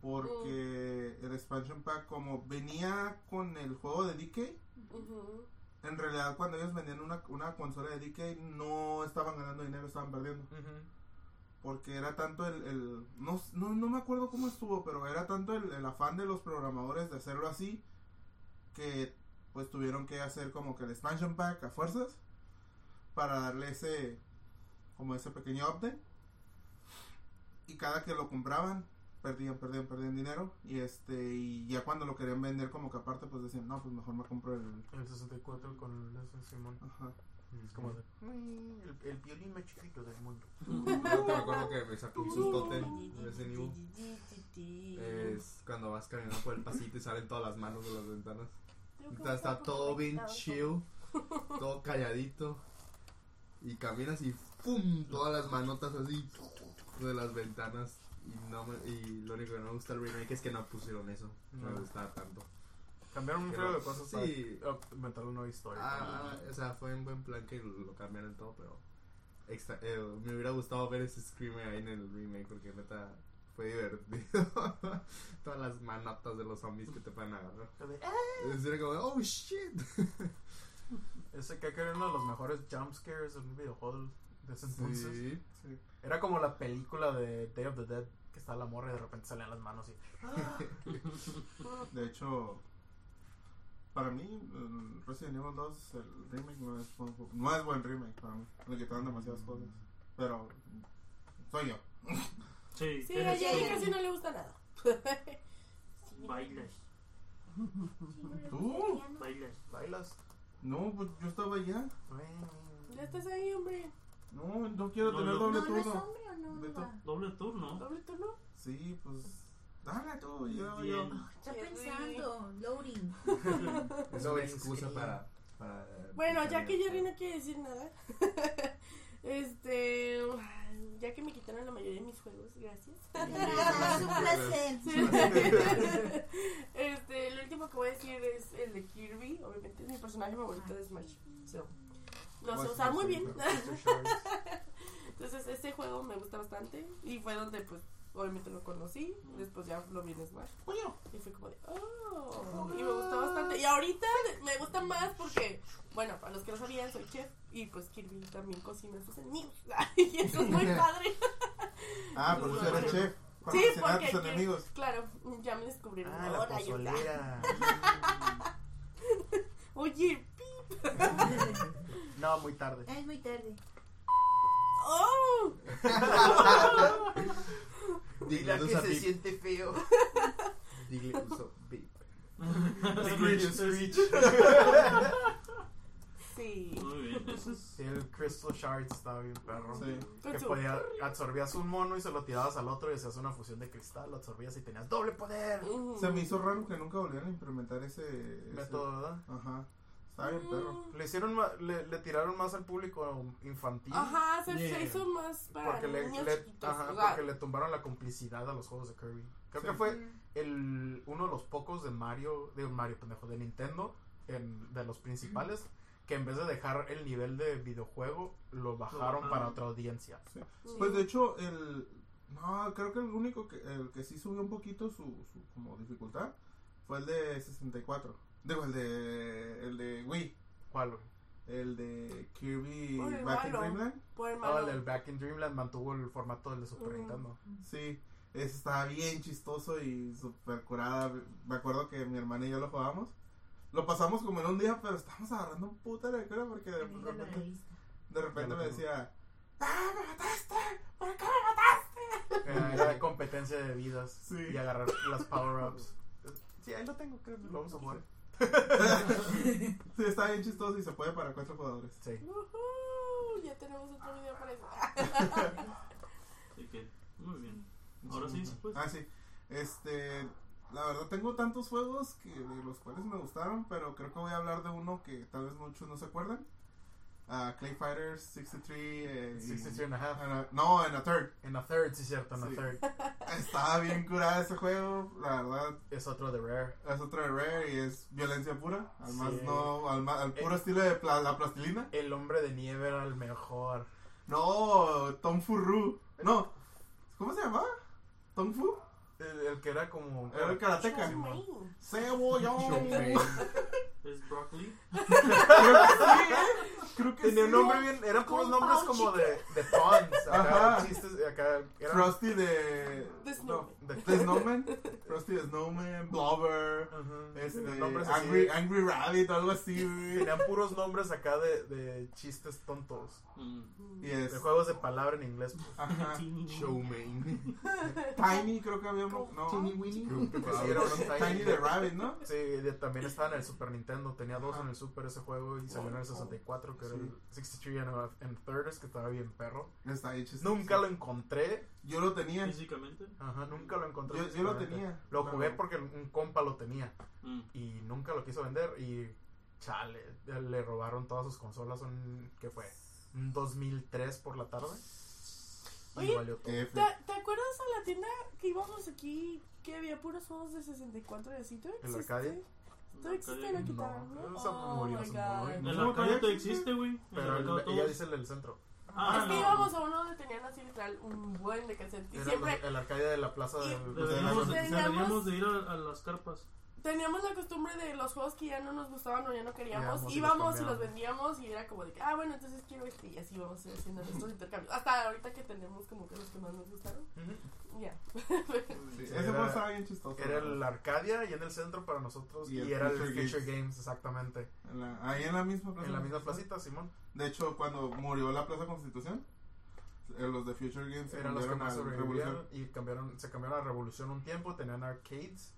Speaker 1: porque el expansion pack como venía con el juego de DK,
Speaker 4: Ujú.
Speaker 1: en realidad cuando ellos vendían una, una consola de DK no estaban ganando dinero, estaban perdiendo. Porque era tanto el... el- no, no, no me acuerdo cómo estuvo, pero era tanto el, el afán de los programadores de hacerlo así que pues tuvieron que hacer como que el expansion pack a fuerzas para darle ese... como ese pequeño update. Y cada que lo compraban, perdían, perdían, perdían dinero. Y este y ya cuando lo querían vender como que aparte, pues decían, no, pues mejor me compro el...
Speaker 2: El 64 con el de Simón.
Speaker 1: Ajá.
Speaker 2: Es como de, "Uy, el, el violín más chiquito del mundo.
Speaker 6: Yo te recuerdo que
Speaker 4: [laughs]
Speaker 6: me sacó un sustote en Resident Evil. Es cuando vas caminando por el pasito y salen todas las manos de las ventanas.
Speaker 4: Creo que
Speaker 6: Está,
Speaker 4: está
Speaker 6: está todo bien
Speaker 4: conectado.
Speaker 6: chill, todo calladito. Y caminas y ¡pum! Todas las manotas así de las ventanas. Y, no me- y lo único que no me gusta el remake es que no pusieron eso. No me
Speaker 2: No.
Speaker 6: gustaba tanto.
Speaker 2: Cambiaron un
Speaker 6: Pero-
Speaker 2: frío de cosas
Speaker 6: sí.
Speaker 2: para inventar una nueva historia.
Speaker 6: Ah, o sea, fue un buen plan que lo cambiaron todo, pero extra- eh, me hubiera gustado ver ese screamer ahí en el remake porque neta fue divertido. [laughs] Todas las manotas de los zombies que te pueden agarrar.
Speaker 2: "Ah".
Speaker 6: Es decir, como, oh shit.
Speaker 2: Ese que era uno de los mejores jumpscares en un videojuego de ese entonces.
Speaker 6: Sí.
Speaker 1: Sí.
Speaker 2: Era como la película de Day of the Dead que está la morra y de repente salen las manos y.
Speaker 1: De hecho, para mí, el Resident Evil 2, el remake no es buen, ju- no es buen remake para mí. Le quitaron demasiadas cosas. Pero soy yo.
Speaker 3: Sí,
Speaker 4: Sí, a
Speaker 3: eres
Speaker 4: Jerry
Speaker 3: tú.
Speaker 4: casi no le gusta nada. [laughs]
Speaker 3: Bailas,
Speaker 1: ¿Tú?
Speaker 3: bailas.
Speaker 2: ¿Bailas?
Speaker 1: No, pues yo estaba allá.
Speaker 4: Ya estás ahí, hombre.
Speaker 1: No, no quiero
Speaker 3: No,
Speaker 1: tener
Speaker 3: no.
Speaker 5: No,
Speaker 1: doble
Speaker 5: no es
Speaker 1: turno.
Speaker 5: hombre o no.
Speaker 1: Beto.
Speaker 5: va?
Speaker 3: Doble turno.
Speaker 4: Doble turno.
Speaker 1: Sí, pues dale tú, yo, Pues, yo.
Speaker 3: Bien.
Speaker 5: Está
Speaker 4: Jerry.
Speaker 5: pensando, loading.
Speaker 6: Es una excusa para, para. eh,
Speaker 4: Bueno, ya que Jerry no quiere decir nada. [laughs] este. Ya que me quitaron la mayoría de mis juegos, gracias.
Speaker 5: Es un placer.
Speaker 4: este, el último que voy a decir es el de Kirby. Obviamente es mi personaje favorito de Smash. So, lo sé
Speaker 1: Pues,
Speaker 4: usar muy
Speaker 1: sí,
Speaker 4: bien.
Speaker 1: claro.
Speaker 4: [laughs]
Speaker 5: [laughs]
Speaker 4: Entonces, este juego me gusta bastante. Y fue donde, pues, obviamente lo conocí. Después ya lo vi en Smash. Y fue como de, oh. Y me gustó bastante. Y ahorita me gusta más porque, bueno,
Speaker 1: [laughs]
Speaker 4: para [laughs] los que no sabían, soy chef. Y pues Kirby también cocina a sus enemigos. Y eso es muy padre.
Speaker 1: Ah,
Speaker 4: pues,
Speaker 1: por eso
Speaker 4: bueno.
Speaker 1: era chef. Para pues,
Speaker 4: Sí,
Speaker 1: cocinar
Speaker 4: porque
Speaker 1: a tus
Speaker 4: que-
Speaker 1: enemigos.
Speaker 4: claro, ya me descubrieron.
Speaker 7: Ah, la
Speaker 4: Ahora yo- [laughs]
Speaker 7: pozolera.
Speaker 4: Oye,
Speaker 7: No, muy tarde.
Speaker 5: Ah, es muy tarde.
Speaker 1: [laughs]
Speaker 4: oh,
Speaker 7: Dile que
Speaker 6: usa
Speaker 7: se
Speaker 6: pip.
Speaker 7: siente feo.
Speaker 6: Dile, uso beep.
Speaker 2: Screech, screech.
Speaker 4: sí.
Speaker 3: Muy bien, eso es.
Speaker 2: Sí, el Crystal Shard estaba bien perro.
Speaker 1: Sí.
Speaker 4: Con
Speaker 2: Que
Speaker 4: su-
Speaker 2: podía, absorbías un mono y se lo tirabas al otro y hacías una fusión de cristal, lo absorbías y tenías doble poder.
Speaker 4: Mm.
Speaker 1: Se me hizo raro que nunca volvieran a implementar ese. ese-
Speaker 2: Método, ¿verdad?
Speaker 1: Ajá. Está bien, perro.
Speaker 2: Le hicieron ma- le, le tiraron más al público infantil.
Speaker 4: Ajá, se,
Speaker 6: Yeah.
Speaker 4: se hizo más para
Speaker 2: Porque le,
Speaker 4: niños
Speaker 2: le-
Speaker 4: chiquitos.
Speaker 2: ajá,
Speaker 4: o sea,
Speaker 2: porque le tumbaron la complicidad a los juegos de Kirby. Creo
Speaker 1: Sí.
Speaker 2: que fue
Speaker 5: Mm.
Speaker 2: el, uno de los pocos de Mario, de Mario pendejo, de Nintendo, en- de los principales, que en vez de dejar el nivel de videojuego, lo bajaron
Speaker 3: bajaron.
Speaker 2: para otra audiencia.
Speaker 4: sí.
Speaker 1: Pues de hecho, el. No, creo que el único que, el que sí subió un poquito su, su como dificultad fue el de 64. Digo, el de. El de Wii.
Speaker 2: ¿Cuál? güey?
Speaker 1: El de Kirby
Speaker 4: Por el
Speaker 1: Back in
Speaker 4: malo.
Speaker 1: Dreamland.
Speaker 4: por
Speaker 2: Ah,
Speaker 4: hermano.
Speaker 2: el del Back in Dreamland mantuvo el formato del de Super
Speaker 4: Ujú.
Speaker 2: [laughs] Nintendo.
Speaker 1: Sí. Ese estaba bien chistoso y super curada. Me acuerdo que mi hermana y yo lo jugábamos. Lo pasamos como en un día, pero estábamos agarrando un puta de cura porque de
Speaker 5: Ahí está la
Speaker 1: repente,
Speaker 5: revista.
Speaker 1: de repente
Speaker 2: Ya lo
Speaker 1: me
Speaker 2: tengo.
Speaker 1: decía: ¡Ah, me mataste! ¿Por qué
Speaker 2: Era era de competencia de vidas
Speaker 1: Sí.
Speaker 2: y agarrar las power-ups. Sí, ahí lo tengo, creo que lo vamos a jugar.
Speaker 1: [laughs] Sí, está bien chistoso y se puede para cuatro jugadores.
Speaker 2: Sí.
Speaker 4: Ujú, ya tenemos otro video para
Speaker 2: [laughs]
Speaker 4: eso.
Speaker 3: Así que, muy bien. Ahora sí, pues.
Speaker 1: Ah, sí. Este, la verdad tengo tantos juegos que de los cuales me gustaron, pero creo que voy a hablar de uno que tal vez muchos no se acuerdan. Ah, Clay Fighters 63. eh, y-
Speaker 2: 63 and a half.
Speaker 1: en a- no, en a third.
Speaker 2: En a third, sí, cierto, en
Speaker 1: Sí.
Speaker 2: a third.
Speaker 1: Estaba bien curada ese juego, la verdad.
Speaker 2: Es otro de Rare.
Speaker 1: Es otro de Rare y es violencia pura. Al más
Speaker 2: Sí.
Speaker 1: no, al, ma- al puro
Speaker 2: Eh.
Speaker 1: estilo de pla- la plastilina.
Speaker 2: El hombre de nieve era el mejor.
Speaker 1: No, Tom Furru. No, ¿cómo se llamaba? Tom Fu.
Speaker 2: El, el que era como.
Speaker 1: Era el karateca.
Speaker 4: Chumay.
Speaker 1: Cebollón.
Speaker 6: [laughs]
Speaker 3: Es Broccoli.
Speaker 1: Creo que
Speaker 2: Tenía
Speaker 1: sí.
Speaker 2: un nombre bien. Eran puros
Speaker 4: Compa,
Speaker 2: nombres como de, de puns. Acá,
Speaker 1: Ajá.
Speaker 2: chistes. Acá. Eran,
Speaker 1: Frosty
Speaker 2: [laughs]
Speaker 1: de.
Speaker 4: The Snowman.
Speaker 1: no, de Snowman. Frosty de Snowman, Blubber,
Speaker 2: Ajá.
Speaker 1: este,
Speaker 2: Tenían nombres así.
Speaker 1: Angry, Angry Rabbit, algo así, güey.
Speaker 2: Tenían puros nombres acá de, de chistes tontos.
Speaker 3: Mm.
Speaker 1: Y
Speaker 2: De
Speaker 1: es.
Speaker 2: juegos de palabra en inglés. pues.
Speaker 1: Ajá.
Speaker 6: Showman.
Speaker 1: Tiny, creo que había uno. No.
Speaker 6: Winnie.
Speaker 2: que Ah, sí, era un
Speaker 1: Tiny de Rabbit, ¿no?
Speaker 2: Sí, de- también estaba en el Super Nintendo. Tenía dos en el Super ese juego y salió en el 64, que era el 63 and, a- and Thirds, que estaba bien perro.
Speaker 1: Está bien chistoso.
Speaker 2: Nunca lo encontré.
Speaker 1: Yo lo tenía.
Speaker 3: Físicamente.
Speaker 2: Ajá, nunca lo encontré.
Speaker 1: Yo, yo lo
Speaker 2: físicamente.
Speaker 1: tenía.
Speaker 2: Lo jugué
Speaker 1: pero-
Speaker 2: porque un compa lo tenía
Speaker 3: Mm.
Speaker 2: y nunca lo quiso vender y chale, le robaron todas sus consolas en, ¿qué fue? Un 2003 por la tarde. Y
Speaker 4: Oye,
Speaker 2: valió todo.
Speaker 1: F.
Speaker 4: ¿Te, te acuerdas a la tienda que íbamos aquí que había puros juegos de 64 y así? ¿Tú
Speaker 2: ¿El arcade?
Speaker 4: ¿Tú existe lo
Speaker 3: Arcade.
Speaker 4: quitaron?
Speaker 2: No,
Speaker 4: No,
Speaker 2: esa
Speaker 4: oh my
Speaker 2: murió, esa
Speaker 4: god.
Speaker 2: murió.
Speaker 3: El
Speaker 1: No,
Speaker 3: arcade
Speaker 1: todavía
Speaker 3: todavía existe, güey. El
Speaker 2: Pero
Speaker 3: arcade
Speaker 2: el-
Speaker 3: todos-
Speaker 2: ella dice el del centro.
Speaker 3: Ah,
Speaker 4: es que
Speaker 3: no.
Speaker 4: íbamos a uno donde tenían así literal un buen de cassette. Y
Speaker 2: Era
Speaker 4: siempre
Speaker 2: el, el arcade de la plaza
Speaker 4: Y-
Speaker 2: del- de la
Speaker 3: Deberíamos,
Speaker 2: zona.
Speaker 3: deberíamos
Speaker 4: Teníamos-
Speaker 3: de ir a, a las carpas.
Speaker 4: teníamos la costumbre de los juegos que ya no nos gustaban o ya no queríamos.
Speaker 2: Íbamos y los
Speaker 4: íbamos y
Speaker 2: cambiamos.
Speaker 4: los vendíamos y era como de que, ah, bueno, entonces quiero este. Y así vamos haciendo
Speaker 2: [laughs]
Speaker 4: nuestros intercambios. Hasta ahorita que tenemos como que los que más nos gustaron.
Speaker 2: Ujú.
Speaker 4: Ya. [laughs]
Speaker 1: Sí,
Speaker 2: Sí,
Speaker 1: ese
Speaker 2: era-
Speaker 1: juego estaba bien chistoso.
Speaker 2: Era
Speaker 1: la
Speaker 2: el Arcadia y en el centro para nosotros
Speaker 1: Y
Speaker 2: y,
Speaker 1: el
Speaker 2: era el
Speaker 1: Future
Speaker 2: Future Games, exactamente.
Speaker 1: En la- ahí en la misma plaza.
Speaker 2: En la misma placita, Simón.
Speaker 1: De hecho, cuando murió la Plaza Constitución, eh, los de Future Games se
Speaker 2: Eran los que
Speaker 1: cambiaron
Speaker 2: más
Speaker 1: a
Speaker 2: sobrevivían y cambiaron, se cambiaron a Revolución un tiempo, tenían arcades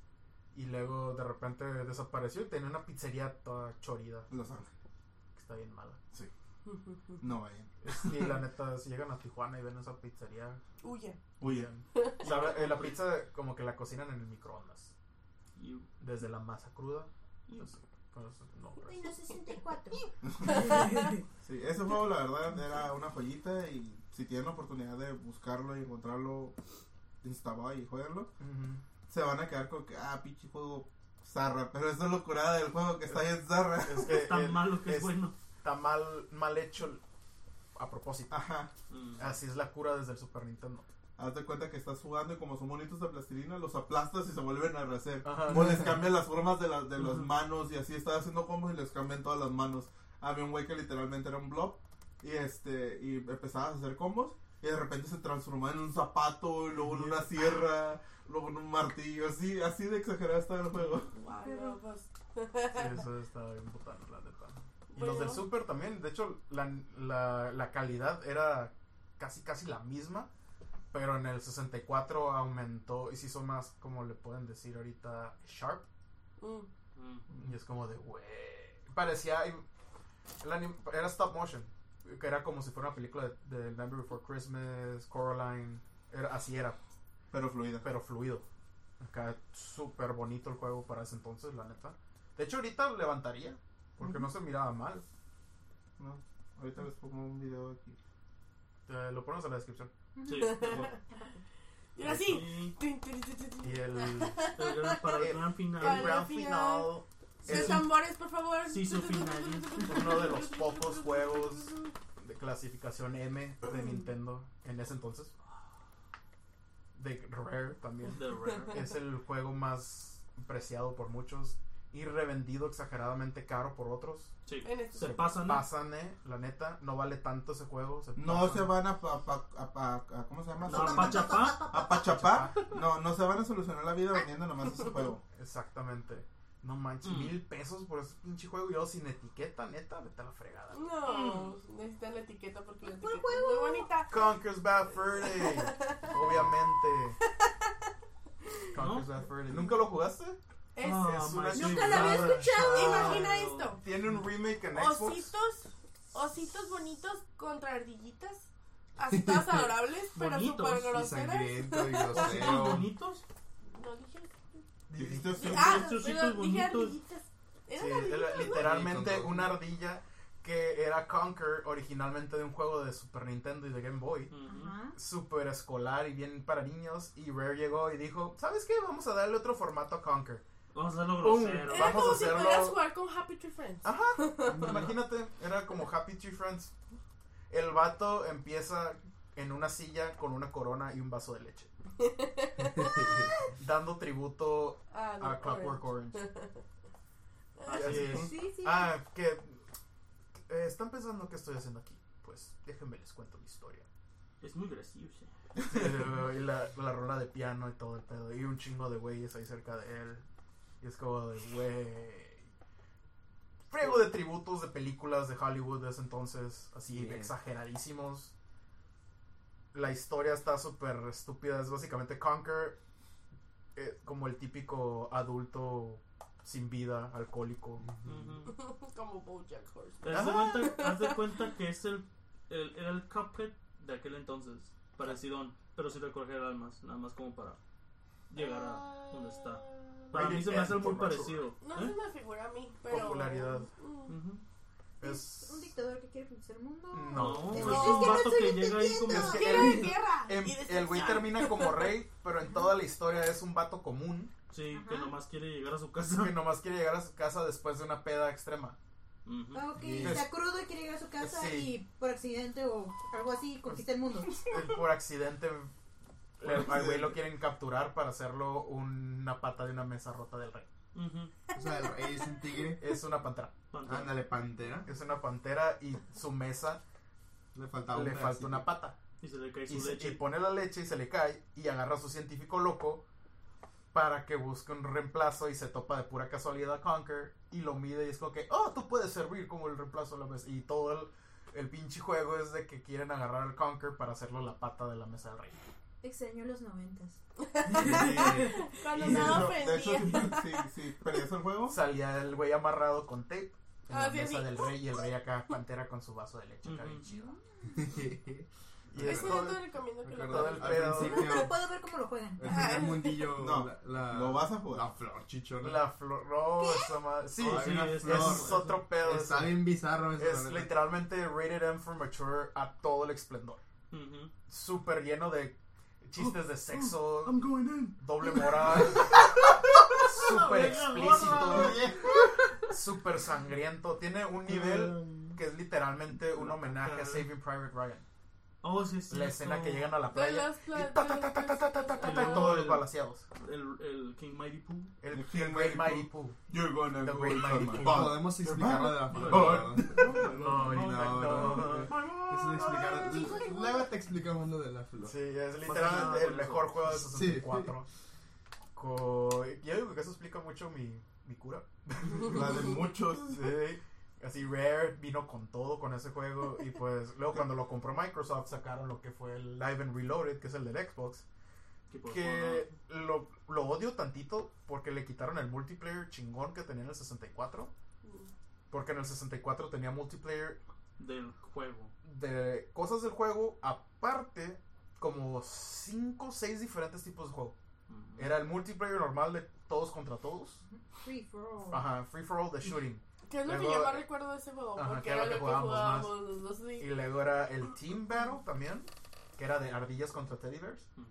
Speaker 2: y luego de repente desapareció y tenían una pizzería toda chorida,
Speaker 1: Los Ángeles.
Speaker 2: que está bien mala.
Speaker 1: No vayan.
Speaker 2: Y la neta, si llegan a Tijuana y ven esa pizzería,
Speaker 4: [laughs] Huye.
Speaker 1: Huyan.
Speaker 2: sabe, eh, la pizza como que la cocinan en el microondas,
Speaker 3: Y-
Speaker 2: desde la masa cruda. Entonces, con eso, no, gracias.
Speaker 5: Windows 64.
Speaker 1: Sí, ese juego la verdad era una joyita y si tienen la oportunidad de buscarlo y encontrarlo, instalado y jueguenlo,
Speaker 2: Ujú.
Speaker 1: se van a quedar con que, ah, pinche juego zarra. Pero eso es lo curada del juego que está ahí en zarra.
Speaker 2: Es que
Speaker 3: pues, Tan
Speaker 2: el-
Speaker 3: malo que es,
Speaker 2: eh, es-
Speaker 3: bueno.
Speaker 2: está mal, mal hecho el- a propósito.
Speaker 1: Ajá.
Speaker 3: Mm.
Speaker 2: Así es la cura desde el Super Nintendo.
Speaker 1: Haz de cuenta que estás jugando y como son monitos de plastilina, los aplastas y se vuelven a rehacer.
Speaker 2: Ajá.
Speaker 1: O les cambian las formas de, las de las
Speaker 3: Ujú.
Speaker 1: manos y así estás haciendo combos y les cambian todas las manos. Había un güey que literalmente era un blob y este y empezabas a hacer combos y de repente se transformaba en un zapato, y luego en una sierra, luego en un martillo, así, así de exagerado estaba el juego.
Speaker 4: Wow, no, pues.
Speaker 2: Eso está bien putano, la neta. Y
Speaker 4: Bueno.
Speaker 2: los del Super también, de hecho, la, la, la calidad era casi casi la misma, pero en el 64 aumentó y se hizo más, como le pueden decir ahorita, sharp.
Speaker 4: Mm. [laughs]
Speaker 3: Mm.
Speaker 2: Y es como de, güey. Parecía. im- el anim- era stop motion. Que era como si fuera una película de, de Nightmare Before Christmas, Coraline. Era, así era,
Speaker 1: Pero fluida.
Speaker 2: pero fluido. Acá súper bonito el juego para ese entonces, la neta. De hecho, ahorita lo levantaría. Porque no se miraba mal.
Speaker 1: No, ahorita les pongo un video aquí.
Speaker 2: Te lo ponemos en la descripción.
Speaker 3: Sí.
Speaker 4: Y ahora sí.
Speaker 3: Y
Speaker 4: Tin, tin, tin, tin, tin.
Speaker 2: Y el, el
Speaker 3: el gran- para el gran
Speaker 4: Para
Speaker 3: final.
Speaker 4: el
Speaker 2: gran final
Speaker 4: final. Sus
Speaker 2: es
Speaker 4: tambores, por favor.
Speaker 3: Sí, su final.
Speaker 4: [laughs]
Speaker 2: uno de los pocos juegos de clasificación M de Nintendo en ese entonces. De Rare también.
Speaker 3: de Rare.
Speaker 2: Es el juego más preciado por muchos y revendido exageradamente caro por otros.
Speaker 3: Sí.
Speaker 4: En este.
Speaker 3: Se pasan.
Speaker 2: Pasan, eh, la neta, no vale tanto ese juego.
Speaker 1: No
Speaker 2: pasan.
Speaker 1: se van a, pa- pa- a pa- a- ¿cómo se llama?
Speaker 3: No, Pachapá.
Speaker 1: a Pachapá. No, no se van a solucionar la vida vendiendo nomás ese juego.
Speaker 2: Exactamente. No manches,
Speaker 3: Mm.
Speaker 2: mil pesos por ese pinche juego y yo sin etiqueta, neta, vete a la fregada.
Speaker 4: No, necesitan la etiqueta porque la etiqueta
Speaker 5: juego.
Speaker 4: es muy bonita.
Speaker 2: Conker's Bad Fur Day, obviamente. Conker's Bad Fur Day.
Speaker 1: ¿Nunca lo jugaste?
Speaker 2: Ah,
Speaker 4: Es,
Speaker 2: es una
Speaker 4: nunca la había
Speaker 2: chulada.
Speaker 4: escuchado. Imagina esto.
Speaker 2: Tiene un remake en Xbox.
Speaker 4: Ositos, ositos bonitos contra ardillitas. Así
Speaker 2: [laughs]
Speaker 4: todas adorables, pero
Speaker 3: Bonitos
Speaker 4: súper
Speaker 6: Y
Speaker 4: groseras. [laughs]
Speaker 6: sangriento y
Speaker 3: Ositos
Speaker 6: grosero.
Speaker 3: bonitos.
Speaker 4: No dije.
Speaker 1: Dijiste
Speaker 2: Pues
Speaker 4: Sí,
Speaker 1: eso.
Speaker 4: ah,
Speaker 3: ositos
Speaker 4: pero dije
Speaker 3: bonitos.
Speaker 4: ardillitas.
Speaker 2: Sí,
Speaker 4: Eran
Speaker 2: era
Speaker 4: ardillitas, ¿no?
Speaker 2: literalmente
Speaker 6: Sí, con todo.
Speaker 2: una ardilla que era Conker originalmente de un juego de Super Nintendo y de Game Boy.
Speaker 3: Ujú.
Speaker 5: Ajá.
Speaker 2: Super escolar y bien para niños. Y Rare llegó y dijo: ¿Sabes qué? Vamos a darle otro formato a Conker.
Speaker 3: Vamos a hacerlo
Speaker 2: Pum.
Speaker 3: grosero.
Speaker 4: Era
Speaker 2: vamos a
Speaker 4: como si
Speaker 2: hacerlo-
Speaker 4: pudieras jugar con Happy Tree Friends.
Speaker 2: Ajá. Pues Imagínate, era como Happy Tree Friends. El vato empieza en una silla con una corona y un vaso de leche. dando tributo
Speaker 4: Ah, no,
Speaker 2: a Clockwork Orange. Así
Speaker 4: Ah, sí.
Speaker 2: es.
Speaker 5: Sí, sí.
Speaker 2: Ah, que eh, están pensando qué estoy haciendo aquí. Pues déjenme les cuento mi historia.
Speaker 3: Es muy gracioso.
Speaker 2: y la, la rola de piano y todo el pedo. Y un chingo de güeyes ahí cerca de él. Y es como de güey. Friego de tributos de películas de Hollywood de ese entonces. Así
Speaker 6: Bien.
Speaker 2: exageradísimos. La historia está súper estúpida. Es básicamente Conker. eh, como el típico adulto sin vida, alcohólico.
Speaker 3: Ujú.
Speaker 4: Como Bojack Horseman.
Speaker 2: ¿Eh?
Speaker 3: Haz de cuenta- haz de cuenta que es el, el, era el Cuphead de aquel entonces, parecidón, pero sin recoger almas, nada más como para llegar a donde está. Para mí se me hace muy parecido.
Speaker 4: No
Speaker 3: ¿eh?
Speaker 4: se me figura a mí, pero.
Speaker 2: Popularidad.
Speaker 4: Mm.
Speaker 3: Ujú.
Speaker 2: Es.
Speaker 5: Un dictador que quiere conquistar el mundo.
Speaker 3: No,
Speaker 2: No.
Speaker 3: es
Speaker 4: Es
Speaker 3: un
Speaker 4: que no
Speaker 3: vato
Speaker 5: estoy
Speaker 3: que llega ahí como.
Speaker 5: entendiendo.
Speaker 2: Es que
Speaker 4: Guerra
Speaker 2: el-
Speaker 4: de guerra.
Speaker 2: Em-
Speaker 4: y
Speaker 2: el güey
Speaker 4: destrucción.
Speaker 2: termina como rey, pero en toda la historia es un vato común
Speaker 3: Sí,
Speaker 5: Ajá.
Speaker 3: que nomás quiere llegar a su casa.
Speaker 2: [laughs] que nomás quiere llegar a su casa después de una peda extrema.
Speaker 3: Ujú.
Speaker 5: Ah, ok,
Speaker 2: Y-
Speaker 5: está crudo y quiere llegar a su casa
Speaker 2: Sí.
Speaker 5: y por accidente o algo así conquista el mundo.
Speaker 2: Él Por accidente,
Speaker 1: Por
Speaker 2: le- al güey
Speaker 1: accidente.
Speaker 2: lo quieren capturar para hacerlo una pata de una mesa rota del rey.
Speaker 3: Ujú.
Speaker 6: O sea, el rey es un tigre.
Speaker 2: Es una pantera.
Speaker 3: Pantera.
Speaker 6: Ándale, pantera.
Speaker 2: Es una pantera y su mesa
Speaker 6: Le
Speaker 3: Ah,
Speaker 6: faltaba
Speaker 2: le
Speaker 6: un
Speaker 2: falta una
Speaker 6: pedacito.
Speaker 2: pata.
Speaker 3: Y se le cae su
Speaker 2: Y, se-
Speaker 3: leche.
Speaker 2: y pone la leche y se le cae y agarra a su científico loco para que busque un reemplazo y se topa de pura casualidad a Conker y lo mide y es como que, oh, tú puedes servir como el reemplazo a la mesa. Y todo el, el pinche juego es de que quieren agarrar al Conker para hacerlo la pata de la mesa del rey.
Speaker 5: Extrañó los noventas.
Speaker 6: [laughs]
Speaker 4: Cuando
Speaker 5: Ah,
Speaker 1: Y
Speaker 4: me
Speaker 1: no,
Speaker 4: ofendía.
Speaker 1: de hecho, si, si, si perdías el juego,
Speaker 2: Salía el güey amarrado con tape en la
Speaker 4: Ah, sí,
Speaker 2: mesa
Speaker 4: sí.
Speaker 2: del rey y el rey acá pantera con su vaso de leche acá bien
Speaker 3: Ujú.
Speaker 2: chido. Y es
Speaker 4: Eso yo te
Speaker 2: todo,
Speaker 4: recomiendo que lo
Speaker 2: Todo el
Speaker 4: hagas.
Speaker 2: pedo.
Speaker 6: Al
Speaker 5: Pero
Speaker 6: principio,
Speaker 5: puedo ver cómo lo juegan.
Speaker 6: el primer mundillo.
Speaker 1: No,
Speaker 6: la- la-
Speaker 1: lo vas a jugar.
Speaker 2: Ah,
Speaker 6: La flor chichona.
Speaker 2: la flor... no, esa madre- Sí,
Speaker 6: Ay,
Speaker 3: sí,
Speaker 6: una
Speaker 3: es-
Speaker 6: flor.
Speaker 2: es otro pedo.
Speaker 6: Está
Speaker 2: ese.
Speaker 6: bien bizarro eso.
Speaker 2: Es
Speaker 6: la neta.
Speaker 2: literalmente rated M for mature a todo el esplendor.
Speaker 3: Ujú.
Speaker 2: Súper lleno de chistes de sexo,
Speaker 3: I'm going in.
Speaker 2: doble
Speaker 4: [laughs]
Speaker 2: moral, súper
Speaker 3: Venga, gorda.
Speaker 2: explícito, súper sangriento. Tiene un nivel que es literalmente un homenaje a Saving Private Ryan.
Speaker 3: Oh, sí, sí.
Speaker 2: La escena que llegan a la
Speaker 4: De
Speaker 2: playa
Speaker 4: los
Speaker 2: y
Speaker 4: pla-
Speaker 2: ta,
Speaker 4: de
Speaker 2: ta, ta, ta, ta, ta, ta, ta, ta, y
Speaker 3: No,
Speaker 2: todos
Speaker 3: el-
Speaker 2: los balaseados.
Speaker 3: El, el King Mighty Pooh.
Speaker 2: El
Speaker 1: El
Speaker 2: King
Speaker 1: King
Speaker 2: Great
Speaker 1: Mighty
Speaker 2: Mighty Pooh.
Speaker 1: you're gonna
Speaker 2: The
Speaker 1: go
Speaker 2: way
Speaker 1: to
Speaker 2: my
Speaker 1: my
Speaker 2: dick-
Speaker 1: butt.
Speaker 6: Podemos explicarlo de la flor.
Speaker 2: No,
Speaker 6: no, no.
Speaker 2: no.
Speaker 6: Es se explicaron-
Speaker 5: Cinco segundos.
Speaker 6: Luego te explicamos lo de la flor.
Speaker 2: Sí,
Speaker 3: Pasaba
Speaker 2: es literalmente
Speaker 3: por
Speaker 2: el mejor
Speaker 3: eso.
Speaker 2: juego de
Speaker 6: Sí.
Speaker 2: 64. Co- Yo digo que eso explica mucho mi, mi cura.
Speaker 1: La de muchos.
Speaker 5: [laughs]
Speaker 2: Sí. Así Rare vino con todo con ese juego y pues luego cuando lo compró Microsoft sacaron lo que fue el Live and Reloaded, que es el del Xbox,
Speaker 3: Que
Speaker 2: Pues,
Speaker 3: por
Speaker 2: que lo, lo odio tantito porque le quitaron el multiplayer chingón que tenía en el 64, porque en el 64 tenía multiplayer
Speaker 3: favor, no, del juego.
Speaker 2: de cosas del juego aparte como 5 o 6 diferentes tipos de juego.
Speaker 3: Mm.
Speaker 2: Era el multiplayer normal de todos contra todos.
Speaker 5: Free for all.
Speaker 2: Ajá, free for all de shooting.
Speaker 4: Que es lo que
Speaker 2: Luego-
Speaker 4: yo más recuerdo de ese juego,
Speaker 2: Ajá,
Speaker 4: porque
Speaker 2: que
Speaker 4: era
Speaker 2: era
Speaker 4: lo que
Speaker 2: lo que jugábamos más.
Speaker 4: jugábamos los dos.
Speaker 2: Y
Speaker 4: sí.
Speaker 2: luego era el team battle también, que era de ardillas contra teddy bears.
Speaker 3: Ujú.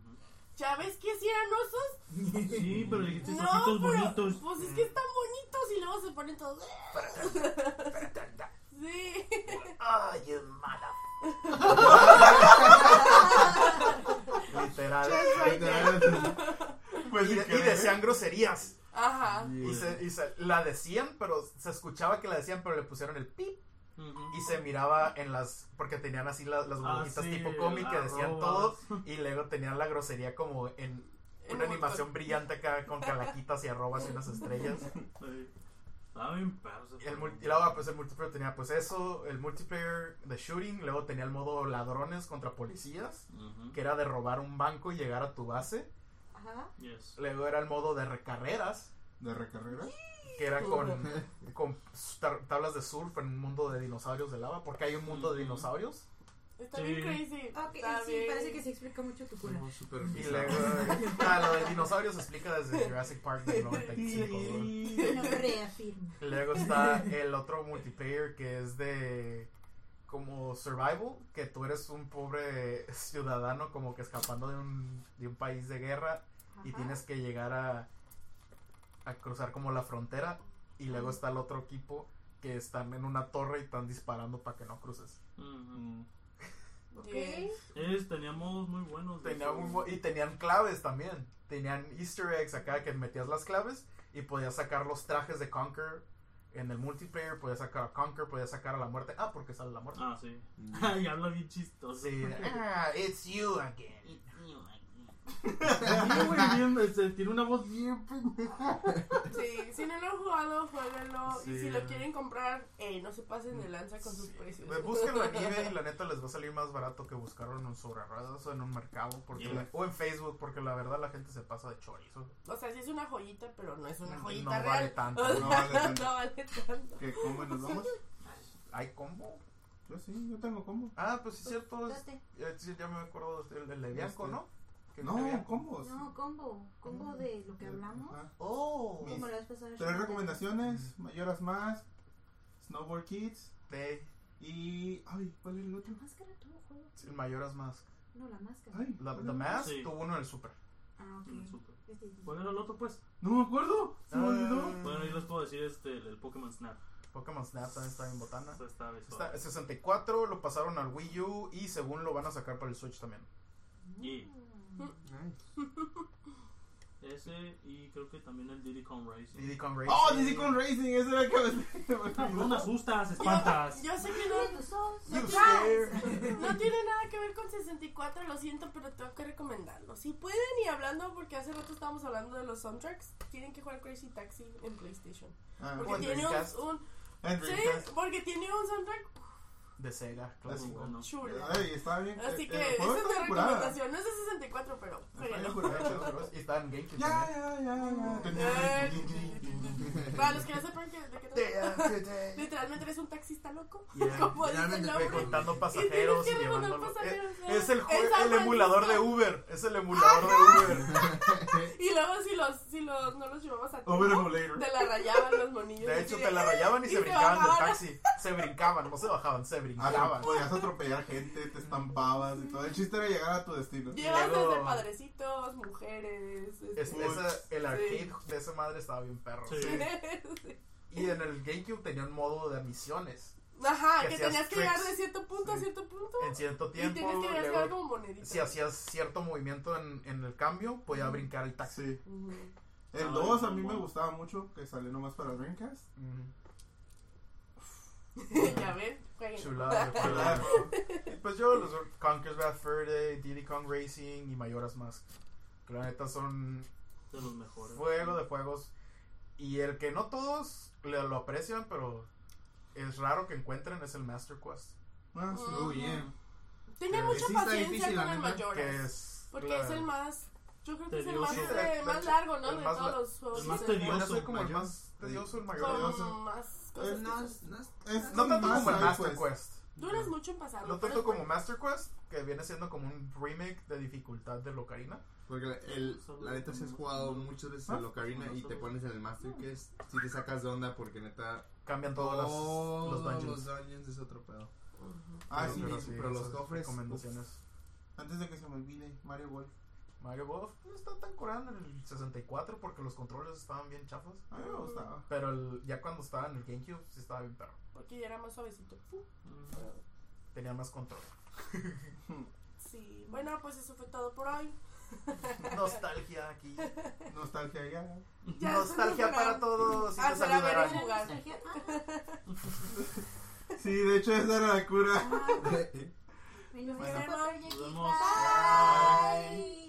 Speaker 4: ¿Sabes qué si eran osos?
Speaker 3: Sí, pero
Speaker 2: [laughs]
Speaker 3: dijiste
Speaker 4: no,
Speaker 3: ojitos
Speaker 4: pero,
Speaker 3: bonitos.
Speaker 4: pues es que están bonitos y luego se ponen todos. eh, Sí. [laughs]
Speaker 7: Oh, you mother.
Speaker 2: Literal.
Speaker 6: Literal,
Speaker 2: Y, de- y decían groserías.
Speaker 4: Ajá.
Speaker 2: Y, se, y se- la decían, pero se escuchaba que la decían, pero le pusieron el pip.
Speaker 3: Ujú.
Speaker 2: Y se miraba en las. Porque tenían así la- las
Speaker 3: Ah,
Speaker 2: burbujitas
Speaker 3: sí,
Speaker 2: tipo cómic que decían todo.
Speaker 3: arrobas.
Speaker 2: Y luego tenían la grosería como en
Speaker 4: En
Speaker 2: una
Speaker 4: un
Speaker 2: animación
Speaker 4: montón.
Speaker 2: brillante acá con calaquitas y arrobas y unas estrellas.
Speaker 3: [laughs] Sí. Estaba bien perro ese
Speaker 2: Y, el, mul-
Speaker 3: juego.
Speaker 2: y luego, pues, el multiplayer tenía pues eso, el multiplayer de shooting, luego tenía el modo ladrones contra policías,
Speaker 3: Ujú.
Speaker 2: que era de robar un banco y llegar a tu base,
Speaker 5: Ajá.
Speaker 3: Yes.
Speaker 2: luego era el modo de recarreras,
Speaker 1: ¿De recarrera?
Speaker 2: que era con, con tar- tablas de surf en un mundo de dinosaurios de lava, porque hay un mundo de
Speaker 3: Ujú.
Speaker 2: dinosaurios,
Speaker 4: Está
Speaker 3: Sí.
Speaker 4: bien crazy.
Speaker 5: Ah, Ok, eh,
Speaker 4: Está
Speaker 5: sí,
Speaker 4: bien.
Speaker 5: parece que se explica mucho tu cura.
Speaker 6: somos súper
Speaker 2: y
Speaker 6: bizarros.
Speaker 2: luego, ah, lo de dinosaurios se explica desde Jurassic Park del 95, ¿no?
Speaker 5: Lo
Speaker 2: [laughs]
Speaker 5: reafirmo.
Speaker 2: Luego está el otro multiplayer que es de como survival, que tú eres un pobre ciudadano como que escapando de un, de un país de guerra y
Speaker 5: Ajá.
Speaker 2: tienes que llegar a, a cruzar como la frontera y luego está el otro equipo que están en una torre y están disparando para que no cruces.
Speaker 3: Ujú.
Speaker 1: Mm.
Speaker 5: Ok.
Speaker 4: Yes.
Speaker 3: Es, teníamos muy buenos. de
Speaker 2: Tenía
Speaker 3: esos.
Speaker 2: un mo- y tenían claves también, tenían easter eggs acá que metías las claves y podías sacar los trajes de Conquer. En el multiplayer podías sacar a Conquer, podías sacar a la muerte. Ah, porque sale la muerte.
Speaker 3: Ah, sí. [laughs] Ay, habla bien chistoso.
Speaker 2: Sí, ah, it's you again.
Speaker 3: [laughs] Sí, güey, bien, este, tiene una voz bien pendeja.
Speaker 4: [laughs] Sí, si no lo han jugado, jueguenlo. Y
Speaker 2: Sí.
Speaker 4: si lo quieren comprar, eh, no se pasen de lanza con sus precios.
Speaker 2: Pues Búsquenlo
Speaker 4: [laughs]
Speaker 2: en eBay y la neta les va a salir más barato que buscarlo en sobre ruedas o en un mercado porque
Speaker 3: Sí.
Speaker 2: la- o en Facebook porque la verdad la gente se pasa de chorizo.
Speaker 4: O sea, sí es una joyita, pero no es una
Speaker 2: No
Speaker 4: joyita
Speaker 2: vale
Speaker 4: real.
Speaker 2: tanto,
Speaker 4: O [laughs] sea,
Speaker 1: no vale tanto.
Speaker 4: no vale tanto.
Speaker 1: ¿Qué combo nos vamos?
Speaker 2: ¿Hay combo?
Speaker 1: Yo sí, yo tengo combo.
Speaker 2: Ah, pues sí es cierto. es-
Speaker 5: Date.
Speaker 2: eh, sí, ya me acuerdo del del Levianco,
Speaker 1: Este.
Speaker 2: ¿no? Que
Speaker 1: No,
Speaker 2: Levianco.
Speaker 1: combos.
Speaker 5: No, combo. Combo de lo que hablamos.
Speaker 1: Ajá.
Speaker 2: Oh.
Speaker 1: Mis-
Speaker 5: Como la vez pasada.
Speaker 1: Tres recomendaciones, mayoras más, Snowboard Kids
Speaker 2: Este,
Speaker 1: y... Ay, ¿cuál es el otro?
Speaker 5: ¿La máscara tuvo juego?
Speaker 2: el Mayoras Mask.
Speaker 5: No, la máscara.
Speaker 1: Ay,
Speaker 2: La,
Speaker 1: ¿cuál
Speaker 2: The
Speaker 1: era?
Speaker 2: Mask
Speaker 3: Sí.
Speaker 2: tuvo uno en el Super.
Speaker 5: Ah, ok.
Speaker 3: Mm, súper.
Speaker 5: Este es-
Speaker 3: ¿Cuál era el otro, pues?
Speaker 1: No me acuerdo, se me olvidó.
Speaker 2: Ah,
Speaker 3: Bueno, yo les puedo decir este, el, el Pokémon Snap.
Speaker 2: Pokémon Snap también está en botana.
Speaker 3: Esta- esta vez.
Speaker 2: Está- 64 lo pasaron al Wii U y según lo van a sacar para el Switch también.
Speaker 3: Y
Speaker 6: Nice.
Speaker 3: ese, y creo que también el Diddy Kong Racing.
Speaker 2: Diddy Kong Racing.
Speaker 1: Oh, DC Con Racing, ese era el que me... [laughs]
Speaker 3: No te asustas, espantas.
Speaker 4: Yo sé que
Speaker 5: Mira
Speaker 4: no,
Speaker 5: tus ojos,
Speaker 2: You
Speaker 5: atrás.
Speaker 2: scare.
Speaker 4: no tiene nada que ver con 64, lo siento, pero tengo que recomendarlo. Si pueden, y hablando, porque hace rato estábamos hablando de los soundtracks, tienen que jugar Crazy Taxi en PlayStation.
Speaker 1: Ah,
Speaker 4: Porque
Speaker 2: Bueno,
Speaker 4: tiene
Speaker 2: Dreamcast.
Speaker 4: un, un-
Speaker 1: en
Speaker 4: sí,
Speaker 1: Dreamcast.
Speaker 4: porque tiene un soundtrack
Speaker 2: De Sega,
Speaker 3: Muy
Speaker 2: clásico.
Speaker 3: bueno.
Speaker 4: chulo.
Speaker 1: Ay, estaba bien. eh,
Speaker 4: Así
Speaker 1: el-
Speaker 4: que
Speaker 2: Eh,
Speaker 1: el
Speaker 4: esa
Speaker 1: juego
Speaker 4: es mi
Speaker 1: estaba curado.
Speaker 4: recomendación. No es de 64, pero
Speaker 2: Ah,
Speaker 4: jueguenlo.
Speaker 2: Y está en
Speaker 1: [laughs]
Speaker 2: GameCube.
Speaker 1: Ya, ya, ya,
Speaker 2: también.
Speaker 1: ya.
Speaker 4: Eh, Para los que no sepan que, de qué
Speaker 2: Day
Speaker 4: trata,
Speaker 2: after day.
Speaker 4: literalmente eres un taxista loco.
Speaker 2: Yeah.
Speaker 4: [laughs] Como dice el
Speaker 6: Literalmente,
Speaker 4: nombre.
Speaker 6: güey,
Speaker 2: Contando
Speaker 4: Y tienes
Speaker 2: pasajeros y
Speaker 4: que recordar
Speaker 2: llevándolos. Eh,
Speaker 4: pasajeros. ¿no?
Speaker 2: Es el, jue-
Speaker 4: En San
Speaker 2: el emulador de
Speaker 4: Francisco.
Speaker 2: Uber. Es el emulador de Uber.
Speaker 4: Y luego si los, si los no los llevabas a
Speaker 1: Over
Speaker 4: tiempo,
Speaker 1: later.
Speaker 4: te la rayaban los monillos.
Speaker 2: De
Speaker 4: así
Speaker 2: hecho,
Speaker 4: de-
Speaker 2: te la rayaban y
Speaker 4: Y
Speaker 2: se
Speaker 4: se
Speaker 2: brincaban del
Speaker 4: bajaban.
Speaker 2: taxi. Se brincaban, no se bajaban, se
Speaker 1: Atro-
Speaker 2: brincaban.
Speaker 1: Ah, Podías atropellar gente, te estampabas y todo. El chiste era llegar a tu destino.
Speaker 4: Llevas
Speaker 2: luego-
Speaker 4: desde padrecitos, mujeres. este- [laughs]
Speaker 2: Es- esa- el
Speaker 4: Sí.
Speaker 2: arcade de esa madre estaba bien perro.
Speaker 3: Sí.
Speaker 2: Y en el GameCube tenía un modo de misiones.
Speaker 4: Ajá,
Speaker 2: Que
Speaker 4: que,
Speaker 2: hacías
Speaker 4: tenías que llegar de
Speaker 2: tricks.
Speaker 4: cierto punto a
Speaker 2: Sí.
Speaker 4: cierto punto.
Speaker 2: En cierto
Speaker 4: Y
Speaker 2: tiempo,
Speaker 4: tenías que llegar a
Speaker 2: luego,
Speaker 4: llegar como monedita.
Speaker 2: si hacías cierto movimiento en, en el cambio, podía brincar el taxi.
Speaker 1: Sí.
Speaker 4: Ujú.
Speaker 1: El
Speaker 3: Ah,
Speaker 1: 2 a
Speaker 3: muy
Speaker 1: mí me
Speaker 3: bueno.
Speaker 1: gustaba mucho, que salió nomás para Dreamcast.
Speaker 2: Ujú.
Speaker 4: [laughs] ya ves, jueguen. [laughs]
Speaker 2: Chulada. de juego.
Speaker 1: Claro.
Speaker 2: pues yo los Conker's Bad Fur Day, Diddy Kong Racing y Mayoras Mask. Que la neta son
Speaker 3: De los mejores.
Speaker 2: fuego de juegos. Y el que no todos le- lo aprecian, pero es raro que encuentren, es el Master Quest.
Speaker 4: [laughs]
Speaker 1: Ah, sí.
Speaker 4: Ujú.
Speaker 6: Uy, eh.
Speaker 4: Tenía
Speaker 2: Que
Speaker 4: mucha
Speaker 6: sí está
Speaker 4: paciencia
Speaker 6: difícil, la
Speaker 4: con el
Speaker 6: neta,
Speaker 2: Que
Speaker 4: Mayoras.
Speaker 2: es.
Speaker 4: Porque
Speaker 2: la-
Speaker 4: es el más. Yo creo que es el
Speaker 3: Tedioso.
Speaker 4: más,
Speaker 2: Sí,
Speaker 4: eh,
Speaker 2: de-
Speaker 4: más
Speaker 2: de-
Speaker 4: largo, ¿no?
Speaker 2: el
Speaker 4: de
Speaker 2: más
Speaker 4: todos
Speaker 2: la-
Speaker 4: los juegos.
Speaker 3: el más
Speaker 4: de-
Speaker 3: tedioso.
Speaker 2: Podría ser como el
Speaker 6: Mayor.
Speaker 2: más tedioso, el mayor.
Speaker 4: Con
Speaker 1: Eh,
Speaker 4: más cosas.
Speaker 6: Pues No,
Speaker 4: que-
Speaker 6: es- no es-
Speaker 1: Es
Speaker 2: No tanto
Speaker 1: más pues.
Speaker 2: como el
Speaker 1: side
Speaker 2: Master
Speaker 1: quest.
Speaker 2: Quest.
Speaker 4: Duras mucho en pasarlo.
Speaker 2: No
Speaker 4: pero
Speaker 2: tanto
Speaker 4: es
Speaker 2: como
Speaker 4: bueno.
Speaker 2: Master Quest, que viene siendo como un remake de dificultad de Locarina.
Speaker 6: Porque la- el, la neta si has jugado
Speaker 1: Ah,
Speaker 6: muchas veces en Locarina y te pones en el Master Quest, si te sacas de onda porque neta
Speaker 2: Cambian todos las-
Speaker 6: todos
Speaker 2: los dungeons.
Speaker 6: los dungeons es otro pedo.
Speaker 1: Ah,
Speaker 6: Pero-
Speaker 1: sí,
Speaker 6: pero,
Speaker 1: sí,
Speaker 6: pero los
Speaker 2: esas
Speaker 6: cofres.
Speaker 2: Recomendaciones.
Speaker 1: Antes de que se me olvide, Mario Golf.
Speaker 2: Mario Golf no está tan curado en el 64 porque los controles estaban bien chafos.
Speaker 1: A mí me gustaba.
Speaker 2: Pero el- ya cuando estaba en el GameCube sí estaba bien perro.
Speaker 4: Porque ya era más suavecito.
Speaker 3: Mm.
Speaker 2: Tenía más
Speaker 4: [laughs]
Speaker 2: control.
Speaker 4: Sí. Bueno, pues eso fue todo por hoy.
Speaker 2: Nostalgia aquí.
Speaker 1: Nostalgia ya.
Speaker 4: Ya,
Speaker 2: Nostalgia
Speaker 4: no,
Speaker 2: para
Speaker 4: no.
Speaker 2: todos. Y
Speaker 4: Ah,
Speaker 2: te
Speaker 4: será ver
Speaker 2: saludarán.
Speaker 4: el jugar. [laughs]
Speaker 1: Sí, de hecho esa [laughs] era la cura.
Speaker 5: Ah,
Speaker 6: Eh, eh.
Speaker 5: Menos
Speaker 4: Bueno.
Speaker 5: papel,
Speaker 3: Nos
Speaker 5: Jackie.
Speaker 3: vemos.
Speaker 5: Bye.